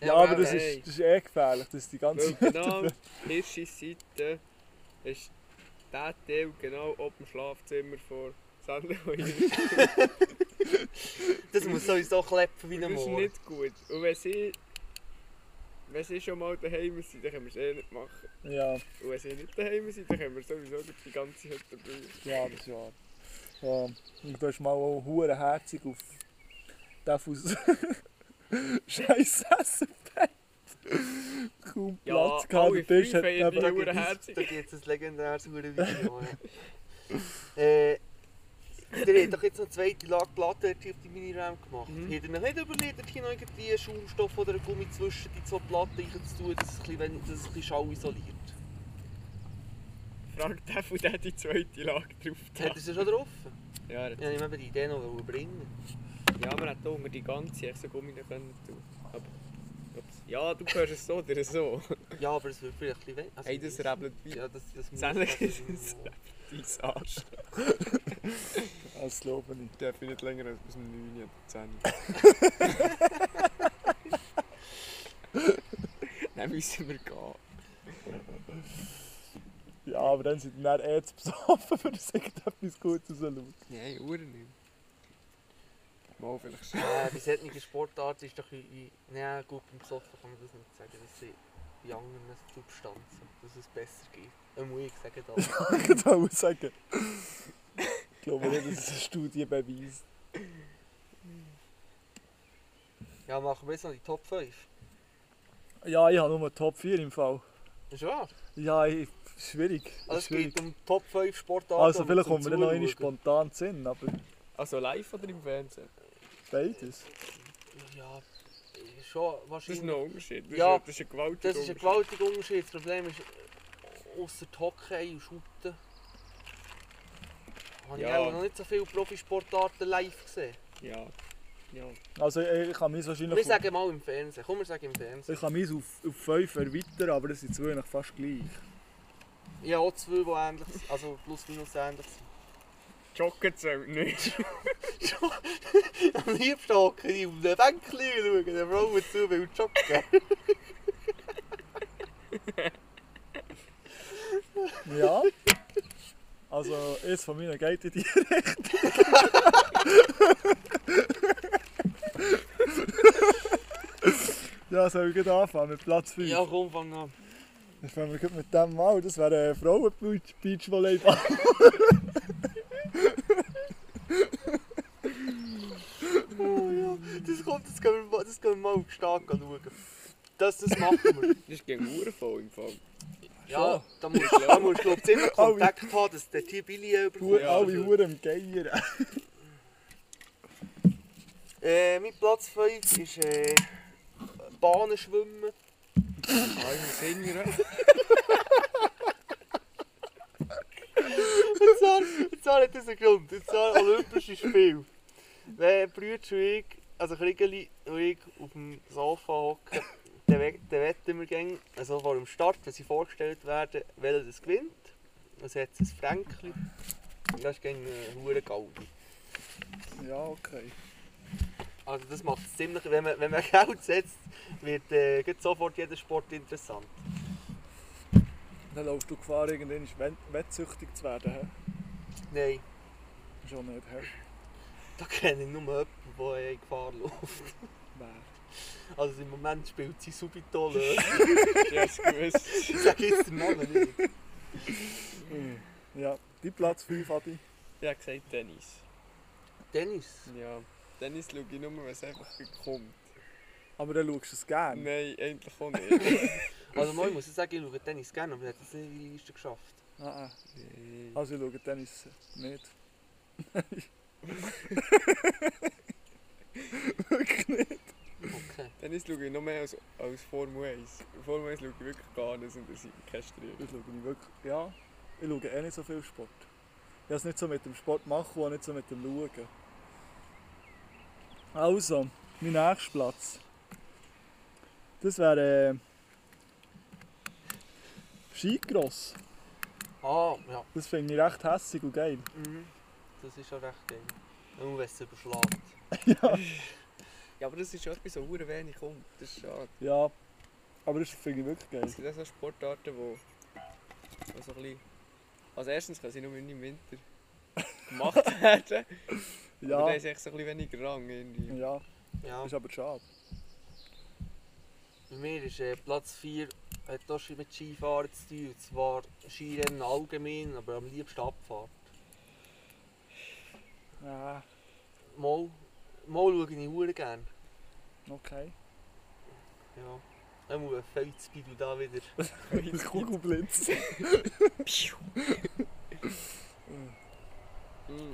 [SPEAKER 4] Ja, aber
[SPEAKER 5] aber
[SPEAKER 4] das
[SPEAKER 5] hey.
[SPEAKER 4] ist, das ist eh gefährlich, dass die ganze
[SPEAKER 5] genau. Weil genau, Hirsche Seite ist der Teil genau ob dem Schlafzimmer vor Sandra
[SPEAKER 3] Das muss sowieso klappen wie
[SPEAKER 5] Das
[SPEAKER 3] ein
[SPEAKER 5] ist
[SPEAKER 3] Moor.
[SPEAKER 5] nicht gut. Und wenn sie, wenn sie schon mal daheim sind, dann können wir es eh nicht machen.
[SPEAKER 4] Ja,
[SPEAKER 5] Und wenn sie nicht daheim sind, dann können wir sowieso durch die ganze Hütte bringen.
[SPEAKER 4] ja, das ist wahr. Ja. Und du hast mal auch hure herzig auf den Fuß Scheiß essen. Kaum
[SPEAKER 5] Ja,
[SPEAKER 4] Platz gehabt,
[SPEAKER 5] alle
[SPEAKER 4] der Tisch hat
[SPEAKER 5] fünf haben ja die
[SPEAKER 4] neben-
[SPEAKER 3] Da gibt es-
[SPEAKER 5] Hurenherzig.
[SPEAKER 3] Da gibt es ein legendäres Hurenvideo. ja. äh, ihr habt doch jetzt noch eine zweite Lage Platte dort auf die Miniram gemacht.
[SPEAKER 5] Mhm.
[SPEAKER 3] Habt ihr noch nicht überlegt, dort hier noch irgendwie einen Schaumstoff oder einen Gummi zwischen die zwei Platten reinzutun, dass es ein bisschen, wenn- dass es ein bisschen Schall isoliert?
[SPEAKER 5] Fragt der von der die zweite Lage drauf.
[SPEAKER 3] Ja. Hat ihr es ja schon drauf?
[SPEAKER 5] Ja, er hat-
[SPEAKER 3] Ja, ich habe die Idee noch wollen bringen.
[SPEAKER 5] ja, aber hat unter die ganze echt so Gummi noch können tun. Aber, ups. ja, du hörst es so oder so.
[SPEAKER 3] Ja, aber es wird vielleicht ein bisschen weh. Also,
[SPEAKER 5] Hey, das rebelt wie
[SPEAKER 3] Ja, das, das muss
[SPEAKER 5] Sendlich
[SPEAKER 3] das-
[SPEAKER 5] ist es- dein Arsch.
[SPEAKER 4] Das glaube ich.
[SPEAKER 5] Ich darf nicht länger als bis 9 oder 10. Dann müssen wir gehen.
[SPEAKER 4] Ja, aber dann sind wir dann eh zu besoffen, für das irgendetwas Gutes rausschaut.
[SPEAKER 5] Nein, Uhren nicht. Mal vielleicht schon.
[SPEAKER 3] Äh, bei solchen Sportarten ist doch wie- wie... Nein, gut, beim Sofa kann man das nicht sagen. Das sind bei anderen Substanzen, dass es besser gibt. Dann muss ich sagen, das.
[SPEAKER 4] Ich kann auch sagen. Ich glaube nicht, dass es eine Studie beweist.
[SPEAKER 3] Ja, machen wir jetzt noch die Top 5.
[SPEAKER 4] Ja, ich habe nur Top 4 im Fall.
[SPEAKER 3] Ist wahr?
[SPEAKER 4] Ja, ich, schwierig.
[SPEAKER 3] Also es
[SPEAKER 4] schwierig.
[SPEAKER 3] geht um Top 5 Sportarten.
[SPEAKER 4] Also
[SPEAKER 3] die
[SPEAKER 4] vielleicht
[SPEAKER 3] zum
[SPEAKER 4] kommen wir dann noch
[SPEAKER 3] Zuschauen.
[SPEAKER 4] eine spontan Sinn, aber
[SPEAKER 5] Also live oder im Fernsehen?
[SPEAKER 4] beides.
[SPEAKER 3] Ja, äh, schon
[SPEAKER 5] Das ist
[SPEAKER 3] wahrscheinlich.
[SPEAKER 5] noch ein Unterschied. Das ist
[SPEAKER 3] Ja,
[SPEAKER 5] ein- das ist ein gewaltiger
[SPEAKER 3] Das ist ein
[SPEAKER 5] Unterschied.
[SPEAKER 3] gewaltiger Unterschied. Das Problem ist, äh, außer Hockey und Schutten, habe
[SPEAKER 5] Ja.
[SPEAKER 3] ich auch noch nicht so viele Profisportarten live gesehen.
[SPEAKER 5] Ja. Ja.
[SPEAKER 4] Also ich, ich kann mich wahrscheinlich
[SPEAKER 3] Wir sagen mal im Fernsehen. Komm, wir sagen im Fernsehen.
[SPEAKER 4] ich kann mich auf, auf 5 erweitern, aber das sind zwei eigentlich fast gleich.
[SPEAKER 3] Ich habe auch zwei, die ähnlich sind. Also plus minus ähnlich sind.
[SPEAKER 5] Joggen zählt nicht.
[SPEAKER 3] Am liebsten hocken ich um den Bänkchen und schauen den Frauen zu, weil sie joggen.
[SPEAKER 4] Ja. Also eins von meinen geht in die Richtung. ja, soll ich gleich anfangen mit Platz 5?
[SPEAKER 3] Ja, komm, fang an.
[SPEAKER 4] Dann fangen wir gleich mit dem mal, das wäre ein Frauen-Beachvolleyball.
[SPEAKER 3] Oh ja, das kommt, das können wir, mal- das können wir mal auf den Stag schauen. Das, das machen wir.
[SPEAKER 5] Das ist gegen Uhren voll im Fall.
[SPEAKER 3] ja, da musst du, da musst du glaub, ich, immer Kontakt haben, dass der Typ Billy
[SPEAKER 4] Hu-
[SPEAKER 3] überkommt.
[SPEAKER 5] Ja,
[SPEAKER 4] Alle
[SPEAKER 5] gut.
[SPEAKER 4] Huren am Geier.
[SPEAKER 3] Äh, mein Platz 5 ist äh, Bahnen schwimmen.
[SPEAKER 5] Ah, ich muss hingern.
[SPEAKER 3] Und zwar, und zwar hat das einen Grund. Und zwar Olympische Spiele. Wenn Brüder und ich, also Kriegeli und ich, auf dem Sofa hocken, dann we- dann wetten wir gerne, also vor dem Start, wenn sie vorgestellt werden, welcher das gewinnt. Also hat es ein Fränkli. Das ist äh, gegen Huren Gaudi.
[SPEAKER 4] Ja, okay.
[SPEAKER 3] Also das macht es ziemlich, wenn man, wenn man Geld setzt, wird äh, gleich sofort jeder Sport interessant.
[SPEAKER 4] Dann laufst du Gefahr, irgendwann wett- wettsüchtig zu werden. hä?
[SPEAKER 3] Nein,
[SPEAKER 4] Schon nicht, hä?
[SPEAKER 3] da kenne ich nur jemanden, der in Gefahr läuft.
[SPEAKER 4] Wer?
[SPEAKER 3] Also im Moment spielt sie Subito Löw.
[SPEAKER 5] Ich hab's gewusst.
[SPEAKER 3] Ich sage jetzt den Namen nicht.
[SPEAKER 4] Mm, Ja, die Platz 5, Adi.
[SPEAKER 5] Ich hab gesagt Tennis.
[SPEAKER 3] Dennis.
[SPEAKER 5] Ja. Tennis schaue ich nur, wenn es einfach kommt.
[SPEAKER 4] Aber dann schaust du es gerne.
[SPEAKER 5] Nein, eigentlich auch nicht.
[SPEAKER 3] Also mal, ich muss jetzt sagen, ich schaue Dennis gerne, aber er hat es nicht in die Liste geschafft.
[SPEAKER 4] Ah, ah.
[SPEAKER 5] Nee.
[SPEAKER 4] Also ich schaue Tennis nicht. Wirklich nicht.
[SPEAKER 3] Okay.
[SPEAKER 5] Tennis schaue ich noch mehr als, als Formel 1. Formel 1 schaue ich wirklich gar nicht, und das sind keine Striemen.
[SPEAKER 4] Ich schaue nicht wirklich. Ja, ich schaue eh nicht so viel Sport. Ich habe es nicht so mit dem Sport machen und auch nicht so mit dem Schauen. Also, mein nächster Platz. Das wäre. Äh, Skigross.
[SPEAKER 3] Ah, ja.
[SPEAKER 4] Das finde ich recht hässig und geil.
[SPEAKER 3] Mhm. Das ist schon recht geil. Nur wenn es überschlägt.
[SPEAKER 5] Ja, aber das ist etwas, so hure wenig kommt. Das ist schade.
[SPEAKER 4] Ja, aber das finde ich wirklich geil.
[SPEAKER 5] Es gibt auch so Sportarten, wo, wo so ein bisschen Als erstens kann sie nur im Winter gemacht werden. Ja. Aber
[SPEAKER 4] Ja,
[SPEAKER 5] dann ist echt so ein bisschen weniger Rang. Irgendwie.
[SPEAKER 4] ja,
[SPEAKER 3] Ja,
[SPEAKER 4] ist aber schade.
[SPEAKER 3] bei mir ist äh, Platz 4 hat das schon mit Skifahren zu tun. Und zwar Skirennen allgemein, aber am liebsten Abfahrt.
[SPEAKER 4] Ja,
[SPEAKER 3] Mal, mal schaue ich Uhr gerne.
[SPEAKER 4] okay.
[SPEAKER 3] Ja. Er muss ein Feldspiel und da wieder.
[SPEAKER 4] Das Kugelblitz.
[SPEAKER 5] Mm.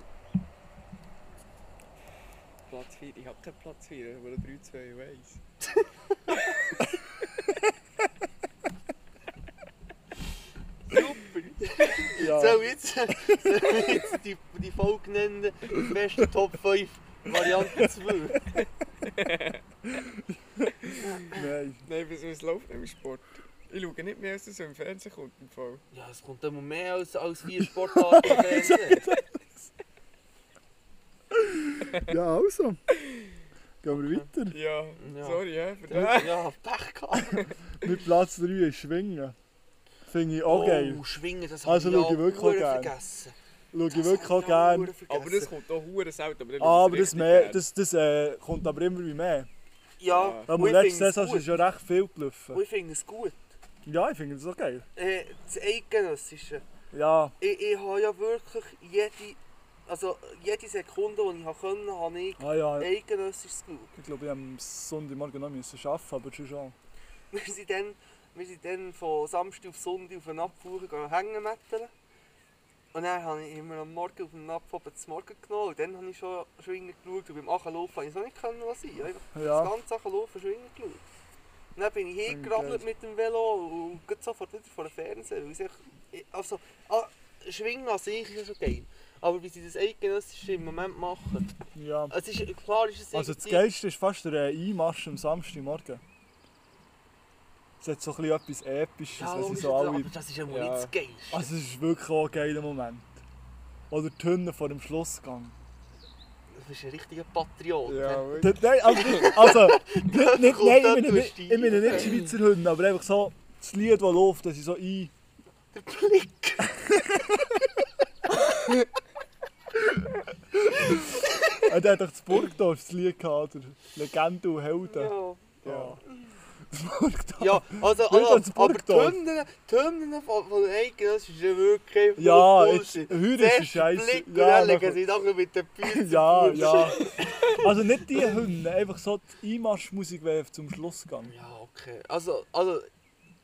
[SPEAKER 5] Platz 4. Ich habe keinen Platz 4, aber 3, 2, weiß.
[SPEAKER 4] Ja,
[SPEAKER 3] Soll ich jetzt, soll ich jetzt die, die Folge nennen? Die beste Top 5 Variante 2.
[SPEAKER 4] nein.
[SPEAKER 5] Nein, aber sonst läuft nicht im Sport. Ich schaue nicht mehr, als das im Fernsehen kommt. Im Fall.
[SPEAKER 3] Ja, es kommt immer mehr als, als vier Sportarten im Fernsehen.
[SPEAKER 4] Ja, also. Gehen wir weiter.
[SPEAKER 5] Ja,
[SPEAKER 3] Ja.
[SPEAKER 5] sorry, hä, für das.
[SPEAKER 3] Ja, Pech gehabt.
[SPEAKER 4] Mit Platz 3 ist Schwingen. Finde ich auch geil.
[SPEAKER 3] Oh, Schwingen, das
[SPEAKER 4] Also
[SPEAKER 3] habe ich
[SPEAKER 4] schau
[SPEAKER 3] ja
[SPEAKER 4] ich wirklich
[SPEAKER 3] verdammt
[SPEAKER 4] auch gern.
[SPEAKER 3] vergessen.
[SPEAKER 4] Schau ich
[SPEAKER 3] Das
[SPEAKER 4] wirklich
[SPEAKER 3] habe
[SPEAKER 4] auch
[SPEAKER 3] ich
[SPEAKER 4] gerne.
[SPEAKER 3] verdammt vergessen.
[SPEAKER 5] Aber das kommt auch hure selten. Aber, dann
[SPEAKER 4] Aber
[SPEAKER 5] schaue ich
[SPEAKER 4] das,
[SPEAKER 5] es
[SPEAKER 4] mehr,
[SPEAKER 5] richtig
[SPEAKER 4] das, das äh, kommt aber immer wie mehr.
[SPEAKER 3] Ja,
[SPEAKER 4] Da
[SPEAKER 3] und
[SPEAKER 4] muss
[SPEAKER 3] ich
[SPEAKER 4] letzte
[SPEAKER 3] finde es
[SPEAKER 4] Saison
[SPEAKER 3] gut.
[SPEAKER 4] ist schon recht viel gelaufen.
[SPEAKER 3] Und ich finde es gut.
[SPEAKER 4] Ja, ich finde das auch geil.
[SPEAKER 3] Äh, das Eidgenössische.
[SPEAKER 4] Ja,
[SPEAKER 3] Ich, ich habe ja wirklich jede, also jede Sekunde, die ich habe können, habe ich
[SPEAKER 4] ah, ja.
[SPEAKER 3] Eidgenössisches geschaut.
[SPEAKER 4] Ich glaube, ich am Sonntagmorgen noch müssen arbeiten, aber schon schon.
[SPEAKER 3] Wir sind dann, wir sind dann von Samstag auf Sonntag auf den Abfuhr hängen metteln. Und dann habe ich immer am Morgen auf den Napf oben zum Morgen genommen. Und dann habe ich schon Schwingen geschaut. Und beim Achenlaufen konnte ich es noch nicht können lassen. Ich habe einfach das
[SPEAKER 4] Ja,
[SPEAKER 3] ganze Achenlaufen Schwingen geschaut. Und dann bin ich
[SPEAKER 4] Bin
[SPEAKER 3] hingeradelt
[SPEAKER 4] geil.
[SPEAKER 3] mit dem Velo und geht sofort wieder vor den Fernseher. Weil es echt- ich- also, ah, Schwingen an sich ist ja schon geil. Aber wie sie das eidgenössische im Moment machen,
[SPEAKER 4] ja.
[SPEAKER 3] es ist, klar ist es
[SPEAKER 4] Also das
[SPEAKER 3] irgendwie-
[SPEAKER 4] Geilste ist fast der äh, Einmarsch am Samstagmorgen. Es hat so ein bisschen etwas Episches,
[SPEAKER 3] ja,
[SPEAKER 4] wenn sie
[SPEAKER 3] logisch,
[SPEAKER 4] so
[SPEAKER 3] aber
[SPEAKER 4] alle...
[SPEAKER 3] das ist ja wohl
[SPEAKER 4] Ja.
[SPEAKER 3] nicht das Geilste.
[SPEAKER 4] Also es ist wirklich auch ein geiler Moment. Oder die Hymne vor dem Schlussgang.
[SPEAKER 3] Du bist ein richtiger Patriot. hä?
[SPEAKER 4] D- Nein, also, also nicht, nicht,
[SPEAKER 3] kommt
[SPEAKER 4] nein,
[SPEAKER 3] dann
[SPEAKER 4] ich meine nicht,
[SPEAKER 3] durch
[SPEAKER 4] ich
[SPEAKER 3] die-
[SPEAKER 4] meine nicht Schweizer Hymne, aber einfach so das Lied, das läuft, dass ich so ein...
[SPEAKER 3] Der Blick.
[SPEAKER 4] Äh, der hat doch das Burgdorf das Lied gehabt, oder? Legende und Helden.
[SPEAKER 3] Ja.
[SPEAKER 4] Ja. Das Burgdorf.
[SPEAKER 3] ja, also,
[SPEAKER 4] Nicht
[SPEAKER 3] also
[SPEAKER 4] ans
[SPEAKER 3] aber die
[SPEAKER 4] Burgdorf.
[SPEAKER 3] Hymnen, die Hymnen von, von den Eigen, das ist ja wirklich
[SPEAKER 4] Ja, jetzt,
[SPEAKER 3] Bullshit.
[SPEAKER 4] heute ist die
[SPEAKER 3] Zuerst
[SPEAKER 4] Scheiße.
[SPEAKER 3] Blick und
[SPEAKER 4] ja,
[SPEAKER 3] dann legen
[SPEAKER 4] nachher-
[SPEAKER 3] sie nachher mit den Füßen
[SPEAKER 4] ja,
[SPEAKER 3] Fuß.
[SPEAKER 4] ja. Also nicht die Hymne, einfach so die Einmarschmusik, wenn ich zum Schluss gegangen
[SPEAKER 3] Ja, okay. Also, also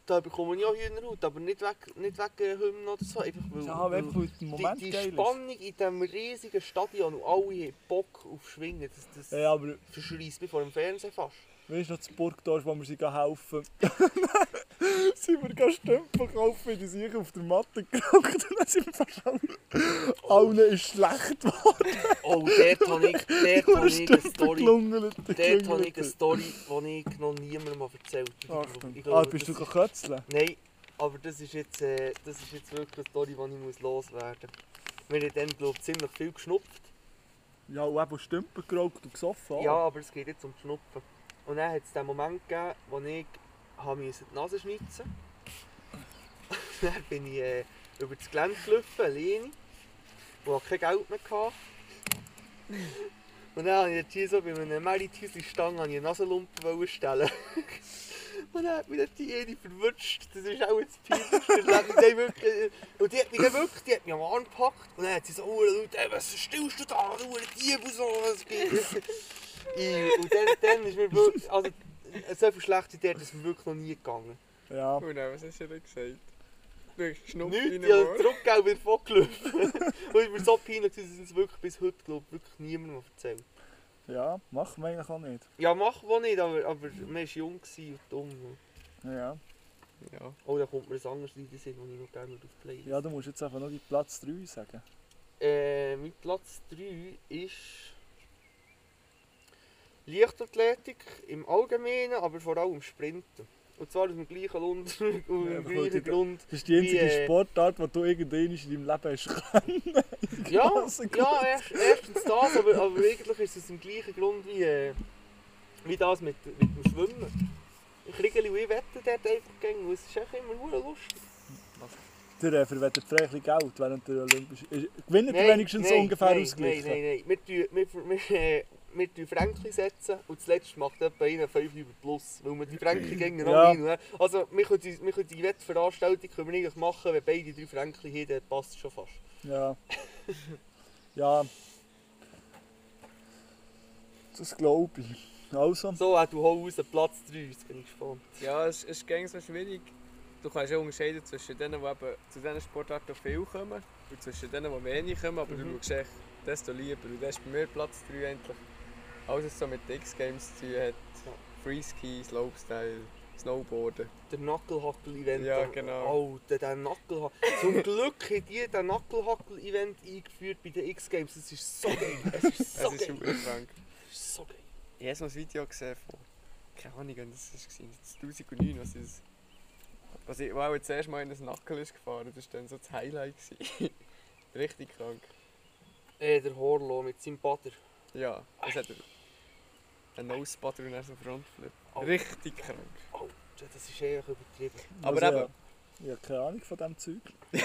[SPEAKER 3] da bekomme ich auch Hühnerhaut, aber nicht weg, eh, nicht wegen der Hymnen oder so, einfach weil,
[SPEAKER 4] Ja,
[SPEAKER 3] weil
[SPEAKER 4] einfach weil der Moment
[SPEAKER 3] die, die
[SPEAKER 4] geil ist.
[SPEAKER 3] Spannung in diesem riesigen Stadion und alle haben Bock auf Schwingen, das, das
[SPEAKER 4] Ja, aber
[SPEAKER 3] verschliesst mich vor dem Fernsehen fast.
[SPEAKER 4] weißt du noch das Burgdorf, wo wir sie gehen helfen? sind wir gehen Stümpfe kaufen, haben die sich auf der Matte gerockt und dann sind wir fast alle... Allen ist schlecht geworden.
[SPEAKER 3] Oh, dort habe ich, dort habe ich eine
[SPEAKER 4] Stümpfe
[SPEAKER 3] Story.
[SPEAKER 4] gelungelt.
[SPEAKER 3] Dort habe ich eine Story, die ich noch niemandem habe erzählt habe.
[SPEAKER 4] Ah, bist du
[SPEAKER 3] das-
[SPEAKER 4] kein Kötzle?
[SPEAKER 3] Nein, aber das ist, jetzt, äh, das ist jetzt wirklich eine Story, die ich muss loswerden muss. Wir haben dann, glaube ich, ziemlich viel geschnupft.
[SPEAKER 4] Ja, und eben Stümpfe gerockt und gesoffen.
[SPEAKER 3] Ja, aber es geht jetzt um Schnupfen. Und dann hat es den Moment gegeben, wo ich habe mir die Nase schnitzen musste. Dann bin ich äh, über das Gelände gelaufen, alleine. Und hatte kein Geld mehr. Gehabt. Und dann habe ich jetzt hier so bei einem Meritüsli-Stange eine Nasenlumpe wollen stellen. Und dann hat mich dort die eine verwutscht. Das ist auch jetzt peinlichste Erlebnis. Die haben wirklich- Und die hat mich wirklich, die hat mich am Arm gepackt. Und dann hat sie so, oh Leute, ey, was stillst du da? Du Dieb und so. was geht?» Ey, Und dann, dann ist mir wirklich, also so viel schlecht in der, das ist mir wirklich noch nie gegangen.
[SPEAKER 4] Ja.
[SPEAKER 5] Und dann, was hast du denn gesagt? Du hast Schnupf
[SPEAKER 3] Nichts,
[SPEAKER 5] rein,
[SPEAKER 3] ich habe
[SPEAKER 5] Mann.
[SPEAKER 3] zurückgegeben und wieder vorgelaufen. Und ich war so peinlich, dass ich es wirklich bis heute, glaube ich, wirklich niemandem erzählt.
[SPEAKER 4] Ja, machen wir eigentlich auch nicht.
[SPEAKER 3] Ja, mach wohl nicht, aber, aber man war jung gewesen und dumm.
[SPEAKER 4] Ja.
[SPEAKER 5] Ja.
[SPEAKER 3] Oh, da kommt mir ein anderes Lied in den Sinn, das ich noch gerne würde auf die Playlist.
[SPEAKER 4] ja, du musst jetzt einfach noch die Platz 3 sagen.
[SPEAKER 3] Äh, mein Platz 3 ist Leichtathletik im Allgemeinen, aber vor allem Sprinten. Und zwar aus dem gleichen Grund, aus
[SPEAKER 4] Ja,
[SPEAKER 3] dem
[SPEAKER 4] aber
[SPEAKER 3] gleichen
[SPEAKER 4] gut,
[SPEAKER 3] Grund
[SPEAKER 4] Das ist die einzige
[SPEAKER 3] Wie, äh,
[SPEAKER 4] Sportart, die du irgendwann in deinem Leben hast.
[SPEAKER 3] Ja,
[SPEAKER 4] ganzen
[SPEAKER 3] ja erst, erstens das, aber, aber eigentlich ist es aus dem gleichen Grund wie, äh, wie das mit, mit dem Schwimmen. Ich kriege und ich wette dort einfach gegen, es ist echt immer nur lustig.
[SPEAKER 4] Der äh, verwettet frei ein bisschen Geld während der Olympischen. Ist- Gewinnt er wenigstens ungefähr
[SPEAKER 3] nein,
[SPEAKER 4] ausgeglichen?
[SPEAKER 3] Nein, nein, nein. Wir, wir, wir, äh, wir tun Fränkli setzen und zuletzt macht etwa einer 5 über Plus, weil wir die Fränkli gegeneinander
[SPEAKER 4] Ja.
[SPEAKER 3] hin. oder? Also wir können, die- wir können die Wettveranstaltung können wir eigentlich machen, wenn beide drei Fränkli haben, dann passt es schon fast.
[SPEAKER 4] Ja. ja. Das glaube ich. Also,
[SPEAKER 3] So, äh, du hol raus, Platz 3, jetzt bin ich gespannt.
[SPEAKER 5] Ja, es ist gängig so schwierig. Du kannst ja unterscheiden zwischen denen, die eben zu diesen Sportarten viel kommen und zwischen denen, die wenig kommen, aber
[SPEAKER 3] Mhm.
[SPEAKER 5] du schaust echt desto lieber. Und das ist bei mir Platz 3 endlich. Alles, was so mit X-Games zu tun hat, Freeski, Slopestyle, Snowboarden.
[SPEAKER 3] Der Knucklehuckle-Event.
[SPEAKER 5] Ja, genau.
[SPEAKER 3] Alter, Oh, der Knucklehuckle. Zum Glück haben die den Knucklehuckle-Event eingeführt bei den X-Games. Das ist so geil. Es ist so
[SPEAKER 5] Das ist
[SPEAKER 3] geil.
[SPEAKER 5] super krank.
[SPEAKER 3] Es ist so geil.
[SPEAKER 5] Ich habe mal ein Video gesehen von, keine Ahnung, wann das war, 2009, was ist. Was ich, wow, jetzt erst mal in das Nackel ist gefahren, das war dann so das Highlight. gewesen. Richtig krank.
[SPEAKER 3] Ey, der Horlo mit seinem Butter.
[SPEAKER 5] Ja, es hat einen Nose-Sputter und dann so einen Frontflip.
[SPEAKER 3] Oh.
[SPEAKER 5] Richtig krank.
[SPEAKER 3] Das ist eigentlich übertrieben.
[SPEAKER 5] Aber
[SPEAKER 4] also,
[SPEAKER 5] eben.
[SPEAKER 4] Ja, ich habe keine Ahnung von diesem Zeug.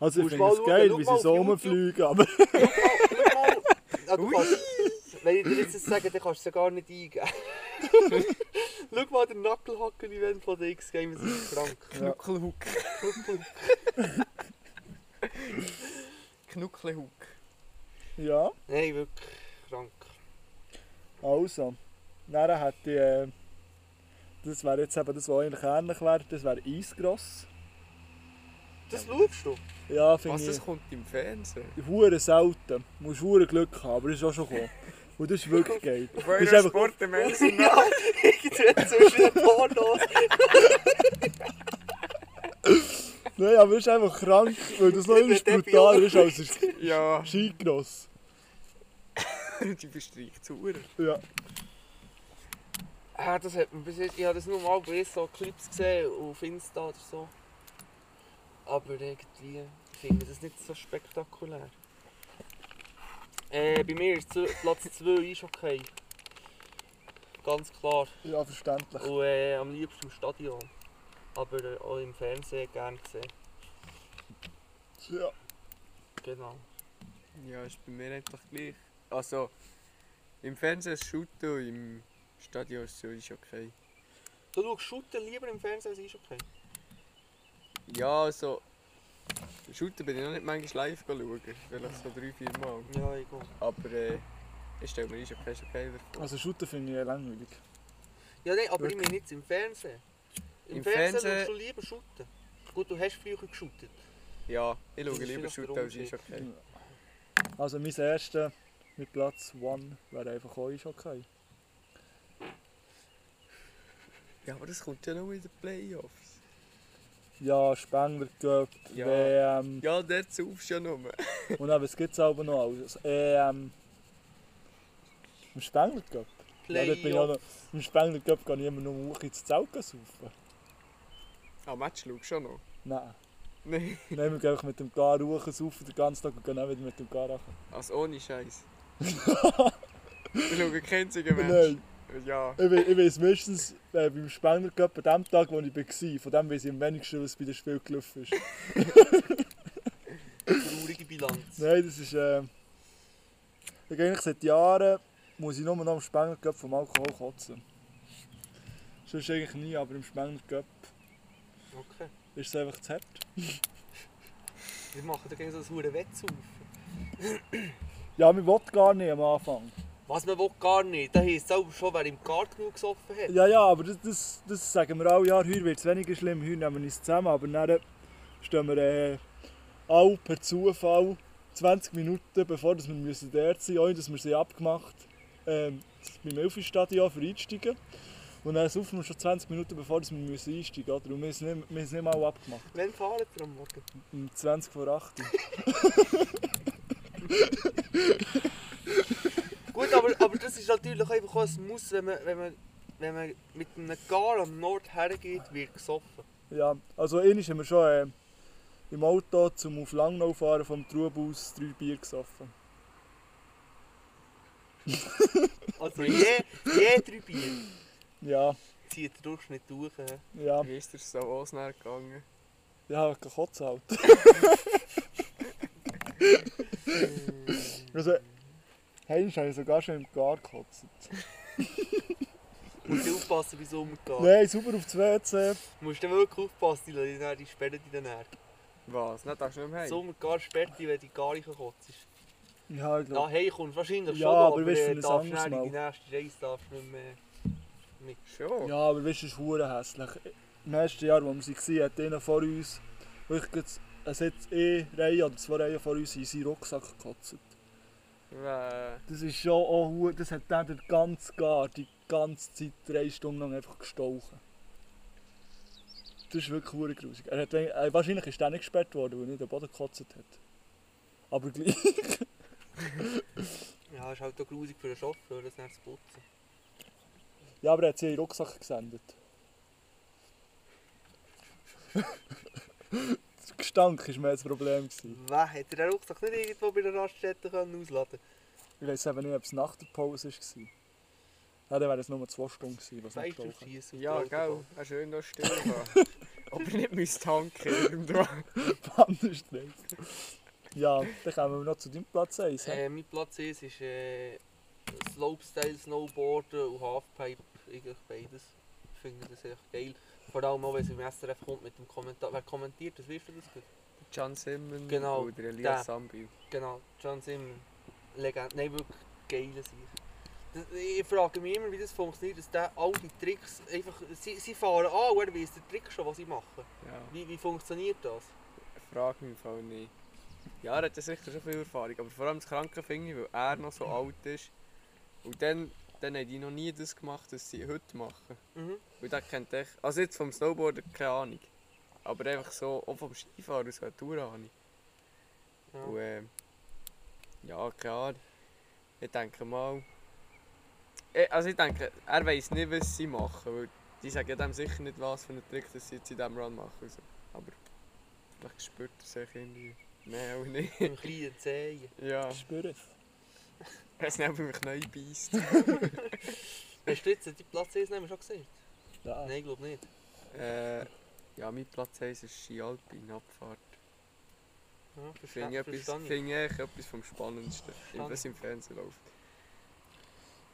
[SPEAKER 4] Also ich
[SPEAKER 3] Musst
[SPEAKER 4] finde
[SPEAKER 3] mal
[SPEAKER 4] es
[SPEAKER 3] schauen,
[SPEAKER 4] geil,
[SPEAKER 3] schau
[SPEAKER 4] wie
[SPEAKER 3] mal
[SPEAKER 4] sie so
[SPEAKER 3] auf YouTube.
[SPEAKER 4] rumfliegen, aber
[SPEAKER 3] Schau mal. Ja, du kannst, wenn ich dir jetzt das sage, dann kannst du es gar nicht eingeben. Schau mal, der Knucklehuckle-Event von den X-Games das ist krank.
[SPEAKER 4] Ja.
[SPEAKER 5] Knuckelhuck. Knuckelhuck.
[SPEAKER 4] ja,
[SPEAKER 3] Nein, wirklich krank.
[SPEAKER 4] also. Dann hätte ich, äh, das wäre jetzt eben das, was eigentlich ähnlich wäre, das wäre Eisgross.
[SPEAKER 3] Das schaust du.
[SPEAKER 4] Ja,
[SPEAKER 5] Was,
[SPEAKER 4] finde
[SPEAKER 5] das
[SPEAKER 4] ich
[SPEAKER 5] kommt im Fernsehen?
[SPEAKER 4] hure selten. Du musst hure Glück haben, aber es ist auch schon gekommen. Und das ist wirklich geil.
[SPEAKER 5] Auf
[SPEAKER 4] Das ist
[SPEAKER 5] eurer
[SPEAKER 4] einfach,
[SPEAKER 5] Sportmesse.
[SPEAKER 3] Ja, irgendwann zwischen den Pornos.
[SPEAKER 4] nein, aber es ist einfach krank, weil das noch immer
[SPEAKER 3] Wenn der
[SPEAKER 4] brutaler ist als das
[SPEAKER 5] ja.
[SPEAKER 4] Skigross.
[SPEAKER 5] Die verstreicht zu Uhren.
[SPEAKER 4] Ja.
[SPEAKER 3] Ah, das hat man bis jetzt, ich habe das nur mal bei so Clips gesehen auf Insta oder so. Aber irgendwie finde ich das nicht so spektakulär. Äh, bei mir ist zu- Platz 2 ist okay. Ganz klar.
[SPEAKER 4] Ja, verständlich.
[SPEAKER 3] Und äh, am liebsten im Stadion. Aber äh, auch im Fernsehen gern gesehen.
[SPEAKER 4] Ja.
[SPEAKER 3] Genau.
[SPEAKER 5] Ja, ist bei mir endlich gleich. Also, im Fernsehen ist Shooter, im Stadion ist so, ist okay.
[SPEAKER 3] Du schaust Shooten lieber im Fernsehen als ist okay.
[SPEAKER 5] Ja, also, Shooter bin ich noch nicht manchmal live schauen. Vielleicht so drei, vier Mal.
[SPEAKER 3] Ja, ich glaube.
[SPEAKER 5] Aber äh, ich stelle mir ist okay, ist okay. vor.
[SPEAKER 4] Also Shooter finde ich langweilig.
[SPEAKER 3] Ja, nein, aber ich
[SPEAKER 4] Wirklich?
[SPEAKER 3] meine jetzt im Fernsehen. Im,
[SPEAKER 5] Im
[SPEAKER 3] Fernsehen,
[SPEAKER 5] Fernsehen-
[SPEAKER 3] schaust du lieber Shooten. Gut, du hast früher geshootet.
[SPEAKER 5] Ja, ich
[SPEAKER 3] Das
[SPEAKER 5] schaue
[SPEAKER 3] ist
[SPEAKER 5] lieber
[SPEAKER 3] vielleicht der
[SPEAKER 5] Shooter als ist okay.
[SPEAKER 4] Also mein erster mit Platz 1 wäre einfach auch ist okay.
[SPEAKER 5] Ja, aber das kommt ja nur in den Playoffs.
[SPEAKER 4] Ja, Spengler Cup,
[SPEAKER 5] Ja.
[SPEAKER 4] WM
[SPEAKER 5] Ja, dort saufst du ja nur.
[SPEAKER 4] und eben, es gibt es aber noch alles. EM. Im Spengler Cup? Ja, dort bin ich auch noch, Im Spengler Cup kann ich immer nur hoch ins Zelt saufen.
[SPEAKER 5] Ah, Match schaust du auch noch.
[SPEAKER 4] Nein.
[SPEAKER 5] Nein.
[SPEAKER 4] Nein, wir gehen einfach mit dem Gar hoch saufen den ganzen Tag und gehen auch wieder mit dem Gar rauf.
[SPEAKER 5] Also ohne Scheiß. ich schaue keinen einzigen Match.
[SPEAKER 4] Nein,
[SPEAKER 5] Ja.
[SPEAKER 4] ich, we- ich weiß meistens äh, beim Spengler Cup an dem Tag, wo ich war, von dem weiß ich am wenigsten, was bei dem Spiel gelaufen ist.
[SPEAKER 3] traurige Bilanz.
[SPEAKER 4] Nein, das ist. Äh, ich eigentlich seit Jahren muss ich nur noch am Spengler Cup vom Alkohol kotzen. Sonst eigentlich nie, aber im Spengler Cup
[SPEAKER 3] Okay.
[SPEAKER 4] ist es einfach zu hart.
[SPEAKER 3] Wir machen da gegen so ein hure Wetz auf.
[SPEAKER 4] Ja, man will gar nicht am Anfang.
[SPEAKER 3] Was man will, gar nicht. Da heisst es auch schon, wer im Garten genug gesoffen hat.
[SPEAKER 4] Ja, ja, aber das, das, das sagen wir alle Jahr. Heuer wird es weniger schlimm, heuer nehmen wir es zusammen. Aber dann äh, stehen wir äh, alle per Zufall 20 Minuten, bevor dass wir müssen dort sein müssen, ohne dass wir sie abgemacht ähm, beim Elfi-Stadion für einsteigen. Und dann saufen wir schon 20 Minuten, bevor dass wir müssen einsteigen müssen. Darum haben wir haben es nicht, wir haben es nicht mal abgemacht.
[SPEAKER 3] Wann fahren wir am Morgen?
[SPEAKER 4] Um 20 vor 8 Uhr.
[SPEAKER 3] Gut, aber, aber das ist natürlich auch einfach auch ein Muss, wenn man, wenn man, wenn man mit einem Gar am Nord hergeht, wird gesoffen.
[SPEAKER 4] Ja, also einmal haben wir schon äh, im Auto zum auf Langnau fahren vom Trub aus drei Bier gesoffen.
[SPEAKER 3] Also je, je drei Bier
[SPEAKER 4] Ja,
[SPEAKER 3] zieht der Durchschnitt durch. hä?
[SPEAKER 4] ja.
[SPEAKER 5] Wie ist das so ausnäher gegangen?
[SPEAKER 4] Ja, ich kann kotzen halt. also, Heinz habe ich sogar schon im Gar gekotzt.
[SPEAKER 3] Musst du aufpassen, wie es umgeht.
[SPEAKER 4] Nein, super auf das WC.
[SPEAKER 3] Musst du wirklich aufpassen, die, lassen dich dann- die sperren dich dann her.
[SPEAKER 5] Was? Nein, darfst du nicht mehr
[SPEAKER 3] Hey.
[SPEAKER 5] um heim?
[SPEAKER 3] Sommer gar sperrt dich, wenn du gar nicht kotzt.
[SPEAKER 4] Ja, ich
[SPEAKER 3] Na,
[SPEAKER 4] glaube.
[SPEAKER 3] hey, kommst wahrscheinlich
[SPEAKER 4] Ja,
[SPEAKER 3] schon,
[SPEAKER 4] aber weißt du,
[SPEAKER 3] äh,
[SPEAKER 4] das
[SPEAKER 3] darfst
[SPEAKER 4] anderes
[SPEAKER 3] nicht in die nächste Reise darfst du nicht mehr...
[SPEAKER 5] Schon?
[SPEAKER 4] Ja, aber weißt du, es ist hure hässlich. Im ersten Jahr, wo wir waren, hat einer vor uns wirklich es hat eh Reihe oder zwei Reihen vor uns in seinen Rucksack gekotzt.
[SPEAKER 5] Ja.
[SPEAKER 4] Das ist schon auch hu- das hat dann der ganze Gar die ganze Zeit drei Stunden lang einfach gestochen. Das ist wirklich hure grusig. Er hat, äh, wahrscheinlich ist er nicht gesperrt worden, weil er nicht am Boden gekotzt hat. Aber gleich.
[SPEAKER 3] Ja, ist halt auch grusig für den Chauffeur, das nicht zu putzen.
[SPEAKER 4] Ja, aber er hat sie in den Rucksack gesendet. der Gestank war mehr das Problem. Gewesen.
[SPEAKER 3] Mhm. Wer hätte den Rucksack nicht irgendwo bei der Raststätte können ausladen
[SPEAKER 4] Ich weiß eben nicht, ob es nach der Pause war. Ja, dann wären es nur zwei Stunden gewesen, was
[SPEAKER 3] Weißt
[SPEAKER 4] nicht
[SPEAKER 3] du,
[SPEAKER 4] gestochen
[SPEAKER 3] schießt
[SPEAKER 5] Ja, gell. Auch schön noch still war. Ob ich nicht müsste tanken irgendwo.
[SPEAKER 4] Pannenstreif. Ja, dann kommen wir noch zu deinem Platz 1.
[SPEAKER 3] Äh, mein Platz 1 ist äh, Slopestyle, Snowboarden und Halfpipe. Eigentlich beides. Ich finde das echt geil. Vor allem auch, wenn es im SRF kommt mit dem Kommentar. Wer kommentiert das? Weißt du das gut?
[SPEAKER 5] John Simmons
[SPEAKER 3] Genau,
[SPEAKER 5] oder Elias
[SPEAKER 3] der.
[SPEAKER 5] Sambi.
[SPEAKER 3] Genau, John Simon. Legende. Nein, wirklich geiler Sieg. Das- Ich frage mich immer, wie das funktioniert, dass der all die Tricks einfach. Sie, sie fahren an und er weiss den Trick schon, was sie machen.
[SPEAKER 5] Ja.
[SPEAKER 3] Wie, wie funktioniert das?
[SPEAKER 5] Frag mich im Fall nicht. Ja, er hat ja sicher schon viel Erfahrung, aber vor allem das kranke finde ich, weil er noch so alt ist. Und dann, dann haben die noch nie das gemacht, was sie heute machen.
[SPEAKER 3] Mhm.
[SPEAKER 5] Und das kennt ich. Also jetzt vom Snowboarder keine Ahnung. Aber einfach so, auch vom Skifahren so eine Tour Ahnung.
[SPEAKER 3] Ja.
[SPEAKER 5] Und äh, ja, keine Ahnung. Ich denke mal. Eh, Also ich denke, er weiß nicht, was sie machen. Weil die sagen dem sicher nicht, was für einen Trick dass sie jetzt in diesem Run machen. Also, aber vielleicht spürt er sich irgendwie. Nein, auch nicht.
[SPEAKER 3] Im kleinen Zehen.
[SPEAKER 5] Ja, nou
[SPEAKER 4] Spüre ich.
[SPEAKER 5] er ist nicht bei mich neu beißt.
[SPEAKER 3] Hast du jetzt die Platz 1 schon gesehen?
[SPEAKER 4] Ja.
[SPEAKER 3] Nein, ich glaube nicht.
[SPEAKER 5] äh, ja, mein Platz 1 ist Ski-Alpin-Abfahrt.
[SPEAKER 3] Ja, verstehe,
[SPEAKER 5] Finde ich,
[SPEAKER 3] verstehe
[SPEAKER 5] etwas-
[SPEAKER 3] ich.
[SPEAKER 5] finde ich eigentlich etwas vom Spannendsten,
[SPEAKER 3] Verstanden.
[SPEAKER 5] was im Fernsehen läuft.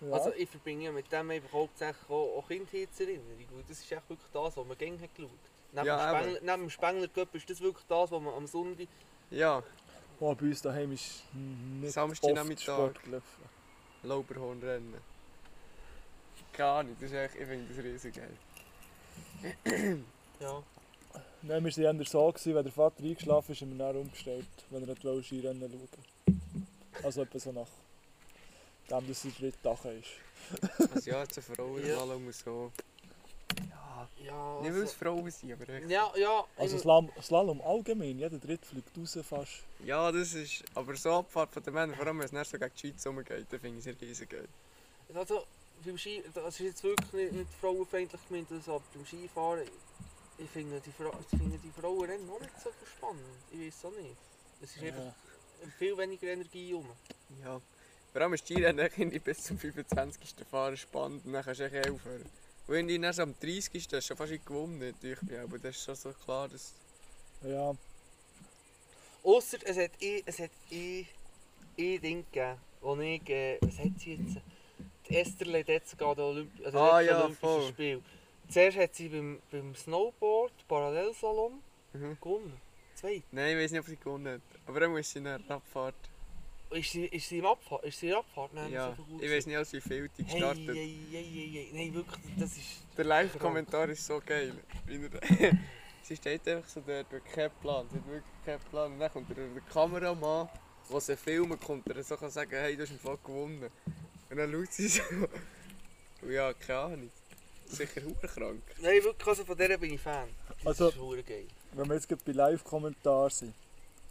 [SPEAKER 4] Ja.
[SPEAKER 3] Also ich verbringe ja mit dem eben hauptsächlich auch, auch Kindheitserinnerungen. Und das ist echt wirklich das, was man gerne hat geschaut. Neben,
[SPEAKER 5] Ja,
[SPEAKER 3] dem Spengler, neben dem Spengler-Cup ist das wirklich das, was man am Sonntag...
[SPEAKER 5] Ja,
[SPEAKER 4] oh, bei uns daheim ist nicht oft
[SPEAKER 5] Samstagnachmittag.
[SPEAKER 4] Sport gelaufen.
[SPEAKER 5] Lauberhornrennen. Keine Ahnung, das ist echt, ich finde das riesig geil.
[SPEAKER 3] Ja,
[SPEAKER 4] Nein, wir waren eher so, gewesen, wenn der Vater eingeschlafen ist, haben wir dann umgestellt, wenn er wollte Skirennen schauen Also etwa so nach dem, dass er dritte Tag ist.
[SPEAKER 5] Also ja, jetzt eine Frau
[SPEAKER 3] Ja.
[SPEAKER 5] mal um so. Ja,
[SPEAKER 3] ja...
[SPEAKER 5] nicht weil es
[SPEAKER 3] Also,
[SPEAKER 5] Frauen sind, aber echt.
[SPEAKER 3] ja, ja...
[SPEAKER 4] Also
[SPEAKER 3] ich-
[SPEAKER 4] Slalom, Slalom allgemein, jeder dritte fliegt raus fast.
[SPEAKER 5] Ja, dus das ist. Aber so Abfahrt von den Männern, vor allem wenn es nicht so gegen die Schweiz rumgeht, dann finde ich es riesig geil.
[SPEAKER 3] Also, beim Ski, das ist jetzt wirklich nicht, nicht frauenfeindlich gemeint, also, aber beim Skifahren, ich finde die, Fra ich finde die Frauenrennen noch nicht so spannend. Ich weiß auch nicht. Es ist einfach
[SPEAKER 4] Ja.
[SPEAKER 3] viel weniger Energie rum.
[SPEAKER 5] Ja. Vor allem ist die Rennen irgendwie bis zum 25. Fahren spannend und dann kannst du echt eh aufhören. Und wenn die dann so am 30. hast, hast du schon fast gewonnen, natürlich. Ja, aber das ist schon so klar, dass.
[SPEAKER 4] Ja,
[SPEAKER 3] Ausser es hat eh, es hat eh, eh Ding gegeben, wo ich, äh, was hat sie jetzt? Die Esther Ledetzka an den Olymp also
[SPEAKER 5] Ah,
[SPEAKER 3] letzten
[SPEAKER 5] ja,
[SPEAKER 3] Olympischen
[SPEAKER 5] voll.
[SPEAKER 3] Spiel. Zuerst hat sie beim, beim Snowboard, Parallelsalon,
[SPEAKER 5] Mhm.
[SPEAKER 3] gewonnen. Zweit.
[SPEAKER 5] Nein, ich weiß nicht, ob sie gewonnen hat. Aber dann muss sie in einer Abfahrt.
[SPEAKER 3] Ist sie, ist sie im Abfahrt? Ist sie im Abfahrt? Nein,
[SPEAKER 5] Ja,
[SPEAKER 3] so gut
[SPEAKER 5] ich weiß nicht, als wie viel die
[SPEAKER 3] Hey,
[SPEAKER 5] gestartet.
[SPEAKER 3] hey, hey, hey, hey. Nein, wirklich, das ist...
[SPEAKER 5] Der Live-Kommentar ist so geil. Wie er, sie steht einfach so dort, hat keinen Plan, sie hat wirklich keinen Plan. Und dann kommt der, der Kameramann, der sie filmen kommt, der so kann sagen, hey, du hast im Fall gewonnen. Und dann schaut sie so. Und ja, keine Ahnung. Sicher hurenkrank.
[SPEAKER 3] Nein, wirklich, also von der bin ich Fan. Das
[SPEAKER 4] Also-
[SPEAKER 3] ist verdammt geil.
[SPEAKER 4] wenn wir jetzt gerade bei Live-Kommentar sind.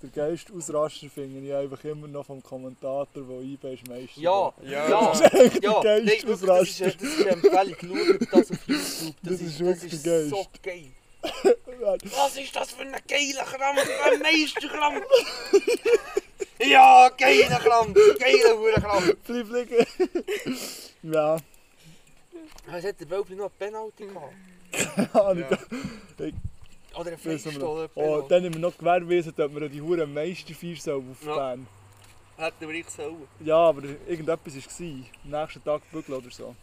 [SPEAKER 4] Der geilste Ausraster finde ich einfach immer noch vom Kommentator, der eBay ist meistens.
[SPEAKER 3] Ja, ja,
[SPEAKER 5] Ja.
[SPEAKER 3] ja,
[SPEAKER 5] Das
[SPEAKER 3] ja.
[SPEAKER 4] geilste
[SPEAKER 3] Nein, wirklich, das ist,
[SPEAKER 4] Ausraster.
[SPEAKER 3] das ist eine Empfehlung. Schaut das auf YouTube. Das,
[SPEAKER 4] Das
[SPEAKER 3] ist,
[SPEAKER 4] ist
[SPEAKER 3] das
[SPEAKER 4] wirklich
[SPEAKER 3] ist
[SPEAKER 4] der
[SPEAKER 3] so
[SPEAKER 4] Geist.
[SPEAKER 3] geil.
[SPEAKER 4] Ja.
[SPEAKER 3] Was ist das für ein geiler Krampf? Ein Meisterkrampf! ja, geiler Krampf! Geiler Hurenkrampf!
[SPEAKER 4] Drei Fliegen. ja, Mm.
[SPEAKER 3] Was hat der Wölfli noch eine Penalty gehabt?
[SPEAKER 4] keine Ahnung.
[SPEAKER 5] Ja.
[SPEAKER 3] Oder ein
[SPEAKER 4] Wissen wir noch.
[SPEAKER 3] Fleischstollen.
[SPEAKER 4] Oh, dann haben wir noch gewährleistet, dass wir die Huren Meisterfeier sollen auf
[SPEAKER 5] Ja.
[SPEAKER 4] Bern.
[SPEAKER 5] Hätten wir nicht sollen.
[SPEAKER 4] Ja, aber irgendetwas war. Am nächsten Tag bügeln oder so.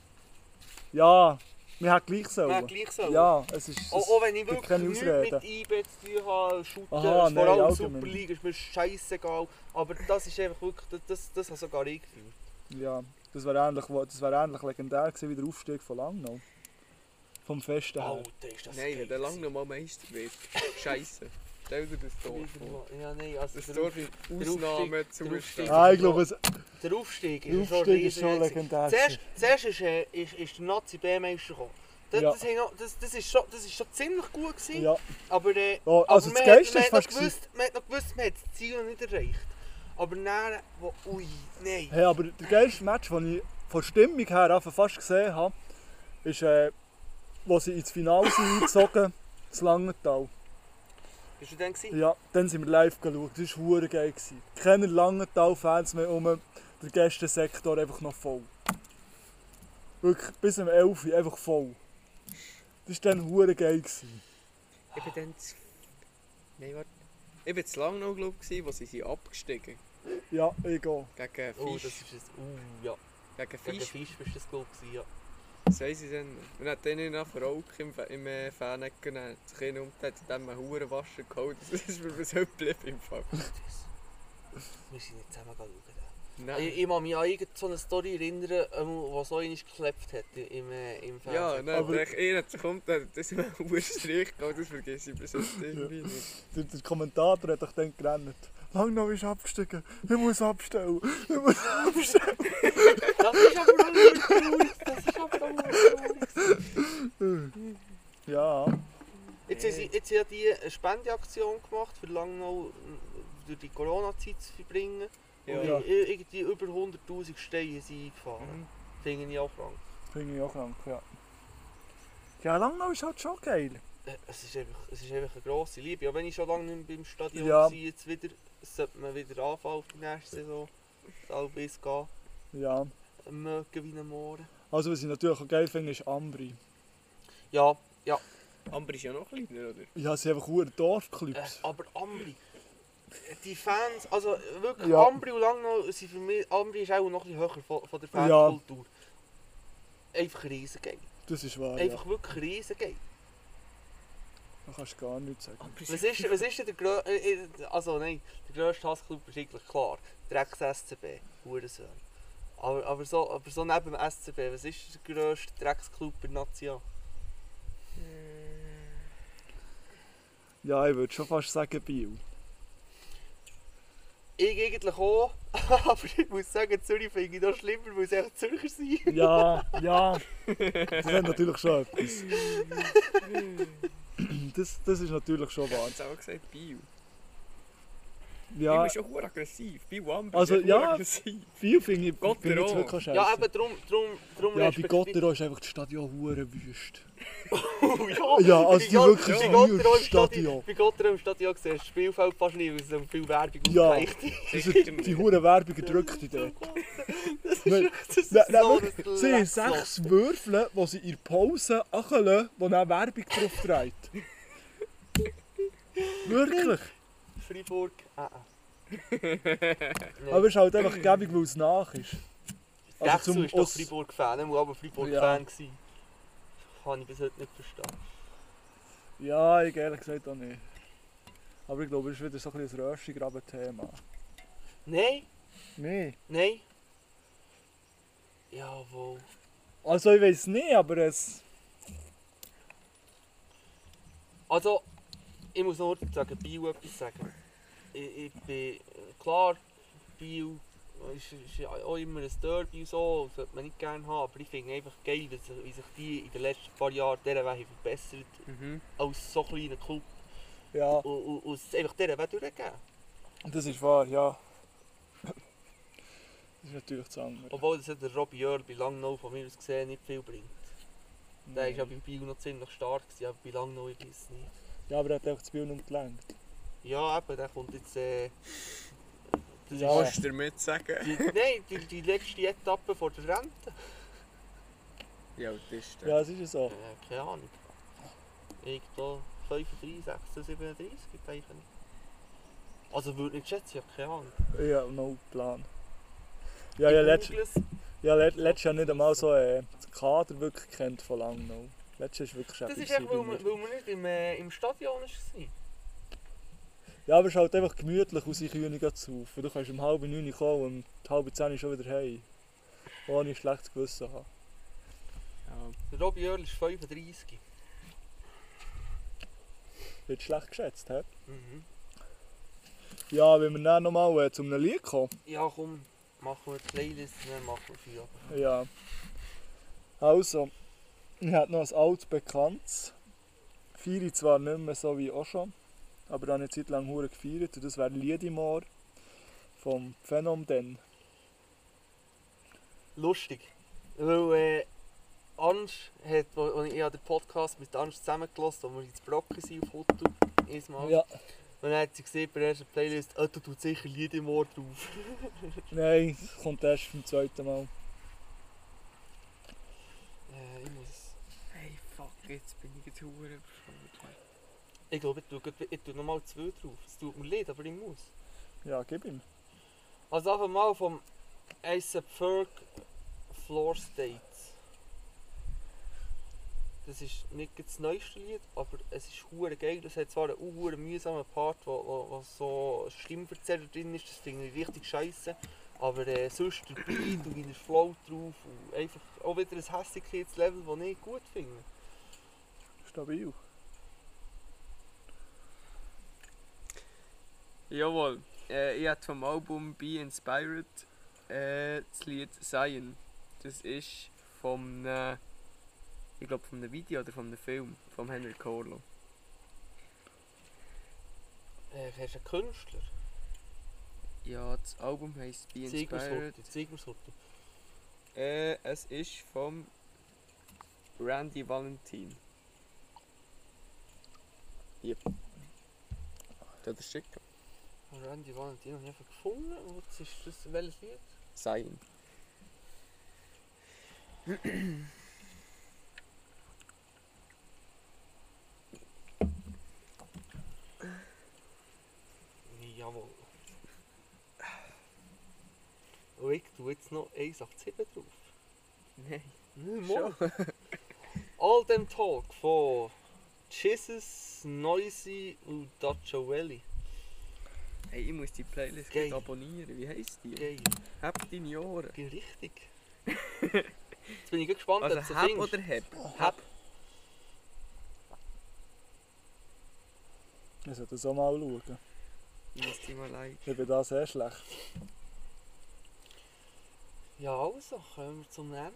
[SPEAKER 4] Ja, wir haben gleich
[SPEAKER 5] Ja,
[SPEAKER 4] sollen.
[SPEAKER 5] gleich sollen.
[SPEAKER 4] Ja, es ist.
[SPEAKER 3] Auch, auch wenn ich
[SPEAKER 4] gibt
[SPEAKER 3] wirklich
[SPEAKER 4] keine
[SPEAKER 3] nichts mit
[SPEAKER 4] Ausreden.
[SPEAKER 3] IB zu tun habe, Shooter,
[SPEAKER 4] Aha,
[SPEAKER 3] vor
[SPEAKER 4] nein,
[SPEAKER 3] allem
[SPEAKER 4] allgemein.
[SPEAKER 3] Super League, ist mir scheißegal. Aber das ist einfach wirklich, das, das, das habe sogar ich gefühlt.
[SPEAKER 4] es- ja, das wäre ähnlich, das wär ähnlich legendär gewesen wie der Aufstieg von Langnau. Vom Festen her.
[SPEAKER 3] Alter, ist das
[SPEAKER 5] Nein, wenn
[SPEAKER 3] geil
[SPEAKER 5] der lange noch mal Meister wird. Scheiße. Stell dir das Tor
[SPEAKER 3] gewesen.
[SPEAKER 5] vor.
[SPEAKER 3] Ja, nein, also
[SPEAKER 5] Das
[SPEAKER 3] der,
[SPEAKER 5] Tor
[SPEAKER 3] Auf,
[SPEAKER 5] in
[SPEAKER 3] Aufstieg-
[SPEAKER 5] Ausnahmezustand.
[SPEAKER 4] Ah, ich glaube, es,
[SPEAKER 3] der Aufstieg
[SPEAKER 4] der
[SPEAKER 3] ist schon
[SPEAKER 4] Aufstieg ist
[SPEAKER 3] riesig.
[SPEAKER 4] schon
[SPEAKER 3] gewesen.
[SPEAKER 4] legendär.
[SPEAKER 3] Zuerst, zuerst ist, äh, ist, ist der Nazi B-Meister gekommen. Das,
[SPEAKER 4] Ja.
[SPEAKER 3] das, haben noch, das, das, ist schon, das ist schon ziemlich gut gewesen,
[SPEAKER 4] Ja.
[SPEAKER 3] aber äh,
[SPEAKER 4] Oh, also
[SPEAKER 3] aber
[SPEAKER 4] das
[SPEAKER 3] man hat-
[SPEAKER 4] Geilste
[SPEAKER 3] man hat
[SPEAKER 4] ist
[SPEAKER 3] noch
[SPEAKER 4] fast. gewesen-
[SPEAKER 3] gewusst, man hat noch gewusst, man hat das Ziel noch nicht erreicht. Aber dann, wo, ui, nein.
[SPEAKER 4] Hey, aber der geilste Match, den ich von der Stimmung her einfach fast gesehen habe, ist, äh, wo sie ins Finale sind eingezogen, das Langenthal.
[SPEAKER 3] Bist du denn gewesen?
[SPEAKER 4] Ja, dann sind wir live geschaut. Das war hure geil. gewesen. Keine Langenthal-Fans mehr um. Der Gästensektor einfach noch voll. Wirklich, bis um 11 Uhr einfach voll. Das war dann hure geil. gewesen.
[SPEAKER 5] Ich bin dann zu... Nein, warte. Ich war zu lange noch, glaube ich, wo sie sind abgestiegen
[SPEAKER 4] Ja, ich auch.
[SPEAKER 5] Gegen
[SPEAKER 3] Oh,
[SPEAKER 5] Fisch.
[SPEAKER 3] das ist ein, uh, ja.
[SPEAKER 5] Gegen
[SPEAKER 3] Gegen
[SPEAKER 5] Fisch.
[SPEAKER 3] Fisch bist du das Goal gewesen, ja.
[SPEAKER 5] Was haben sie denn? Wir haben dann noch Verrauch im, Fa- im äh, Faneck genommen. Das Kind um, hat dann einen Hurenwascher geholt. Das ist mir bis heute geblieben im Fall.
[SPEAKER 3] Wir sind nicht zusammen schauen. Ich,
[SPEAKER 5] Nein.
[SPEAKER 3] ich kann mich an irgendeine so eine Story erinnern, ähm, die so einmal geklebt hat i- im, äh, im
[SPEAKER 5] Ja,
[SPEAKER 3] Fernsehen.
[SPEAKER 5] nein,
[SPEAKER 4] Aber-
[SPEAKER 5] aber er hat sich kommt, das ist ein Hurenstrich geholt. Das vergesse ich bis jetzt irgendwie nicht.
[SPEAKER 4] Der, der Kommentator hat doch dann gerannt. Langnau ist abgestiegen. Ich muss abstellen. Ich muss abstellen.
[SPEAKER 3] Das ist aber auch nicht gut. Das ist aber auch nicht gut.
[SPEAKER 4] Ja.
[SPEAKER 3] Jetzt haben sie- jetzt haben die eine Spendeaktion gemacht, für lange noch äh, durch die Corona-Zeit zu verbringen.
[SPEAKER 5] Ja.
[SPEAKER 3] Und
[SPEAKER 4] Ja.
[SPEAKER 3] i- i- irgendwie über 100'000 Steine sind eingefahren. Finde ich auch krank.
[SPEAKER 4] Finde ich auch krank, ja. Ja, Langnau ist halt schon geil.
[SPEAKER 3] Äh, Es ist einfach, es ist einfach eine grosse Liebe. Ja, wenn ich schon lange nicht mehr beim Stadion
[SPEAKER 4] Ja.
[SPEAKER 3] war, jetzt wieder, sollte man wieder anfangen auf die nächste Saison. Das ist gehen.
[SPEAKER 4] Ja.
[SPEAKER 3] mögen wie ein Mohren.
[SPEAKER 4] Also was ich natürlich auch geil finde, ist Ambri.
[SPEAKER 3] Ja,
[SPEAKER 5] Amber ist ja noch kleiner, oder?
[SPEAKER 4] Ja, sie haben einfach hure
[SPEAKER 3] äh,
[SPEAKER 4] Dorfclubs.
[SPEAKER 3] aber Ambri. Die Fans, also wirklich,
[SPEAKER 4] Ja.
[SPEAKER 3] Ambri und Langnau sind für mich, Ambri ist auch noch ein bisschen höher von, von der
[SPEAKER 4] Ja.
[SPEAKER 3] Fankultur. Einfach riesengeil.
[SPEAKER 4] Das ist wahr, ja.
[SPEAKER 3] Einfach wirklich riesengeil.
[SPEAKER 4] Da kannst du gar nichts sagen.
[SPEAKER 3] Was ist, was ist denn der grösste, äh, äh, also nein, der grösste Hassclub ist eigentlich klar, Drecks SCB, Hurensohn. Aber, aber, so, aber so neben dem SCB, was ist der grösste Drecksclub in der Nation?
[SPEAKER 4] Ja, ich würde schon fast sagen Biel.
[SPEAKER 3] Ich eigentlich auch, aber ich muss sagen, Zürich finde ich noch schlimmer, weil es echt Zürcher sind.
[SPEAKER 4] Ja, ja. Das hat natürlich schon etwas. Das, das ist natürlich schon wahr.
[SPEAKER 5] Jetzt auch gesagt, Bio. Bio
[SPEAKER 4] Ja,
[SPEAKER 5] ist schon hure aggressiv. Bio Amber
[SPEAKER 4] Also,
[SPEAKER 5] ist
[SPEAKER 4] ja.
[SPEAKER 5] hure aggressiv.
[SPEAKER 4] Biel finde ich,
[SPEAKER 5] Gotteron.
[SPEAKER 4] find ich jetzt wirklich
[SPEAKER 3] Ja,
[SPEAKER 4] scheiße.
[SPEAKER 3] eben drum, drum, drum
[SPEAKER 4] Ja, bei
[SPEAKER 3] respektiert-
[SPEAKER 4] Gottero ist einfach das Stadion hure wüst.
[SPEAKER 3] Oh, ja.
[SPEAKER 4] Ja, also
[SPEAKER 3] Bei
[SPEAKER 4] die
[SPEAKER 3] Gott-
[SPEAKER 4] wirklich
[SPEAKER 3] bei
[SPEAKER 4] ja.
[SPEAKER 3] Gott- im
[SPEAKER 4] Stadion.
[SPEAKER 3] Bei Gotteron im Stadion siehst du das Spielfeld fast nie, weil es so dus viel Werbung
[SPEAKER 4] Ja.
[SPEAKER 3] aufgereicht ist.
[SPEAKER 4] Das ist die hure Werbung gedrückt in dort.
[SPEAKER 3] Das ist
[SPEAKER 4] Nein,
[SPEAKER 3] echt das ist
[SPEAKER 4] Nein, nein,
[SPEAKER 3] so
[SPEAKER 4] wirklich,
[SPEAKER 3] ein
[SPEAKER 4] sie haben
[SPEAKER 3] Drecksloch.
[SPEAKER 4] sechs Würfel, die sie in der Pause ankommen, wo dann Werbung drauf trägt. Wirklich.
[SPEAKER 3] Freiburg, ah, ah. Nein.
[SPEAKER 4] Aber es ist halt einfach gäbig, weil es nach ist.
[SPEAKER 3] Dechsel
[SPEAKER 4] Also zum
[SPEAKER 3] ist doch
[SPEAKER 4] Aus
[SPEAKER 3] Freiburg-Fan, er muss aber Freiburg-Fan sein. Kann ich bis heute nicht verstehen.
[SPEAKER 4] ja, ich ehrlich gesagt auch nicht. Aber ich glaube, es ist wieder so ein bisschen ein Röstigraben-Thema.
[SPEAKER 3] Nein,
[SPEAKER 4] Nein.
[SPEAKER 3] nein. Jawohl.
[SPEAKER 4] Also ich weiß nicht, aber es...
[SPEAKER 3] Also, ich muss noch kurz sagen, Bio etwas sagen. Ich, ich bin äh, klar, Bio ist, ist auch immer ein Derby und so, das sollte man nicht gerne haben, aber ich finde einfach geil, wie sich, wie sich die in den letzten paar Jahren dieser Weg verbessert
[SPEAKER 5] Mhm.
[SPEAKER 3] als so kleiner Club
[SPEAKER 4] Ja,
[SPEAKER 3] und, und, und es einfach dieser Weg durchgeben.
[SPEAKER 4] das ist wahr, ja. Das ist natürlich das andere.
[SPEAKER 3] Obwohl das hat der Robby Jörl bei Langnau von mir aus gesehen nicht viel bringt. Der war ja bei Bio noch ziemlich stark, gewesen, aber bei Langnau ich weiß nicht.
[SPEAKER 4] Ja, aber er hat einfach das Bild nicht gelenkt.
[SPEAKER 3] Ja, eben, der kommt jetzt... Äh, das
[SPEAKER 4] Ja.
[SPEAKER 3] ist,
[SPEAKER 5] Kannst du damit sagen?
[SPEAKER 3] die, nein, die, die letzte Etappe vor der Rente.
[SPEAKER 5] Ja, das ist der.
[SPEAKER 4] Ja, es ist ja so.
[SPEAKER 3] Äh, keine Ahnung. Irgendwo 35, 36, 37, denke ich. Also würde nicht schätzen, ich habe keine Ahnung.
[SPEAKER 4] Ich habe no Plan. Ja, ja, letzt, ja let, letztes Jahr nicht einmal so äh, das Kader wirklich kennt von lang noch. Letztes Jahr ist wirklich
[SPEAKER 3] Das ist
[SPEAKER 4] etwas
[SPEAKER 3] echt,
[SPEAKER 4] bei
[SPEAKER 3] weil
[SPEAKER 4] mir.
[SPEAKER 3] man, weil man nicht im, äh, im Stadion war.
[SPEAKER 4] Ja, aber es ist halt einfach gemütlich aus sich Kühne zu Hause. Du kannst um halb neun kommen und um halb zehn schon wieder heim. Ohne ein schlechtes Gewissen haben.
[SPEAKER 3] Der Robby Earl ist 35.
[SPEAKER 4] Wird schlecht geschätzt, hä?
[SPEAKER 3] Mhm.
[SPEAKER 4] Ja, wenn wir dann nochmal äh, zu einem Lied kommen.
[SPEAKER 3] Ja, komm, machen wir die Playlist, dann machen wir Feuer.
[SPEAKER 4] Ja. Also, ich habe noch ein altes Bekanntes. Feiere ich zwar nicht mehr so wie auch schon, aber ich habe eine Zeit lang hure gefeiert. Und das wäre Liedimor vom Phenom Den.
[SPEAKER 3] Lustig. Weil äh, Ansch hat, wo, wo ich, ich habe den Podcast mit Ansch zusammengelassen, wo wir ins Brocken sind auf Foto. Mal.
[SPEAKER 4] Ja.
[SPEAKER 3] Und dann hat sie gesehen bei der ersten Playlist, oh, du tust sicher Lieder im Ohr drauf.
[SPEAKER 4] Nein, es kommt erst zum zweiten Mal.
[SPEAKER 3] Äh, ich muss.
[SPEAKER 5] Hey, fuck, jetzt bin ich jetzt hure überfordert.
[SPEAKER 3] Ich glaube, ich tue, grad- ich tue nochmal zwei drauf. Es tut mir leid, aber ich muss.
[SPEAKER 4] Ja, gib ihm.
[SPEAKER 3] Also einfach mal vom ASAP Ferg Floor State. Das ist nicht gerade das neueste Lied, aber es ist hure geil. Das hat zwar einen hure mühsamen Part, wo, wo, wo so ein Stimmverzerrer drin ist, das finde ich richtig scheiße. Aber äh, sonst der Beat und wie der Flow drauf und einfach auch wieder ein Hässigkeitslevel, das ich gut finde.
[SPEAKER 4] Stabil.
[SPEAKER 5] Jawohl, äh, ich habe vom Album Be Inspired äh, das Lied Zion. Das ist vom, äh, ich glaube, vom Video oder vom Film, vom Henry Corlo.
[SPEAKER 3] Äh, er ist ein Künstler.
[SPEAKER 5] Ja, das Album heißt Be
[SPEAKER 3] Zeig mir's
[SPEAKER 5] Inspired.
[SPEAKER 3] heute, zeig mir's heute.
[SPEAKER 5] Äh, es ist vom Randy Valentin. Yep. Das ist schick.
[SPEAKER 3] Randy Valentino habe ich einfach gefunden. Was ist das? Welches Lied?
[SPEAKER 5] Zion.
[SPEAKER 3] Jawohl. Und ich tue jetzt noch 187 drauf.
[SPEAKER 5] Nein.
[SPEAKER 3] Nicht mal. All dem Talk von Jesus, Noisy und Dacho Welly.
[SPEAKER 5] Hey, ich muss die Playlist
[SPEAKER 3] Geil.
[SPEAKER 5] abonnieren. Wie heisst die?
[SPEAKER 3] Geil,
[SPEAKER 5] Habt deine Ohren.
[SPEAKER 3] bin richtig. Jetzt bin ich gut gespannt,
[SPEAKER 5] Also
[SPEAKER 3] ob du
[SPEAKER 5] hab
[SPEAKER 3] findest.
[SPEAKER 5] oder heb?
[SPEAKER 3] Hab.
[SPEAKER 4] Wir sollten das auch mal schauen.
[SPEAKER 5] Ich muss die mal leiden.
[SPEAKER 4] Ich bin da sehr schlecht.
[SPEAKER 3] Ja, also, kommen wir zum Ende.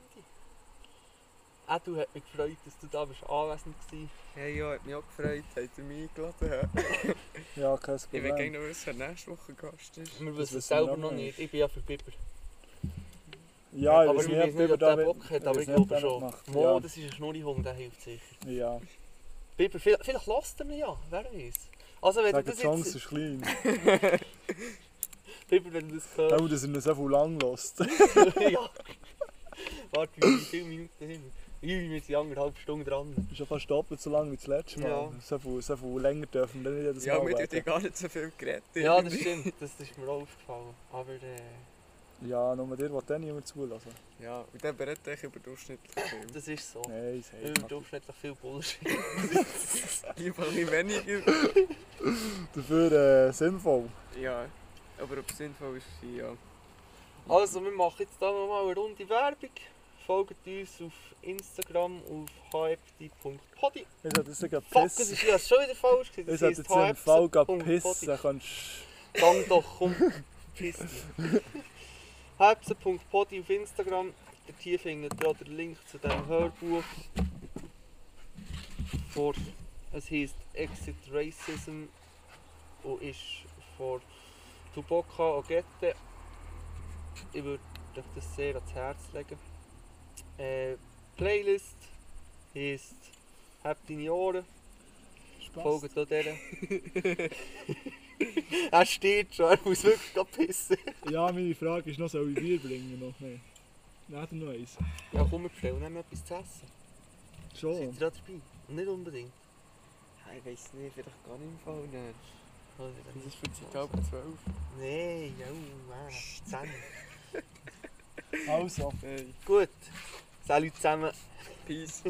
[SPEAKER 3] Auch du hat mich gefreut, dass du da bist anwesend warst.
[SPEAKER 5] Hey ja, hat mich auch gefreut, hat er mich eingeladen. hä?
[SPEAKER 4] Ja, kein
[SPEAKER 5] Ich will gerne
[SPEAKER 4] Problem.
[SPEAKER 5] noch wissen, wer nächste Woche Gast ist.
[SPEAKER 3] Wir
[SPEAKER 4] wissen
[SPEAKER 3] wissen
[SPEAKER 4] wir
[SPEAKER 3] es selber
[SPEAKER 4] noch
[SPEAKER 3] noch nicht.
[SPEAKER 4] nicht.
[SPEAKER 3] Ich bin ja für Biber.
[SPEAKER 4] Ja, ich
[SPEAKER 3] aber
[SPEAKER 4] weiß
[SPEAKER 3] ich
[SPEAKER 4] nicht,
[SPEAKER 3] weiß
[SPEAKER 4] ob
[SPEAKER 3] nicht,
[SPEAKER 4] Biber
[SPEAKER 3] ob der
[SPEAKER 4] da
[SPEAKER 3] Bock hat,
[SPEAKER 4] ich
[SPEAKER 3] aber
[SPEAKER 4] weiß
[SPEAKER 3] ich
[SPEAKER 4] nicht, ob
[SPEAKER 3] glaube
[SPEAKER 4] der
[SPEAKER 3] schon.
[SPEAKER 4] mitmacht.
[SPEAKER 3] Mo,
[SPEAKER 4] Ja.
[SPEAKER 3] das ist ein Schnurrihund, der hilft sicher.
[SPEAKER 4] Ja,
[SPEAKER 3] Biber, vielleicht, vielleicht lässt er ihn ja, wer weiß. Also wenn du
[SPEAKER 4] Sag, die
[SPEAKER 3] das
[SPEAKER 4] Chance
[SPEAKER 3] jetzt,
[SPEAKER 4] ist klein.
[SPEAKER 3] Biber, wenn du das hörst,
[SPEAKER 4] Auch, dass er ihn so viel lang lässt.
[SPEAKER 3] ja. Warte, wie viele Minuten sind wir? Ui, wir sind anderthalb Stunden dran.
[SPEAKER 4] ist ja fast doppelt so lang wie das letzte Mal.
[SPEAKER 3] Ja.
[SPEAKER 4] So, viel, so viel länger dürfen wir nicht jedes
[SPEAKER 5] Ja,
[SPEAKER 4] Mal
[SPEAKER 5] wir haben ja
[SPEAKER 4] werden.
[SPEAKER 5] gar nicht so viel geredet.
[SPEAKER 3] Ja, das
[SPEAKER 5] irgendwie.
[SPEAKER 3] stimmt, das ist mir auch aufgefallen. Aber äh,
[SPEAKER 4] Ja, nur dir will dann niemand zulassen.
[SPEAKER 5] Ja, und dann berät ich über durchschnittlich viel.
[SPEAKER 3] das ist so.
[SPEAKER 4] Nein,
[SPEAKER 3] Weil Wir
[SPEAKER 4] safe.
[SPEAKER 3] durchschnittlich viel Bullshit.
[SPEAKER 5] Lieber ein bisschen weniger.
[SPEAKER 4] Dafür äh, sinnvoll.
[SPEAKER 5] Ja, aber ob es sinnvoll ist, ja.
[SPEAKER 3] Also, wir machen jetzt da nochmal eine runde Werbung. Folgt uns auf Instagram auf hfd.podi.
[SPEAKER 4] Ich sollte jetzt gerade
[SPEAKER 3] Fuck, das ist
[SPEAKER 4] pissen.
[SPEAKER 3] ja schon wieder falsch. gewesen. Das
[SPEAKER 4] Ich sollte
[SPEAKER 3] heisst
[SPEAKER 4] jetzt im Fall gerade
[SPEAKER 3] hfd.podi.
[SPEAKER 4] pissen. Kannst
[SPEAKER 3] Dann doch, komm, piss dich. Hebsen.podi auf Instagram. Dort hier findet ihr auch den Link zu diesem Hörbuch. Vor, es heisst Exit Racism und ist von Tuboka Ogette. Ich würde euch das sehr ans Herz legen. Äh, Playlist heisst Habt deine Ohren. Folgt auch dieser. er steht schon, er muss wirklich gerade pissen.
[SPEAKER 4] Ja, meine Frage ist noch, soll ich Bier bringen? Noch? Nein. Nicht noch eins.
[SPEAKER 3] Ja, komm, wir bestellen ihm etwas zu essen.
[SPEAKER 4] Schon.
[SPEAKER 3] Seid ihr da dabei? Nicht unbedingt.
[SPEAKER 5] Ich weiß nicht, vielleicht gar nicht im Fall nicht. Oh, Das ist für die
[SPEAKER 3] Nein,
[SPEAKER 5] halb zwölf.
[SPEAKER 3] oh, zehn.
[SPEAKER 6] Also,
[SPEAKER 5] Hey,
[SPEAKER 4] Also.
[SPEAKER 3] Gut. Salut zusammen.
[SPEAKER 5] peace.